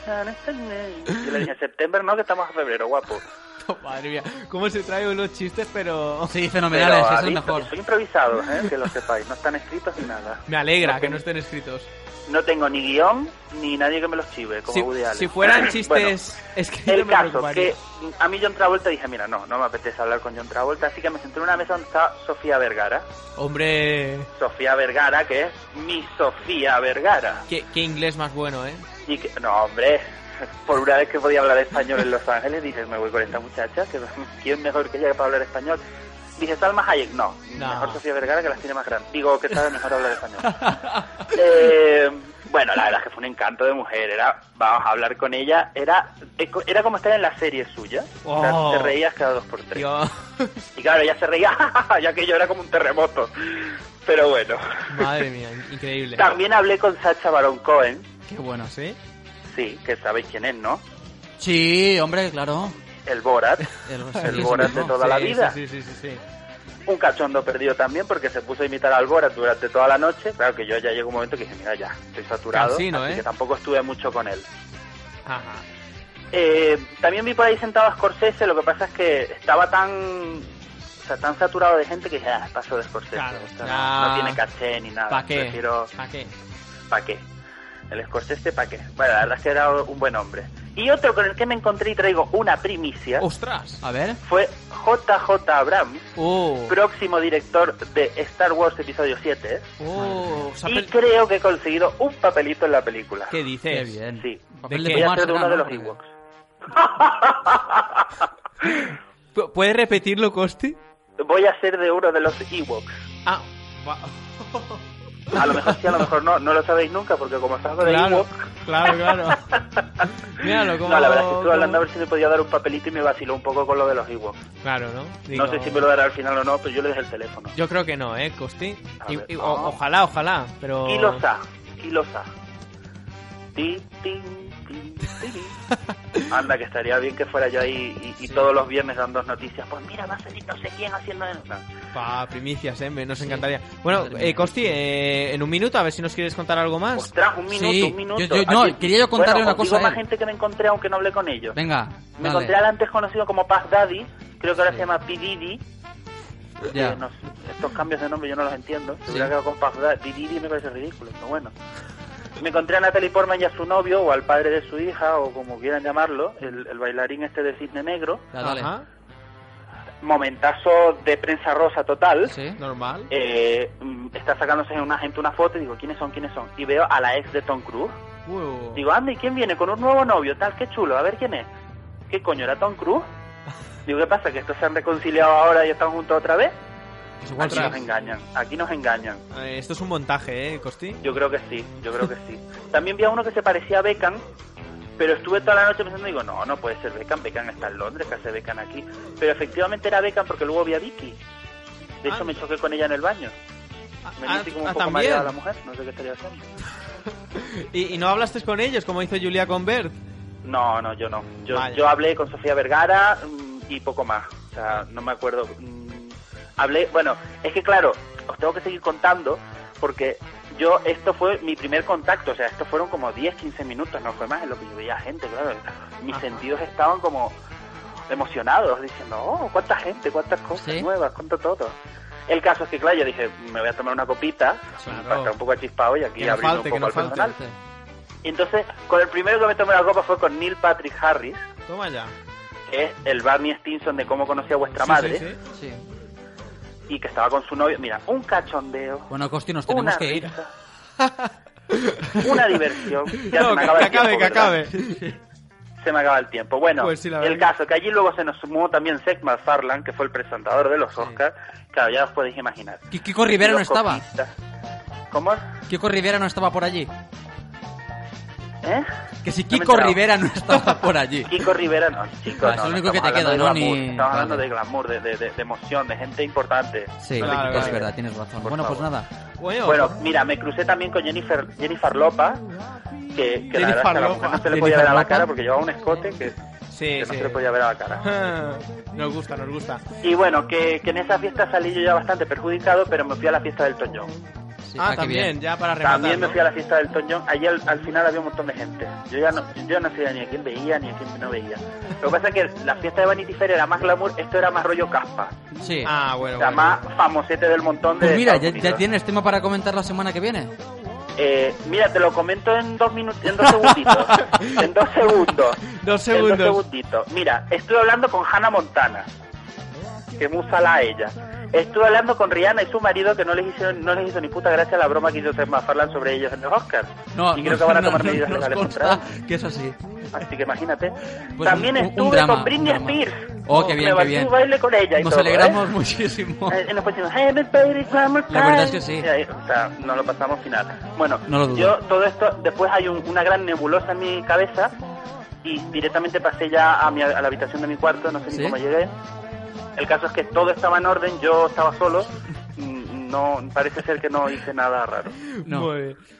Speaker 16: Yo le dije, septiembre no, que estamos en febrero, guapo.
Speaker 5: Madre mía, cómo se trae unos chistes, pero.
Speaker 4: Sí,
Speaker 16: Pero aviso, Son improvisados, ¿eh? que lo sepáis. No están escritos ni nada.
Speaker 5: Me alegra
Speaker 16: No
Speaker 5: que no
Speaker 16: tengo-
Speaker 5: estén escritos.
Speaker 16: No tengo ni guión ni nadie que me los chive, como
Speaker 5: Si,
Speaker 16: Woody Allen.
Speaker 5: si fueran
Speaker 16: Bueno,
Speaker 5: chistes escritos,
Speaker 16: el
Speaker 5: me
Speaker 16: caso
Speaker 5: preocuparía.
Speaker 16: que a mí John Travolta dije, mira, no, no me apetece hablar con John Travolta, así que me senté en una mesa donde estaba Sofía Vergara.
Speaker 5: Hombre,
Speaker 16: Sofía Vergara, que es mi Sofía Vergara.
Speaker 5: qué, qué inglés más bueno, ¿eh?
Speaker 16: Y que- no, hombre, por una vez que podía hablar español en Los Ángeles, dije, me voy con esta muchacha, que quién mejor que ella para hablar español. Dije, Salma Hayek, no,
Speaker 5: No.
Speaker 16: mejor Sofía Vergara que las tiene más grandes. Digo, que sabe mejor hablar español. Eh, bueno, la verdad es que fue un encanto de mujer, era, vamos a hablar con ella, era, era como estar en la serie suya, o sea,
Speaker 5: Oh.
Speaker 16: te reías cada dos por tres.
Speaker 5: Dios,
Speaker 16: Y claro, ella se reía, ya que yo era como un terremoto. Pero bueno,
Speaker 5: madre mía, in- increíble.
Speaker 16: también hablé con Sacha Baron Cohen,
Speaker 5: Qué bueno, ¿sí?
Speaker 16: sí, que sabéis quién es, ¿no?
Speaker 4: Sí, hombre, claro.
Speaker 16: El Borat.
Speaker 4: El,
Speaker 16: El Borat de toda la
Speaker 5: Sí,
Speaker 16: vida.
Speaker 5: Sí, sí, sí, sí. sí.
Speaker 16: Un cachondo perdido también porque se puso a imitar al Borat durante toda la noche. Claro que yo ya llegó un momento que dije, mira ya, estoy saturado.
Speaker 5: Cansino,
Speaker 16: así
Speaker 5: ¿eh?
Speaker 16: que tampoco estuve mucho con él.
Speaker 5: Ajá.
Speaker 16: Eh, también vi por ahí sentado a Scorsese, lo que pasa es que estaba tan... o sea, tan saturado de gente que dije, ah, paso de Scorsese.
Speaker 5: Claro,
Speaker 16: o sea,
Speaker 5: ya.
Speaker 16: no, no tiene caché ni nada.
Speaker 5: ¿Pa' qué?
Speaker 16: Prefiero...
Speaker 5: ¿Para qué?
Speaker 16: ¿Para qué? El Scorsese, ¿para qué? Bueno, la verdad es que era un buen hombre. Y otro con el que me encontré y traigo una primicia
Speaker 5: ¡Ostras!
Speaker 4: A ver.
Speaker 16: fue JJ Abrams.
Speaker 4: Uh.
Speaker 5: ¡Oh!
Speaker 16: próximo director de Star Wars Episodio 7
Speaker 5: ¡Oh! o sea,
Speaker 16: y
Speaker 5: pel-
Speaker 16: creo que he conseguido un papelito en la película.
Speaker 5: ¿Qué
Speaker 4: Qué
Speaker 5: dices?
Speaker 4: bien.
Speaker 16: Sí,
Speaker 5: ¿De
Speaker 4: Papel
Speaker 5: qué?
Speaker 4: de
Speaker 16: voy a
Speaker 4: fumar
Speaker 16: ser
Speaker 4: será,
Speaker 16: uno de
Speaker 4: ¿no?
Speaker 16: los Ewoks.
Speaker 5: ¿Pu- ¿Puedes repetirlo, Costi?
Speaker 16: Voy a ser de uno de los Ewoks.
Speaker 5: Ah, va-
Speaker 16: A lo mejor sí, a lo mejor no, no lo sabéis nunca porque como estás de
Speaker 5: claro,
Speaker 16: Ewok,
Speaker 5: claro, claro. Míralo, como.
Speaker 16: no, la verdad es que estuve hablando a ver si me podía dar un papelito y me vaciló un poco con lo de los Ewoks.
Speaker 5: Claro, ¿no?
Speaker 16: No sé
Speaker 5: Digo-
Speaker 16: si me lo dará al final o no, pero yo le dejé el teléfono.
Speaker 5: Yo creo que no, ¿eh, Costi?
Speaker 16: A
Speaker 5: Y-
Speaker 16: ver,
Speaker 5: y- o-
Speaker 16: no.
Speaker 5: ojalá, ojalá, pero...
Speaker 16: Kilosa, Kilosa. Ti, ti, ti, ti, ti. Anda, que estaría bien que fuera yo ahí y, y todos los viernes dando noticias. Pues mira, va a salir no sé quién haciendo eso.
Speaker 5: Pa, primicias, ¿eh? Me- Nos
Speaker 4: Sí.
Speaker 5: encantaría. Bueno,
Speaker 4: Madre
Speaker 5: eh,
Speaker 4: mía.
Speaker 5: Costi, eh, en un minuto, a ver si nos quieres contar algo más.
Speaker 16: Ostras, un minuto,
Speaker 4: Sí,
Speaker 16: un minuto.
Speaker 4: yo- yo- no, quería yo contarle
Speaker 16: bueno,
Speaker 4: una
Speaker 16: os digo
Speaker 4: cosa eh. a
Speaker 16: más
Speaker 4: él.
Speaker 16: gente que me encontré aunque no hablé con ellos.
Speaker 4: Venga,
Speaker 16: me
Speaker 4: dale.
Speaker 16: encontré al antes conocido como Paz Daddy, creo que ahora se llama P. Diddy.
Speaker 4: Ya.
Speaker 16: Eh, no sé, estos cambios de nombre yo no los entiendo. Se
Speaker 4: Sí.
Speaker 16: hubiera quedado con Puff Daddy. P. Diddy me parece ridículo, pero bueno. Me encontré a Natalie Portman y a su novio, o al padre de su hija, o como quieran llamarlo, el, el bailarín este de Cisne Negro.
Speaker 4: Ya, dale.
Speaker 5: Ajá.
Speaker 16: momentazo de prensa rosa total.
Speaker 5: Normal.
Speaker 16: Eh, mm, está sacándose una gente una foto y digo, ¿quiénes son? ¿Quiénes son? Y veo a la ex de Tom Cruise. Digo, anda, ¿y quién viene? Con un nuevo novio, tal, qué chulo, a ver quién es. ¿Qué coño era Tom Cruise? Digo, ¿qué pasa? ¿Que estos se han reconciliado ahora y están juntos otra vez?
Speaker 5: igual
Speaker 16: aquí
Speaker 5: sí.
Speaker 16: nos engañan, aquí nos engañan.
Speaker 5: Eh, esto es un montaje, ¿eh, Costi?
Speaker 16: Yo creo que sí, yo creo que sí. También vi a uno que se parecía a Beckham, pero estuve toda la noche pensando, digo, no, no puede ser Beckham, Beckham está en Londres, que hace Beckham aquí. Pero efectivamente era Beckham porque luego vi a Vicky. De hecho me choqué con ella en el baño. Me
Speaker 5: ah,
Speaker 16: sentí como un
Speaker 5: ah,
Speaker 16: poco
Speaker 5: también.
Speaker 16: mareada la mujer, no sé qué estaría haciendo.
Speaker 5: ¿Y, y no hablaste con ellos, como hizo Julia con Bert?
Speaker 16: No, no, yo no. Yo,
Speaker 5: Vale.
Speaker 16: yo hablé con Sofía Vergara mm, y poco más. O sea, no me acuerdo. Mm, Hablé, bueno, es que claro, os tengo que seguir contando porque yo, esto fue mi primer contacto. O sea, esto fueron como 10, 15 minutos, no fue más en lo que yo veía gente, claro. Mis sentidos estaban como emocionados, diciendo, oh, cuánta gente, cuántas cosas nuevas, cuánto todo. El caso es que, claro, yo dije, me voy a tomar una copita para estar un poco achispado y aquí
Speaker 5: Que no
Speaker 16: abrir un
Speaker 5: falte,
Speaker 16: poco
Speaker 5: que no
Speaker 16: al
Speaker 5: falte.
Speaker 16: personal. Y entonces, con el primero que me tomé la copa fue con Neil Patrick Harris,
Speaker 5: Toma ya.
Speaker 16: que es el Barney Stinson de cómo conocí a vuestra
Speaker 4: Sí,
Speaker 16: madre,
Speaker 4: sí, sí.
Speaker 16: y que estaba con su novio. Mira, un cachondeo,
Speaker 4: Bueno, Costi, nos tenemos
Speaker 16: Una
Speaker 4: que ir.
Speaker 16: una diversión. Ya
Speaker 5: No,
Speaker 16: se me
Speaker 5: que,
Speaker 16: acaba
Speaker 5: que acabe,
Speaker 16: el tiempo,
Speaker 5: que
Speaker 16: ¿verdad?
Speaker 5: acabe.
Speaker 16: Se me acaba el tiempo. Bueno,
Speaker 5: Pues sí, la
Speaker 16: el caso que allí luego se nos sumó también Seth MacFarlane, que fue el presentador de los Oscars. Claro, ya os podéis imaginar.
Speaker 4: Ki- Kiko Rivera no
Speaker 16: Los
Speaker 4: estaba.
Speaker 16: copistas. ¿Cómo?
Speaker 4: Kiko Rivera no estaba por allí.
Speaker 16: ¿Eh?
Speaker 4: Que si
Speaker 16: No me he
Speaker 4: Kiko
Speaker 16: enterado.
Speaker 4: Rivera no estaba por allí.
Speaker 16: Kiko Rivera no, chicos.
Speaker 4: Ah, es
Speaker 16: no,
Speaker 4: lo
Speaker 16: no,
Speaker 4: único que
Speaker 16: estamos
Speaker 4: te queda,
Speaker 16: hablando de
Speaker 4: ¿no?
Speaker 16: glamour,
Speaker 4: Ni-
Speaker 16: Estamos hablando
Speaker 4: Vale.
Speaker 16: de glamour, de, de- de- de emoción, de gente importante.
Speaker 4: Sí,
Speaker 16: No de Kiko
Speaker 4: es
Speaker 16: Rivera.
Speaker 4: verdad, tienes razón.
Speaker 16: Por
Speaker 4: bueno, pues
Speaker 16: favor.
Speaker 4: nada.
Speaker 5: Bueno,
Speaker 16: Bueno, mira, me crucé también con Jennifer, Jennifer Lopa, que, que la
Speaker 5: Jennifer
Speaker 16: verdad es que a la
Speaker 5: Lopa.
Speaker 16: mujer no se le
Speaker 5: Jennifer
Speaker 16: podía ver a la
Speaker 5: Lopa.
Speaker 16: cara porque llevaba un escote que, que no
Speaker 5: sí.
Speaker 16: se le podía ver a la cara.
Speaker 5: nos gusta, nos gusta.
Speaker 16: Y bueno, que, que en esa fiesta salí yo ya bastante perjudicado, pero me fui a la fiesta del Toñón.
Speaker 5: ah, también, ya para rematar.
Speaker 16: También me
Speaker 5: ¿no?
Speaker 16: fui a la fiesta del Toñón. Allí al, al final había un montón de gente. Yo ya no, yo no sabía ni a quién veía ni a quién no veía. Lo que pasa es que la fiesta de Vanity Fair era más glamour, esto era más rollo caspa.
Speaker 4: Sí.
Speaker 5: Ah, bueno,
Speaker 16: O sea, más famosete del montón de.
Speaker 4: Pues mira, ya,
Speaker 16: Estados
Speaker 4: ya
Speaker 16: Unidos.
Speaker 4: tienes tema para comentar la semana que viene.
Speaker 16: Eh, mira, te lo comento en dos minutos, en dos segunditos. en dos segundos.
Speaker 5: Dos
Speaker 16: segundos. En dos segunditos. Mira, estuve hablando con Hannah Montana, que musala a ella. Estuve hablando con Rihanna y su marido que no les hicieron, no les hizo ni puta gracia la broma que hizo Seth MacFarlane sobre ellos en los Oscars.
Speaker 4: No,
Speaker 16: y
Speaker 4: no,
Speaker 16: creo que van a
Speaker 4: no,
Speaker 16: tomar
Speaker 4: no,
Speaker 16: medidas
Speaker 4: nos
Speaker 16: legales
Speaker 4: consta
Speaker 16: contra él.
Speaker 4: Que es así.
Speaker 16: Así que imagínate.
Speaker 4: Pues
Speaker 16: También
Speaker 4: un- un- un
Speaker 16: estuve
Speaker 4: drama,
Speaker 16: con Britney
Speaker 4: un drama.
Speaker 16: Spears.
Speaker 4: Oh, qué bien,
Speaker 16: Me
Speaker 4: qué
Speaker 16: baié
Speaker 4: bien.
Speaker 16: un baile con ella y
Speaker 4: Nos
Speaker 16: todo,
Speaker 4: alegramos
Speaker 16: ¿eh?
Speaker 4: muchísimo.
Speaker 16: Eh, en los próximos, "Hey, my baby, glamour
Speaker 4: La verdad es
Speaker 16: time".
Speaker 4: que sí.
Speaker 16: Y ahí, o sea, no lo pasamos final. Bueno,
Speaker 4: No lo dudo.
Speaker 16: yo todo esto, después hay un- una gran nebulosa en mi cabeza y directamente pasé ya a, mi, a la habitación de mi cuarto, no sé
Speaker 4: ¿Sí?
Speaker 16: ni cómo llegué. El caso es que todo estaba en orden, yo estaba solo. Mm, No, parece ser que no hice nada raro.
Speaker 4: No.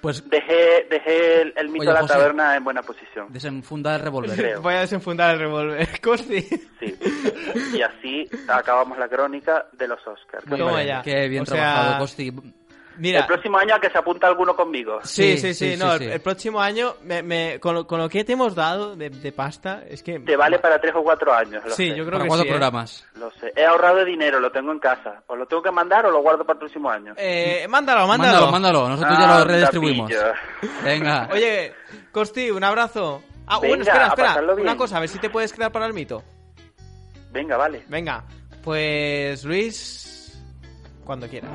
Speaker 4: Pues
Speaker 16: Dejé, dejé el, el mito
Speaker 4: Oye,
Speaker 16: de la
Speaker 4: José.
Speaker 16: taberna en buena posición.
Speaker 4: desenfunda el revólver.
Speaker 16: Creo.
Speaker 5: Voy a desenfundar el revólver. Costi.
Speaker 16: Sí. Y así acabamos la crónica de los Oscars.
Speaker 5: Muy Toma bien. ya.
Speaker 4: Qué bien
Speaker 5: O sea,
Speaker 4: trabajado, Costi.
Speaker 5: Mira.
Speaker 16: El próximo año a que se apunta alguno conmigo.
Speaker 5: Sí, sí, sí,
Speaker 4: sí,
Speaker 5: no, eh,
Speaker 4: sí,
Speaker 5: el-
Speaker 4: sí.
Speaker 5: El, próximo año, me, me- con, lo, con lo que te hemos dado de, de pasta, es que...
Speaker 16: Te vale para tres o cuatro años. lo
Speaker 5: Sí,
Speaker 16: sé.
Speaker 5: yo creo
Speaker 4: Para
Speaker 5: que
Speaker 4: cuatro
Speaker 5: sí, ¿eh?
Speaker 4: programas.
Speaker 16: Lo sé. He ahorrado dinero, lo tengo en casa. ¿Os lo tengo que mandar o lo guardo para el próximo año?
Speaker 5: Eh, mándalo, mándalo.
Speaker 4: Mándalo, mándalo. Nosotros ya lo
Speaker 16: Anda,
Speaker 4: redistribuimos. Ah.
Speaker 16: pillo.
Speaker 4: Venga.
Speaker 5: Oye, Costi, un abrazo. Ah,
Speaker 16: Venga,
Speaker 5: bueno, espera,
Speaker 16: a
Speaker 5: espera.
Speaker 16: pasarlo bien.
Speaker 5: Una cosa, a ver si te puedes quedar para el mito.
Speaker 16: Venga, vale.
Speaker 5: Venga, pues Luis, cuando quieras.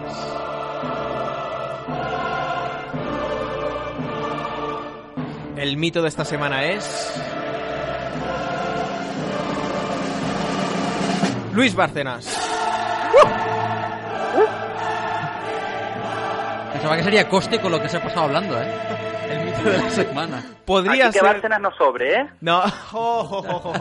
Speaker 5: El mito de esta semana es... Luis Bárcenas.
Speaker 16: Uh,
Speaker 4: Pensaba que sería Costi con lo que se ha pasado hablando, ¿eh? El mito de la semana.
Speaker 5: Podría
Speaker 16: Aquí que
Speaker 5: ser... Oh.
Speaker 16: Bárcenas no sobre, ¿eh?
Speaker 5: No, jo, jo, jo, jo.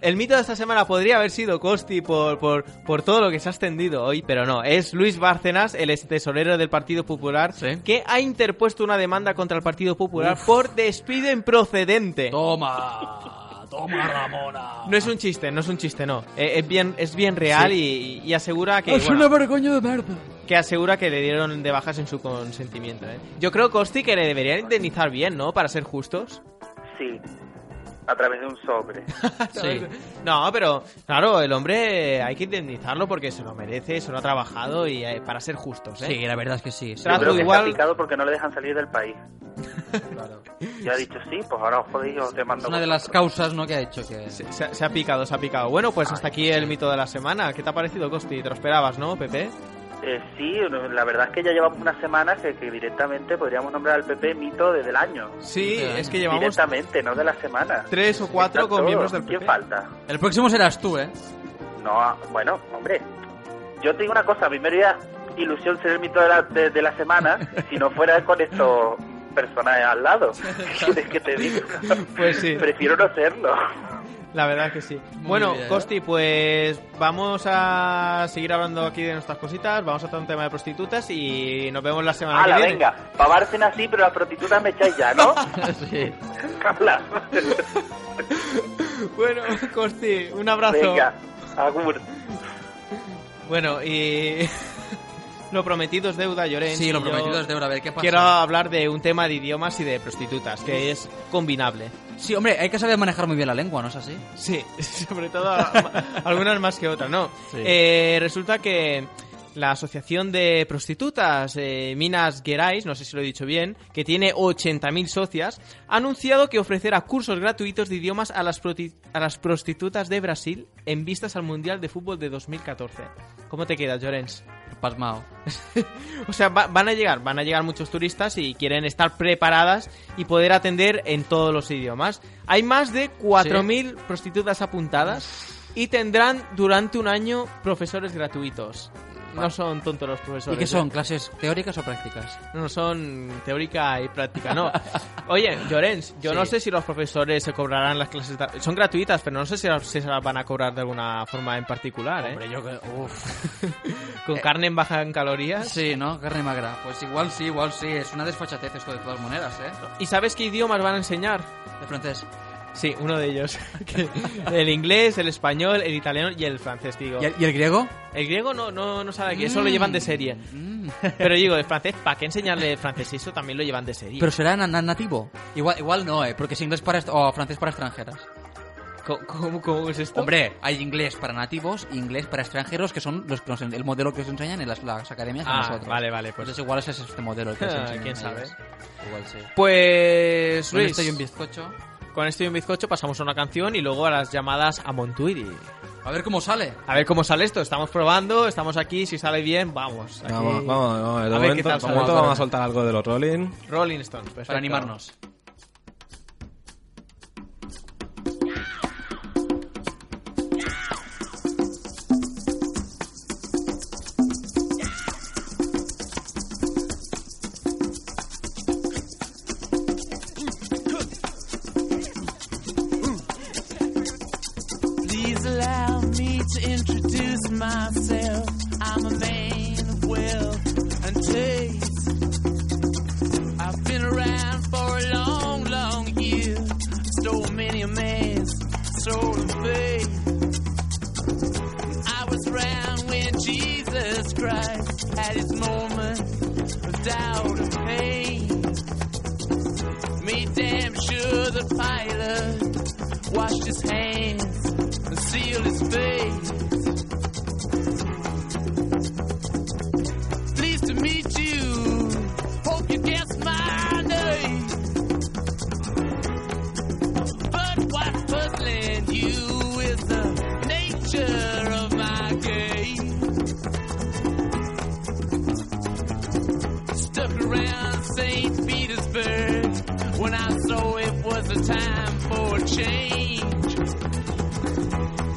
Speaker 5: el mito de esta semana podría haber sido Costi por, por, por todo lo que se ha extendido hoy, pero no. Es Luis Bárcenas, el ex tesorero del Partido Popular, que ha interpuesto una demanda contra el Partido Popular por despido improcedente.
Speaker 4: Toma, toma Ramona.
Speaker 5: No es un chiste, no es un chiste, no. Eh, Es bien, es bien real y, y asegura que. bueno,
Speaker 4: vergüenza de merda.
Speaker 5: que asegura que le dieron de baja sin su consentimiento. ¿eh? Yo creo, Costi, que le deberían indemnizar bien, ¿no? Para ser justos.
Speaker 16: Sí. A través de un sobre.
Speaker 4: Sí.
Speaker 5: No, pero claro, el hombre hay que indemnizarlo porque se lo merece, se lo ha trabajado y eh, para ser justos, ¿eh?
Speaker 4: Sí, la verdad es que sí. sí.
Speaker 16: Yo
Speaker 5: Trato
Speaker 16: creo que
Speaker 5: igual-
Speaker 16: está picado porque no le dejan salir del país. Yo he dicho, sí, pues ahora os podéis, os te
Speaker 4: Es
Speaker 16: mando
Speaker 4: una de las causas ¿no? que ha hecho que... Ah,
Speaker 5: Se, se ha picado, se ha picado. Bueno, pues hasta aquí el mito de la semana. ¿Qué te ha parecido, Costi? Te lo esperabas, ¿no, Pepe?
Speaker 16: Eh, sí, la verdad es que ya llevamos unas semanas que, que directamente podríamos nombrar al PP mito desde el año.
Speaker 5: Sí, es que llevamos-
Speaker 16: Directamente, no de la semana.
Speaker 5: Tres o cuatro
Speaker 16: Está
Speaker 5: con
Speaker 16: todo.
Speaker 5: miembros del PP.
Speaker 16: ¿Quién falta?
Speaker 4: El próximo serás tú, ¿eh?
Speaker 16: No, bueno, hombre. Yo te digo una cosa, a mí me haría ilusión ser el mito de la, de, de la semana si no fuera con estos personajes al lado. ¿Qué quieres que te diga?
Speaker 5: Pues sí. Ah,
Speaker 16: Prefiero no serlo.
Speaker 5: La verdad que sí. bueno,
Speaker 16: bien.
Speaker 5: Costi, pues vamos a seguir hablando aquí de nuestras cositas. Vamos a tratar un tema de prostitutas y nos vemos la semana que
Speaker 16: Hala,
Speaker 5: viene.
Speaker 16: venga, para Bárcena así, pero las prostitutas me echáis ya, ¿no?
Speaker 4: sí.
Speaker 16: Habla.
Speaker 5: Bueno, Costi, un abrazo.
Speaker 16: Venga, agur.
Speaker 5: Bueno, y. Lo prometido es deuda, Llorens.
Speaker 4: Sí, lo
Speaker 5: y yo
Speaker 4: prometido es deuda. A ver, ¿qué pasa?
Speaker 5: Quiero hablar de un tema de idiomas y de prostitutas, que es combinable.
Speaker 4: Sí, hombre, hay que saber manejar muy bien la lengua, ¿no es así?
Speaker 5: Sí, sobre todo a- algunas más que otras, ¿no?
Speaker 4: Sí.
Speaker 5: Eh, resulta que la Asociación de Prostitutas eh, Minas Gerais, no sé si lo he dicho bien, que tiene 80.000 socias, ha anunciado que ofrecerá cursos gratuitos de idiomas a las, proti- a las prostitutas de Brasil en vistas al Mundial de Fútbol de 2014. ¿Cómo te quedas, Llorens?
Speaker 4: Pasmao.
Speaker 5: o sea, va- van a llegar, van a llegar muchos turistas y quieren estar preparadas y poder atender en todos los idiomas. Hay más de 4.000 prostitutas apuntadas y tendrán durante un año profesores gratuitos. No son tontos los
Speaker 4: ¿Y
Speaker 5: profesores.
Speaker 4: qué son?
Speaker 5: ¿eh?
Speaker 4: ¿Clases teóricas o prácticas?
Speaker 5: No son teórica y práctica, no. Oye, Llorens, yo
Speaker 4: Sí.
Speaker 5: no sé si los profesores se cobrarán las clases. de- Son gratuitas, pero no sé si las- si se las van a cobrar de alguna forma en particular, ¿eh?
Speaker 4: Hombre, yo creo... Uf.
Speaker 5: Con
Speaker 4: Eh,
Speaker 5: carne en baja en calorías.
Speaker 4: Sí, ¿no? Carne magra. Pues igual sí, igual sí. Es una desfachatez esto de todas maneras, ¿eh?
Speaker 5: ¿Y sabes qué idiomas van a enseñar?
Speaker 4: De francés.
Speaker 5: Sí, uno de ellos. Que el inglés, el español, el italiano y el francés, que digo.
Speaker 4: ¿Y el, y el griego?
Speaker 5: El griego no, no, no sabe que eso lo
Speaker 4: Mm.
Speaker 5: llevan de serie. Pero digo, el francés, ¿para qué enseñarle el francés? Eso también lo llevan de serie.
Speaker 4: Pero será na- na- nativo. Igual, igual no, ¿eh? Porque es inglés para... est- o francés para extranjeras.
Speaker 5: ¿Cómo, es esto?
Speaker 4: Hombre, hay inglés para nativos e inglés para extranjeros, que son los que nos- el modelo que os enseñan en las, las academias a
Speaker 5: Ah,
Speaker 4: nosotros.
Speaker 5: vale, vale, pues.
Speaker 4: Entonces igual ese es este modelo el que os
Speaker 5: Ah,
Speaker 4: enseñan
Speaker 5: ¿Quién
Speaker 4: a
Speaker 5: sabe?
Speaker 4: ellos. Igual sí.
Speaker 5: Pues,
Speaker 4: Con
Speaker 5: Luis.
Speaker 4: esto y un bizcocho.
Speaker 5: Con esto y un bizcocho pasamos a una canción y luego a las llamadas a Montuiri.
Speaker 4: A ver cómo sale.
Speaker 5: A ver cómo sale esto. Estamos probando, estamos aquí. Si sale bien, vamos. Aquí-
Speaker 6: Vamos, vamos, vamos. De
Speaker 5: a ver qué
Speaker 6: momento,
Speaker 5: tal
Speaker 6: de
Speaker 5: sale.
Speaker 6: momento vamos a soltar algo de los Rolling.
Speaker 5: Rolling Stones, perfecto.
Speaker 4: Para animarnos.
Speaker 2: Please allow me to introduce myself. I'm a man of wealth and taste. I've been around for a long, long year. Stole many a man's soul and faith. I was around when Jesus Christ had his moment of doubt and pain. Made damn sure the pilot washed his hands and seal his face. Pleased to meet you. Hope you guess my name. But what's puzzling you is the nature of my game. Stuck around St. Petersburg when I saw it was a time for a change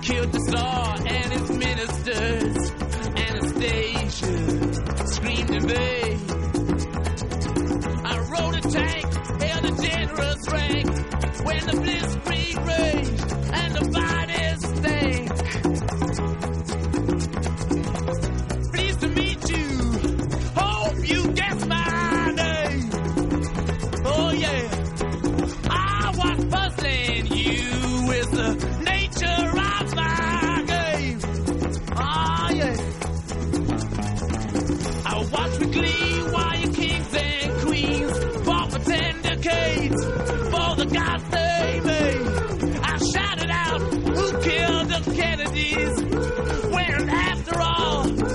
Speaker 2: killed the Tsar and his ministers. Anastasia screamed in vain. I rode a tank, held a generous rank when the blitzkrieg raged and the bodies stank. Pleased to meet you. Hope you guess my name. Oh yeah. I was puzzling you with the nature of my game. Ah, yeah. I watch with glee while you kings and queens fall for tender cates for the gods they made.
Speaker 11: Oh, Ah,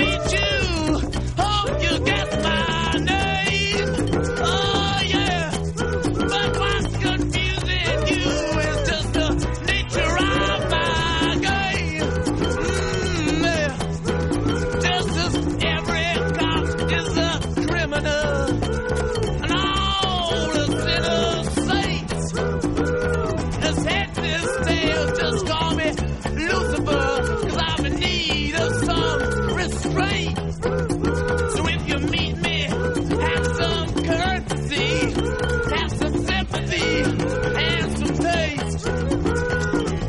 Speaker 11: Oh, Mm, Just call me Lucifer, cause I'm in need of some restraint. So if you meet me, have some courtesy, have some sympathy, and some taste.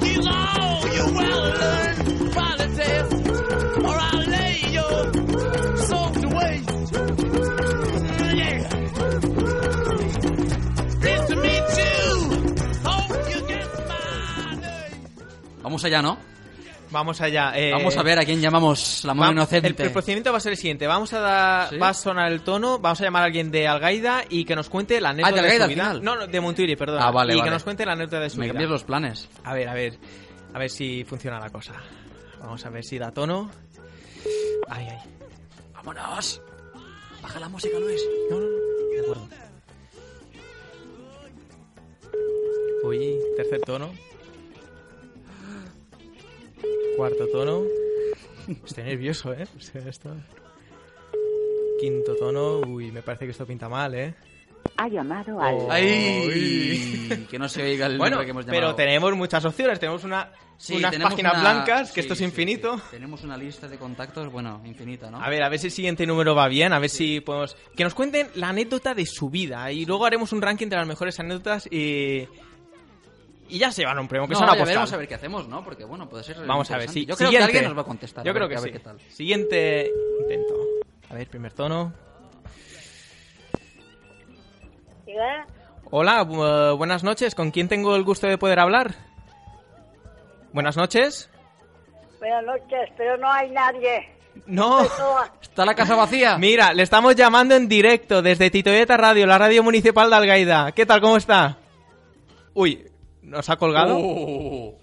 Speaker 11: Use all your well-learned politics, or I'll lay your soul to waste. Yeah. Nice to meet you. Hope you get
Speaker 4: Vamos allá, ¿no?
Speaker 5: Vamos allá. eh,
Speaker 4: Vamos a ver a quién llamamos la mano
Speaker 5: va-
Speaker 4: inocente.
Speaker 5: El, el procedimiento va a ser el siguiente. Vamos a dar, va a sonar el tono, vamos a llamar a alguien de Algaida y que nos cuente la anécdota
Speaker 4: Ah, de
Speaker 5: su
Speaker 4: Algaida al
Speaker 5: vida.
Speaker 4: final.
Speaker 5: No, no, de Montuiri, perdón.
Speaker 4: Ah, vale,
Speaker 5: Y
Speaker 4: vale.
Speaker 5: que nos cuente la anécdota de su
Speaker 4: Me
Speaker 5: vida.
Speaker 4: cambias los planes.
Speaker 5: A ver, a ver. A ver si funciona la cosa. Vamos a ver si da tono. Ay, ay.
Speaker 4: Vámonos. Baja la música, Luis.
Speaker 5: No, no, no. De acuerdo. Uy, tercer tono. Cuarto tono. Estoy nervioso, ¿eh? O sea, esto- Quinto tono. Uy, me parece que esto pinta mal, ¿eh?
Speaker 17: Ha llamado al.
Speaker 4: Ay, que no se oiga el
Speaker 5: bueno,
Speaker 4: nombre que hemos llamado.
Speaker 5: pero tenemos muchas opciones. Tenemos una,
Speaker 4: Sí,
Speaker 5: unas
Speaker 4: tenemos
Speaker 5: páginas
Speaker 4: una-
Speaker 5: blancas, que
Speaker 4: sí,
Speaker 5: esto es
Speaker 4: sí,
Speaker 5: infinito.
Speaker 4: sí. Tenemos una lista de contactos, bueno, infinita, ¿no?
Speaker 5: A ver, a ver si el siguiente número va bien, a ver si podemos... Que nos cuenten la anécdota de su vida y luego haremos un ranking de las mejores anécdotas y... Y ya se van a un premio, que
Speaker 4: No,
Speaker 5: son
Speaker 4: ya
Speaker 5: apostar.
Speaker 4: veremos a ver qué hacemos, ¿no? Porque, bueno, puede ser
Speaker 5: Vamos a ver,
Speaker 4: interesante.
Speaker 5: sí.
Speaker 4: Yo creo
Speaker 5: Siguiente.
Speaker 4: que alguien nos va a contestar.
Speaker 5: Yo
Speaker 4: a ver
Speaker 5: creo
Speaker 4: qué-
Speaker 5: que
Speaker 4: a ver
Speaker 5: sí.
Speaker 4: qué tal.
Speaker 5: Siguiente intento. A ver, primer tono.
Speaker 9: Diga,
Speaker 5: Hola, bu- eh, buenas noches. ¿Con quién tengo el gusto de poder hablar? Buenas noches.
Speaker 9: Buenas noches, pero no hay nadie.
Speaker 11: Oh.
Speaker 5: No.
Speaker 9: No,
Speaker 4: Está la casa vacía.
Speaker 5: Mira, le estamos llamando en directo desde Titoyeta Radio, la radio municipal de Algaida. ¿Qué tal? ¿Cómo está? Uy, ¿nos ha colgado?
Speaker 4: Uh,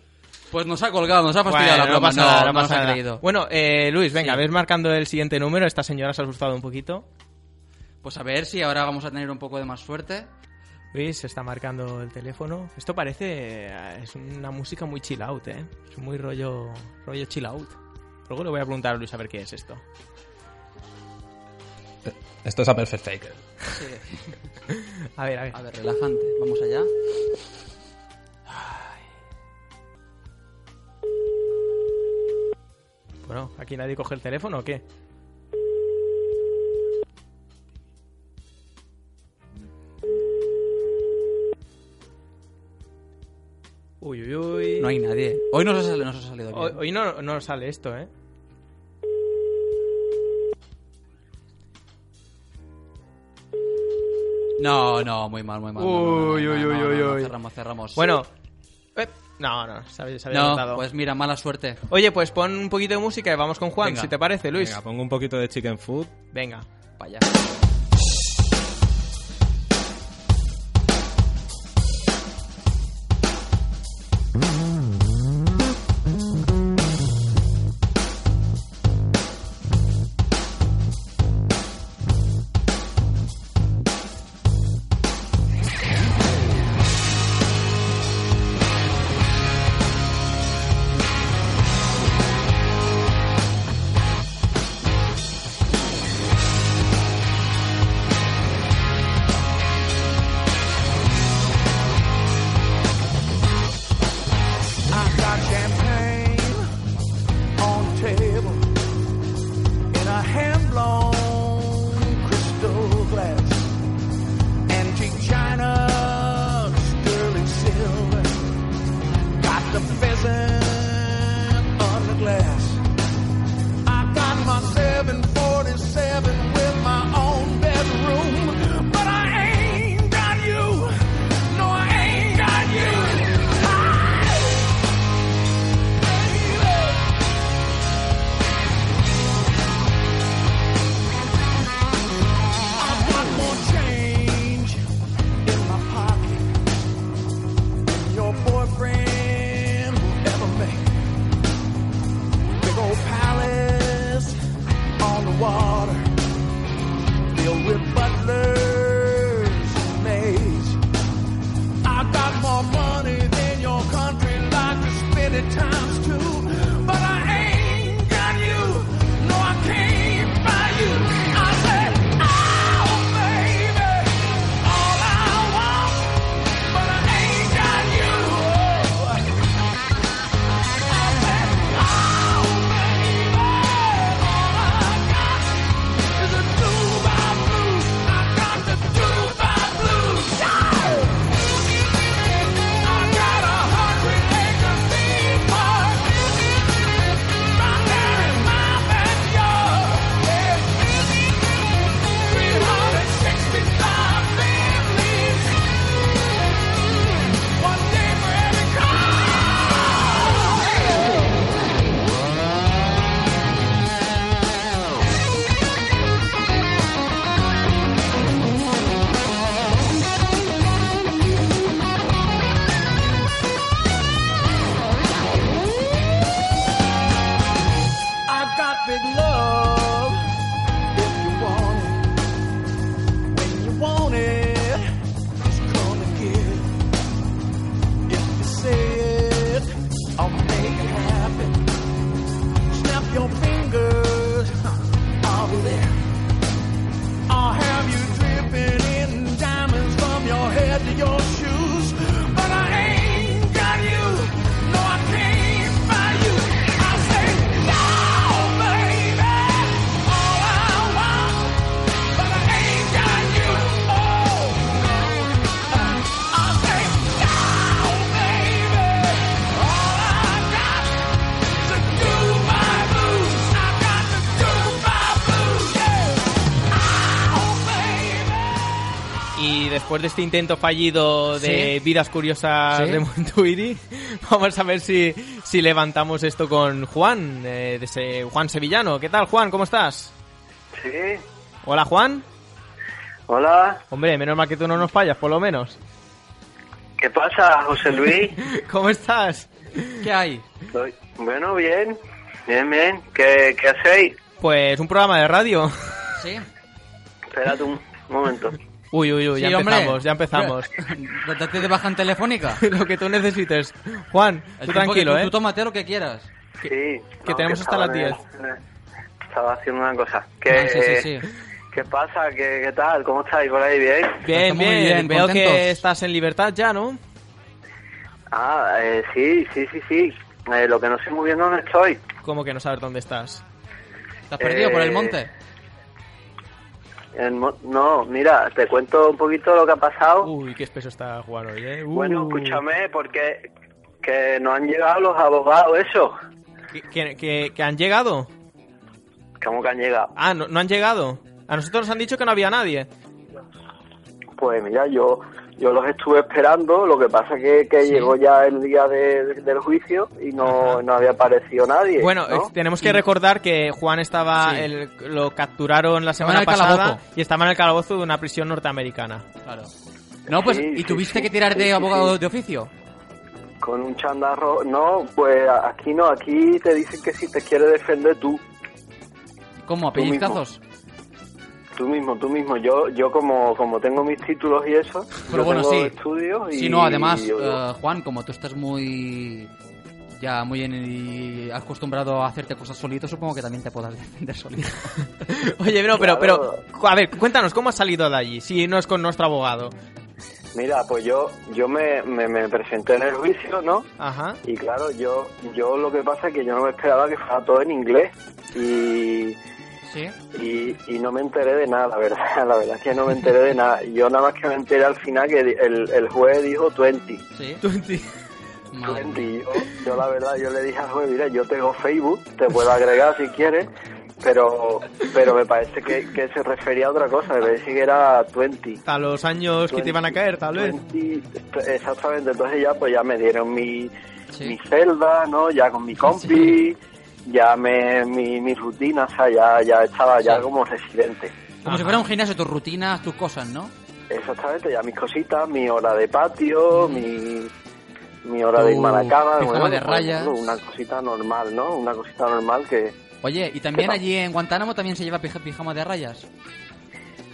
Speaker 4: pues nos ha colgado, nos ha fastidiado
Speaker 5: Bueno,
Speaker 4: la broma.
Speaker 5: no pasa nada, no
Speaker 4: nos
Speaker 5: pasa
Speaker 4: ha
Speaker 5: nada.
Speaker 4: creído.
Speaker 5: Bueno, eh, Luis, venga, ves marcando el siguiente número. Esta señora se ha asustado un poquito.
Speaker 4: Pues a ver si ahora vamos a tener un poco de más suerte.
Speaker 5: Luis, está marcando el teléfono. Esto parece... eh, Es una música muy chill out, ¿eh? Es muy rollo, rollo chill out. Luego le voy a preguntar a Luis a ver qué es esto.
Speaker 6: Esto es a Perfect Fake.
Speaker 5: A ver, a ver.
Speaker 4: A ver, relajante. Vamos allá.
Speaker 5: Bueno, ¿aquí nadie coge el teléfono o qué? Uy, uy, uy.
Speaker 4: No hay nadie. Hoy nos ha salido, nos ha salido bien.
Speaker 5: Hoy, hoy no, no sale esto, ¿eh?
Speaker 4: No, no, muy mal, muy mal. muy mal, muy
Speaker 5: Uy,
Speaker 4: mal,
Speaker 5: uy,
Speaker 4: no,
Speaker 5: uy,
Speaker 4: no,
Speaker 5: uy,
Speaker 4: no,
Speaker 5: uy.
Speaker 4: Cerramos, cerramos.
Speaker 5: Bueno. eh, no, no, se había, se había
Speaker 4: No,
Speaker 5: notado.
Speaker 4: pues mira, mala suerte.
Speaker 5: Oye, pues pon un poquito de música y vamos con Juan,
Speaker 4: Venga.
Speaker 5: si te parece, Luis.
Speaker 6: Venga, pongo un poquito de chicken food.
Speaker 5: Venga.
Speaker 4: Vaya.
Speaker 11: Thank
Speaker 5: después de este intento fallido de
Speaker 4: Sí.
Speaker 5: vidas curiosas
Speaker 4: Sí.
Speaker 5: de Montuiri, vamos a ver si, si levantamos esto con Juan, eh, de Se- Juan Sevillano. ¿Qué tal, Juan? ¿Cómo estás?
Speaker 18: Sí.
Speaker 5: Hola, Juan.
Speaker 18: Hola.
Speaker 5: Hombre, menos mal que tú no nos fallas, por lo menos.
Speaker 18: ¿Qué pasa, José Luis?
Speaker 5: ¿Cómo estás? ¿Qué hay?
Speaker 18: Soy- Bueno, bien. Bien, bien. ¿Qué, qué hacéis?
Speaker 5: Pues un programa de radio.
Speaker 4: Sí.
Speaker 18: Esperad un momento.
Speaker 5: Uy, uy, uy, ya
Speaker 4: Sí, hombre.
Speaker 5: empezamos, ya empezamos.
Speaker 4: Date de baja en telefónica.
Speaker 5: lo que tú necesites. Juan,
Speaker 4: El
Speaker 5: tú
Speaker 4: tiempo
Speaker 5: tranquilo,
Speaker 4: que- tú
Speaker 5: ¿eh?
Speaker 4: tómate lo que quieras.
Speaker 18: Sí.
Speaker 5: que tenemos hasta
Speaker 18: estaba
Speaker 5: las
Speaker 18: en el-
Speaker 5: 10.
Speaker 18: en el- Estaba haciendo una cosa. ¿Qué,
Speaker 5: Ah, sí, sí, sí.
Speaker 18: ¿qué pasa? ¿Qué, ¿Qué tal? ¿Cómo estáis por ahí? ¿Bien?
Speaker 5: Bien, bien, veo que estás en libertad ya, ¿no?
Speaker 18: Ah, eh, sí, sí, sí, sí. Eh, lo que no sé muy bien dónde estoy.
Speaker 5: ¿Cómo que no sabes dónde estás?
Speaker 4: ¿Estás
Speaker 18: perdido por el monte? Eh, En mo- no, mira, te cuento un poquito lo que ha pasado.
Speaker 5: Uy, qué espeso está Juan hoy, ¿eh? Uh.
Speaker 18: Bueno, escúchame, porque que nos han llegado los abogados, eso.
Speaker 5: ¿Que- ¿Que, que, que han llegado?
Speaker 18: ¿Cómo que han llegado?
Speaker 5: Ah, ¿no, no han llegado? A nosotros nos han dicho que no había nadie.
Speaker 18: Pues mira, yo yo los estuve esperando, lo que pasa que, que llegó ya el día de- de- del juicio y no, no había aparecido nadie.
Speaker 5: Bueno,
Speaker 18: ¿no?
Speaker 5: eh, tenemos que recordar que Juan estaba...
Speaker 18: Sí.
Speaker 5: el- lo capturaron la semana
Speaker 4: en el
Speaker 5: pasada
Speaker 4: calabozo.
Speaker 5: y estaba en el calabozo de una prisión norteamericana.
Speaker 4: Claro. No, pues, ¿y tuviste que tirar de
Speaker 18: sí,
Speaker 4: abogado
Speaker 18: sí.
Speaker 4: de oficio?
Speaker 18: Con un chandarro, no, pues aquí no, aquí te dicen que si te quieres defender tú,
Speaker 4: ¿Cómo? ¿A
Speaker 18: Tú mismo.
Speaker 4: pellizcazos?
Speaker 18: tú mismo, tú mismo. Yo yo como como tengo mis títulos y eso,
Speaker 4: Pero
Speaker 18: yo
Speaker 4: bueno,
Speaker 18: tengo
Speaker 4: sí.
Speaker 18: estudios y...
Speaker 4: Sí, no, además,
Speaker 18: y yo-
Speaker 4: eh, Juan, como tú estás muy. Ya muy en- y acostumbrado a hacerte cosas solito, supongo que también te podrás defender solito.
Speaker 5: Oye, no, pero,
Speaker 18: Claro.
Speaker 5: pero, cu- a ver, cuéntanos, ¿cómo has salido de allí? Si no es con nuestro abogado.
Speaker 18: Mira, pues yo yo me, me, me presenté en el juicio, ¿no?
Speaker 5: Ajá.
Speaker 18: Y claro, yo yo lo que pasa es que yo no me esperaba que fuera todo en inglés y
Speaker 4: Sí.
Speaker 18: y, y no me enteré de nada, la verdad, la verdad es que no me enteré de nada. Yo nada más que me enteré al final que di- el, el juez dijo 20.
Speaker 4: Sí.
Speaker 5: 20.
Speaker 18: 20. Y Yo, Pues yo la verdad, yo le dije al juez, mira, yo tengo Facebook, te puedo agregar si quieres, pero pero me parece que, que se refería a otra cosa, me parece que era 20.
Speaker 5: A los años
Speaker 18: Pues
Speaker 5: que te iban a caer, tal vez.
Speaker 18: 20, exactamente, entonces ya pues ya me dieron mi, mi celda, ¿no? Ya con mi compi, ya me, mi, mi rutina, o sea, ya, ya estaba ya
Speaker 4: Sí.
Speaker 18: como residente.
Speaker 4: Como si fuera un gimnasio, tus rutinas, tus cosas, ¿no?
Speaker 18: Exactamente, ya mis cositas, mi hora de patio, mi, mi hora de
Speaker 4: Mm. Tu
Speaker 18: irme a la
Speaker 4: pijama
Speaker 18: cama, bueno, pues,
Speaker 4: de
Speaker 18: bueno,
Speaker 4: rayas.
Speaker 18: una cosita normal, ¿no? Una cosita normal que
Speaker 4: Oye, y también allí en Guantánamo también se lleva pij- pijama de rayas.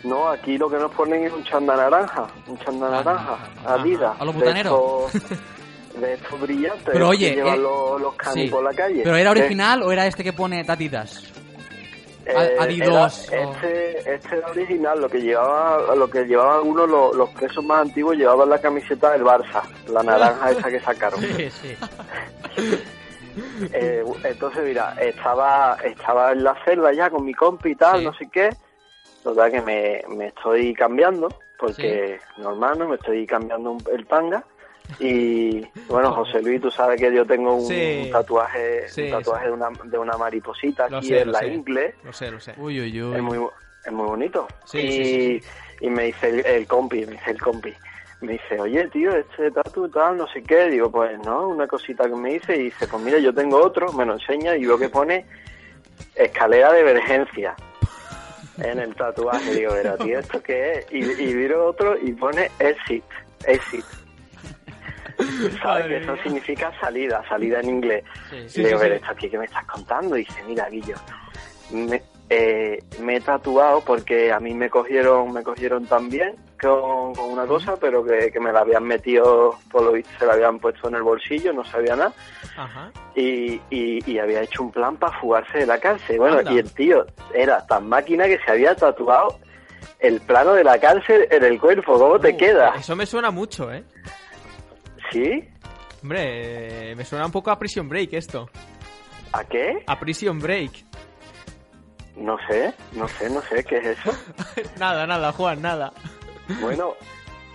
Speaker 18: no, aquí lo que nos ponen es un chanda naranja, un chanda naranja, Adidas,
Speaker 4: Ah, a los
Speaker 18: de
Speaker 4: butaneros.
Speaker 18: estos- De estos brillantes
Speaker 4: Pero
Speaker 18: que
Speaker 4: oye,
Speaker 18: llevan
Speaker 4: eh,
Speaker 18: los, los canis
Speaker 4: Sí.
Speaker 18: por la calle.
Speaker 4: ¿Pero era
Speaker 18: Eh,
Speaker 4: original o era este que pone Tatitas?
Speaker 18: eh,
Speaker 4: Adidas,
Speaker 18: era-
Speaker 4: o-
Speaker 18: este, este era original, lo que llevaba, lo que llevaban algunos los, los presos más antiguos llevaban la camiseta del Barça, la naranja esa que sacaron.
Speaker 4: sí.
Speaker 18: Eh, entonces, mira, estaba, estaba en la celda ya con mi compi y tal, no sé qué. Total que me, me estoy cambiando, porque normal, ¿no? Me estoy cambiando un- el tanga. Y bueno, José Luis, tú sabes que yo tengo un,
Speaker 5: Sí.
Speaker 18: un tatuaje, un
Speaker 5: Sí,
Speaker 18: tatuaje De, una, de una mariposita
Speaker 5: Lo
Speaker 18: aquí
Speaker 5: sé,
Speaker 18: en
Speaker 5: lo
Speaker 18: la
Speaker 5: sé.
Speaker 18: ingle.
Speaker 5: Lo sé, lo sé.
Speaker 4: Uy, uy,
Speaker 18: Es muy, bo- es muy bonito.
Speaker 5: Sí,
Speaker 18: y,
Speaker 5: sí, sí,
Speaker 18: y me dice el, el compi, me dice el compi, me dice, oye, tío, este tatu tal, no sé qué. Digo, pues no, una cosita que me dice. Y dice, pues mira, yo tengo otro, me lo enseña y veo que pone escalera de emergencia en el tatuaje. Digo, pero tío, ¿esto qué es? Y, y miro otro y pone exit, exit. ¿Sabes? Que eso significa salida, salida en inglés.
Speaker 5: Sí,
Speaker 18: Y digo,
Speaker 5: sí,
Speaker 18: pero
Speaker 5: sí.
Speaker 18: ¿esto aquí que me estás contando? Y dice, mira, Guillo, me, eh, me he tatuado porque a mí me cogieron me cogieron también con, con una cosa, pero que, que me la habían metido, por lo visto, se la habían puesto en el bolsillo, no sabía nada.
Speaker 5: Ajá.
Speaker 18: Y, y- y había hecho un plan para fugarse de la cárcel. Bueno,
Speaker 5: Anda.
Speaker 18: y el tío era tan máquina que se había tatuado el plano de la cárcel en el cuerpo. ¿Cómo te queda?
Speaker 5: Eso me suena mucho, ¿eh?
Speaker 18: ¿Sí?
Speaker 5: Hombre, eh, me suena un poco a Prison Break esto.
Speaker 18: ¿A qué?
Speaker 5: A Prison Break.
Speaker 18: No sé, no sé, no sé qué es eso.
Speaker 5: nada, nada, Juan, nada.
Speaker 18: Bueno,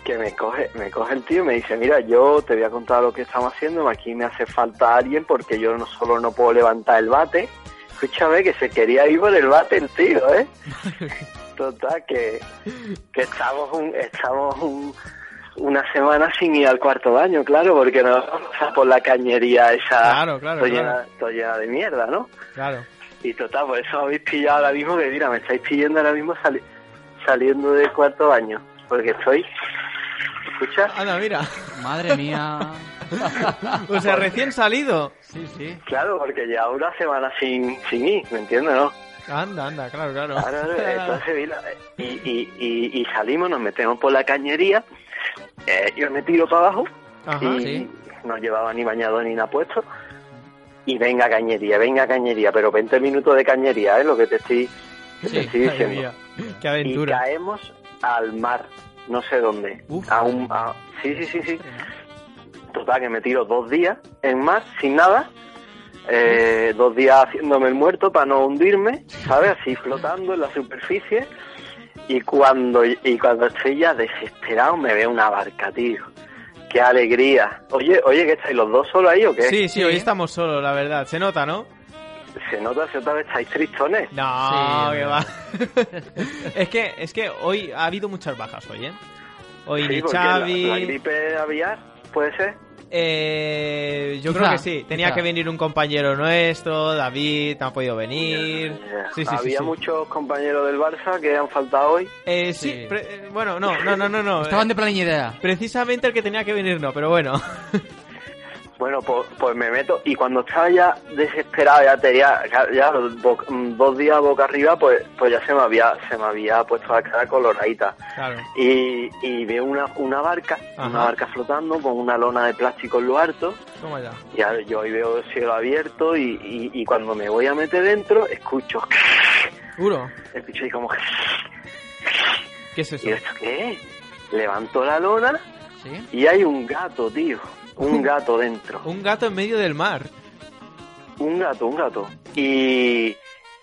Speaker 18: que me coge, me coge el tío y me dice, mira, yo te voy a contar lo que estamos haciendo, aquí me hace falta alguien porque yo no solo no puedo levantar el bate. Escúchame que se quería ir por el bate el tío, ¿eh? Total, que, que estamos, un, estamos un- una semana sin ir al cuarto baño, claro, porque no, o sea, por la cañería esa.
Speaker 5: Claro, claro,
Speaker 18: estoy
Speaker 5: claro.
Speaker 18: Llena, estoy llena de mierda, ¿no?
Speaker 5: Claro.
Speaker 18: Y total, por eso me habéis pillado ahora mismo, que mira, me estáis pillando ahora mismo sali- saliendo del cuarto baño, porque estoy. ¿Escuchas?
Speaker 5: Anda, mira.
Speaker 4: Madre mía.
Speaker 5: o sea, recién salido.
Speaker 4: Sí, sí.
Speaker 18: Claro, porque ya una semana sin, sin ir, ¿me entiendes, no?
Speaker 5: Anda, anda, claro, claro.
Speaker 18: Claro, entonces, mira, y, y, y, y salimos, nos metemos por la cañería, eh, yo me tiro para abajo,
Speaker 5: Ajá,
Speaker 18: y
Speaker 5: sí.
Speaker 18: no llevaba ni bañador ni nada puesto, y venga cañería, venga cañería, pero 20 minutos de cañería, es lo que te estoy, que te estoy
Speaker 5: Madre
Speaker 18: diciendo.
Speaker 5: mía, Qué aventura.
Speaker 18: Y caemos al mar, no sé dónde. a un, a- sí, sí, sí, sí. Total, que me tiro dos días en mar, sin nada. eh, dos días haciéndome el muerto para no hundirme, ¿sabes? Así flotando en la superficie. Y cuando, y cuando estoy ya desesperado, me veo una barca, tío. ¡Qué alegría! Oye, oye, ¿qué estáis los dos solos ahí o qué?
Speaker 5: Sí, sí, hoy estamos solos, la verdad. Se nota, ¿no?
Speaker 18: Se nota, se nota que estáis tristones.
Speaker 5: No, que va. es que, es que hoy ha habido muchas bajas hoy, ¿eh? Hoy
Speaker 18: Sí,
Speaker 5: ni
Speaker 18: porque la-
Speaker 5: Xavi.
Speaker 18: la gripe aviar, ¿puede ser?
Speaker 5: Eh, yo
Speaker 18: Quizá,
Speaker 5: creo que sí. Tenía
Speaker 18: quizá.
Speaker 5: que venir un compañero nuestro, David, no ha podido venir. Sí, sí, sí,
Speaker 18: Había
Speaker 5: sí.
Speaker 18: muchos compañeros del Barça que han faltado hoy.
Speaker 5: Eh, sí, pre- eh, bueno, no, no, no, no, no.
Speaker 18: Estaban
Speaker 4: de plan idea.
Speaker 5: Precisamente el que tenía que venir no, pero bueno.
Speaker 18: Bueno, pues, pues me meto y cuando estaba ya desesperado, ya tenía ya, ya bo- mm, dos días boca arriba, pues, pues ya se me había se me había puesto la cara coloradita.
Speaker 5: Claro.
Speaker 18: Y, y veo una, una barca,
Speaker 5: Ajá.
Speaker 18: una barca flotando con una lona de plástico en lo alto.
Speaker 5: Toma ya.
Speaker 18: Y ahora yo ahí veo el cielo abierto y, y- y cuando me voy a meter dentro, escucho,
Speaker 5: Duro.
Speaker 18: escucho ahí como...
Speaker 5: ¿Qué es eso?
Speaker 18: ¿Y esto qué es? Levanto la lona
Speaker 4: Sí.
Speaker 18: y hay un gato, tío. Un gato dentro.
Speaker 5: Un gato en medio del mar.
Speaker 18: Un gato, un gato. Y.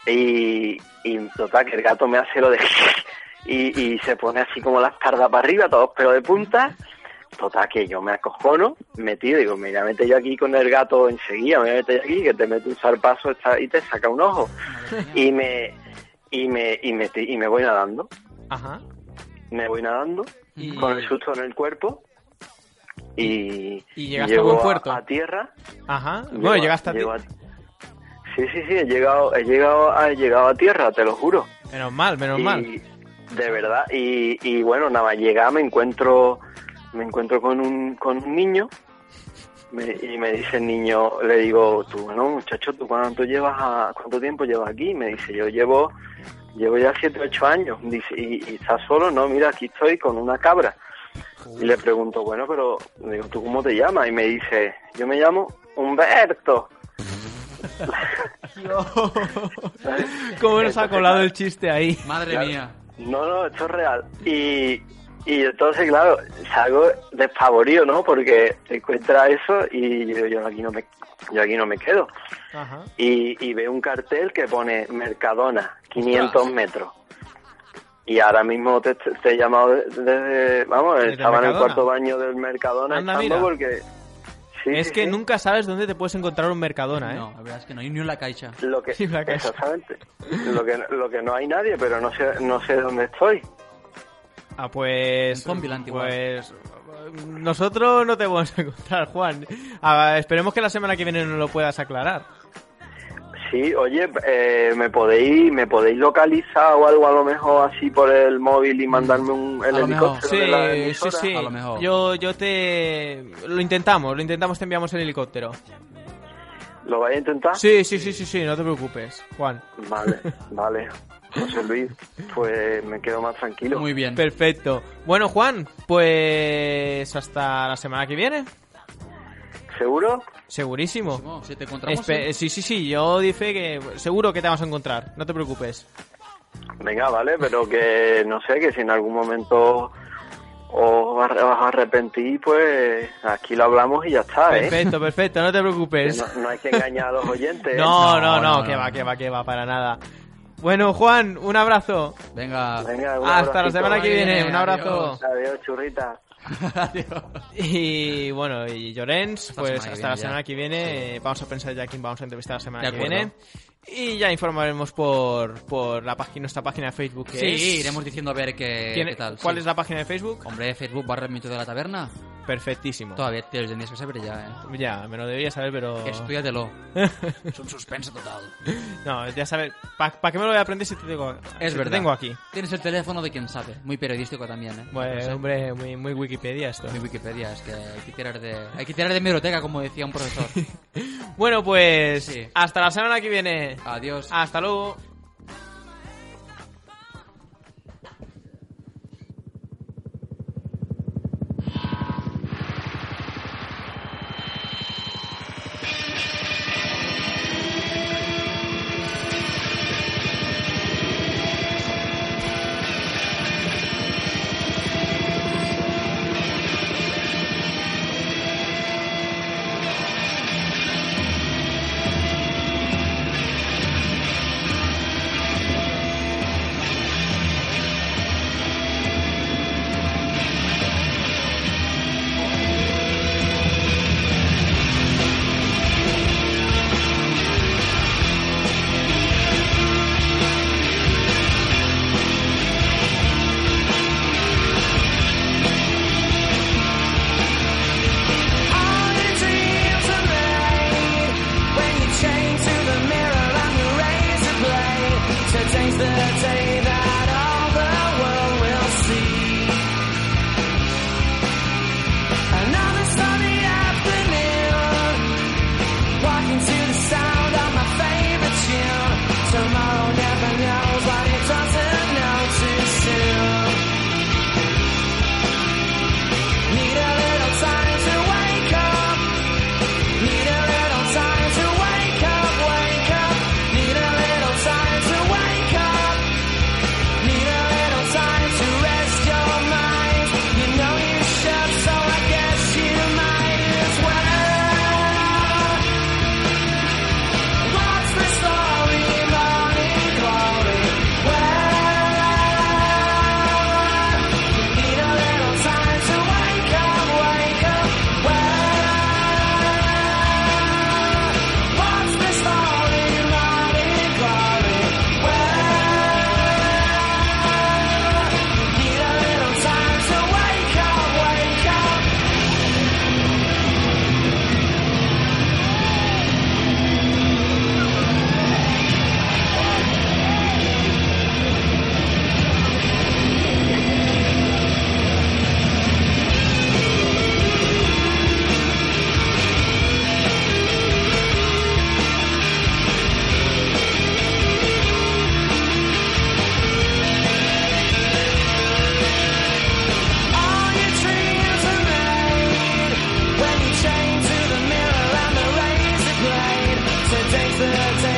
Speaker 18: Y. Y total, que el gato me hace lo de. Y, y se pone así como las cardas para arriba, todos los pelos de punta. Total, que yo me acojono, metido, digo, mira, mete yo aquí con el gato enseguida, me mete yo aquí, que te mete un zarpazo esta- y te saca un ojo. Y me. Y me, y, me, ti- y me voy nadando,
Speaker 5: Ajá.
Speaker 18: me voy nadando, con el susto en el cuerpo. Y,
Speaker 5: Y llegaste a
Speaker 18: llego
Speaker 5: buen
Speaker 18: a-
Speaker 5: puerto.
Speaker 18: a tierra,
Speaker 5: Ajá.
Speaker 18: Llego
Speaker 5: Bueno,
Speaker 18: a-
Speaker 5: llegaste a ti.
Speaker 18: llego a- Sí, sí, sí, he llegado, he llegado, a, he llegado a tierra, te lo juro.
Speaker 5: Menos mal, menos
Speaker 18: Y-
Speaker 5: mal.
Speaker 18: De verdad. Y, y bueno, nada más llegar me encuentro, me encuentro con un, con un niño me- y me dice el niño, le digo, tú, bueno, muchacho, ¿tú cuánto llevas, a- cuánto tiempo llevas aquí? Me dice, yo llevo, llevo ya siete, ocho años. Dice, y, y estás solo, no, mira, aquí estoy con una cabra. Y le pregunto, bueno, pero, digo, ¿tú cómo te llamas? Y me dice, yo me llamo Humberto.
Speaker 5: ¿Cómo nos ha colado el chiste ahí?
Speaker 4: Madre
Speaker 18: Claro.
Speaker 4: mía.
Speaker 18: No, no, esto es real. Y, y entonces, claro, salgo despavorido, ¿no? Porque te encuentras eso y yo, yo aquí no me yo aquí no me quedo.
Speaker 5: Ajá.
Speaker 18: Y, y veo un cartel que pone Mercadona, 500 metros. Y ahora mismo te, te- te he llamado desde... vamos,
Speaker 5: ¿Desde
Speaker 18: estaba en el
Speaker 5: Mercadona?
Speaker 18: cuarto baño del Mercadona
Speaker 5: Anda,
Speaker 18: echando
Speaker 5: mira.
Speaker 18: porque... Sí,
Speaker 5: es
Speaker 18: sí,
Speaker 5: que
Speaker 18: sí.
Speaker 5: nunca sabes dónde te puedes encontrar un Mercadona, ¿eh?
Speaker 4: No, la verdad es que no hay ni una caixa.
Speaker 18: Lo que,
Speaker 5: Sí, la casa.
Speaker 18: exactamente. Lo que, lo que no hay nadie, pero no sé, no sé dónde estoy.
Speaker 5: Ah, pues. Pues. Nosotros no te vamos a encontrar, Juan. Ah, esperemos que la semana que viene nos lo puedas aclarar.
Speaker 18: Sí, oye, eh, me podéis me podéis localizar o algo a lo mejor así por el móvil y mandarme un el helicóptero.
Speaker 5: Sí,
Speaker 18: de la
Speaker 5: sí,
Speaker 18: emisora?
Speaker 5: sí. Yo, yo te. Lo intentamos, lo intentamos, te enviamos el helicóptero.
Speaker 18: ¿Lo vais a intentar?
Speaker 5: Sí, sí, sí, sí, sí, no te preocupes, Juan.
Speaker 18: Vale, vale. José Luis, pues me quedo más tranquilo.
Speaker 4: Muy bien.
Speaker 5: Perfecto. Bueno, Juan, pues. Hasta la semana que viene.
Speaker 18: ¿Seguro?
Speaker 5: Segurísimo.
Speaker 4: Si te encontramos.
Speaker 5: Espe-
Speaker 4: sí.
Speaker 5: sí, sí, sí, yo dije que seguro que te vas a encontrar, no te preocupes.
Speaker 18: Venga, vale, pero que no sé, que si en algún momento os ar- os arrepentís, pues aquí lo hablamos y ya está, ¿eh?
Speaker 5: Perfecto, perfecto, no te
Speaker 18: Que
Speaker 5: preocupes.
Speaker 18: No, no hay que engañar a los oyentes. ¿eh?
Speaker 5: No, no, no, que va, que va, que va, para nada. Bueno, Juan, un abrazo.
Speaker 4: Venga.
Speaker 18: Venga, un
Speaker 5: Hasta la
Speaker 18: abracito.
Speaker 5: semana que viene, un abrazo.
Speaker 18: Adiós, churrita.
Speaker 5: Y bueno, y Llorens,
Speaker 4: Hasta
Speaker 5: pues
Speaker 4: semana que
Speaker 5: hasta
Speaker 4: viene
Speaker 5: la
Speaker 4: ya.
Speaker 5: semana que viene eh, vamos a pensar ya a quién vamos a entrevistar la semana
Speaker 4: De
Speaker 5: que
Speaker 4: acuerdo.
Speaker 5: viene. Y ya informaremos por, por la página, nuestra página de Facebook. que
Speaker 4: Sí,
Speaker 5: es-
Speaker 4: iremos diciendo a ver qué,
Speaker 5: ¿Quién-
Speaker 4: qué tal.
Speaker 5: ¿Cuál
Speaker 4: sí.
Speaker 5: es la página de Facebook?
Speaker 4: Hombre, Facebook barra el mito de la taberna.
Speaker 5: Perfectísimo.
Speaker 4: Todavía te lo tendrías que saber ya,
Speaker 5: ¿eh? Ya, me lo debería saber, pero...
Speaker 4: Estudiatelo. es un suspenso total.
Speaker 5: No, ya sabes, ¿para qué me lo voy a aprender si te tengo,
Speaker 4: Es
Speaker 5: si te
Speaker 4: verdad.
Speaker 5: tengo aquí?
Speaker 4: Tienes el teléfono de quien sabe. Muy periodístico también, ¿eh?
Speaker 5: Bueno,
Speaker 4: No sé.
Speaker 5: Pues, hombre, muy, muy Wikipedia esto.
Speaker 4: Muy Wikipedia, es que hay que eh, tirar de, hay que tirar de biblioteca, como decía un profesor.
Speaker 5: Bueno, pues
Speaker 4: Sí.
Speaker 5: hasta la semana que viene.
Speaker 4: Adiós.
Speaker 5: Hasta luego.
Speaker 11: Today's the day that all the world will see. Another sunny afternoon, walking to the sound of my favorite tune. Tomorrow never knows what it doesn't know too soon. Need a little time to wake up. Need a little time to wake up, wake up. Need a little time to wake up. Need a little time to rest your mind. You know you should, so I guess you might as well. What's the story, morning glory? Well, need a little time to wake up, wake up. Well, what's the story, morning glory? Well, need a little time to wake up, wake up. All your dreams are made when you chain to the mirror and the razor blade. Today's the day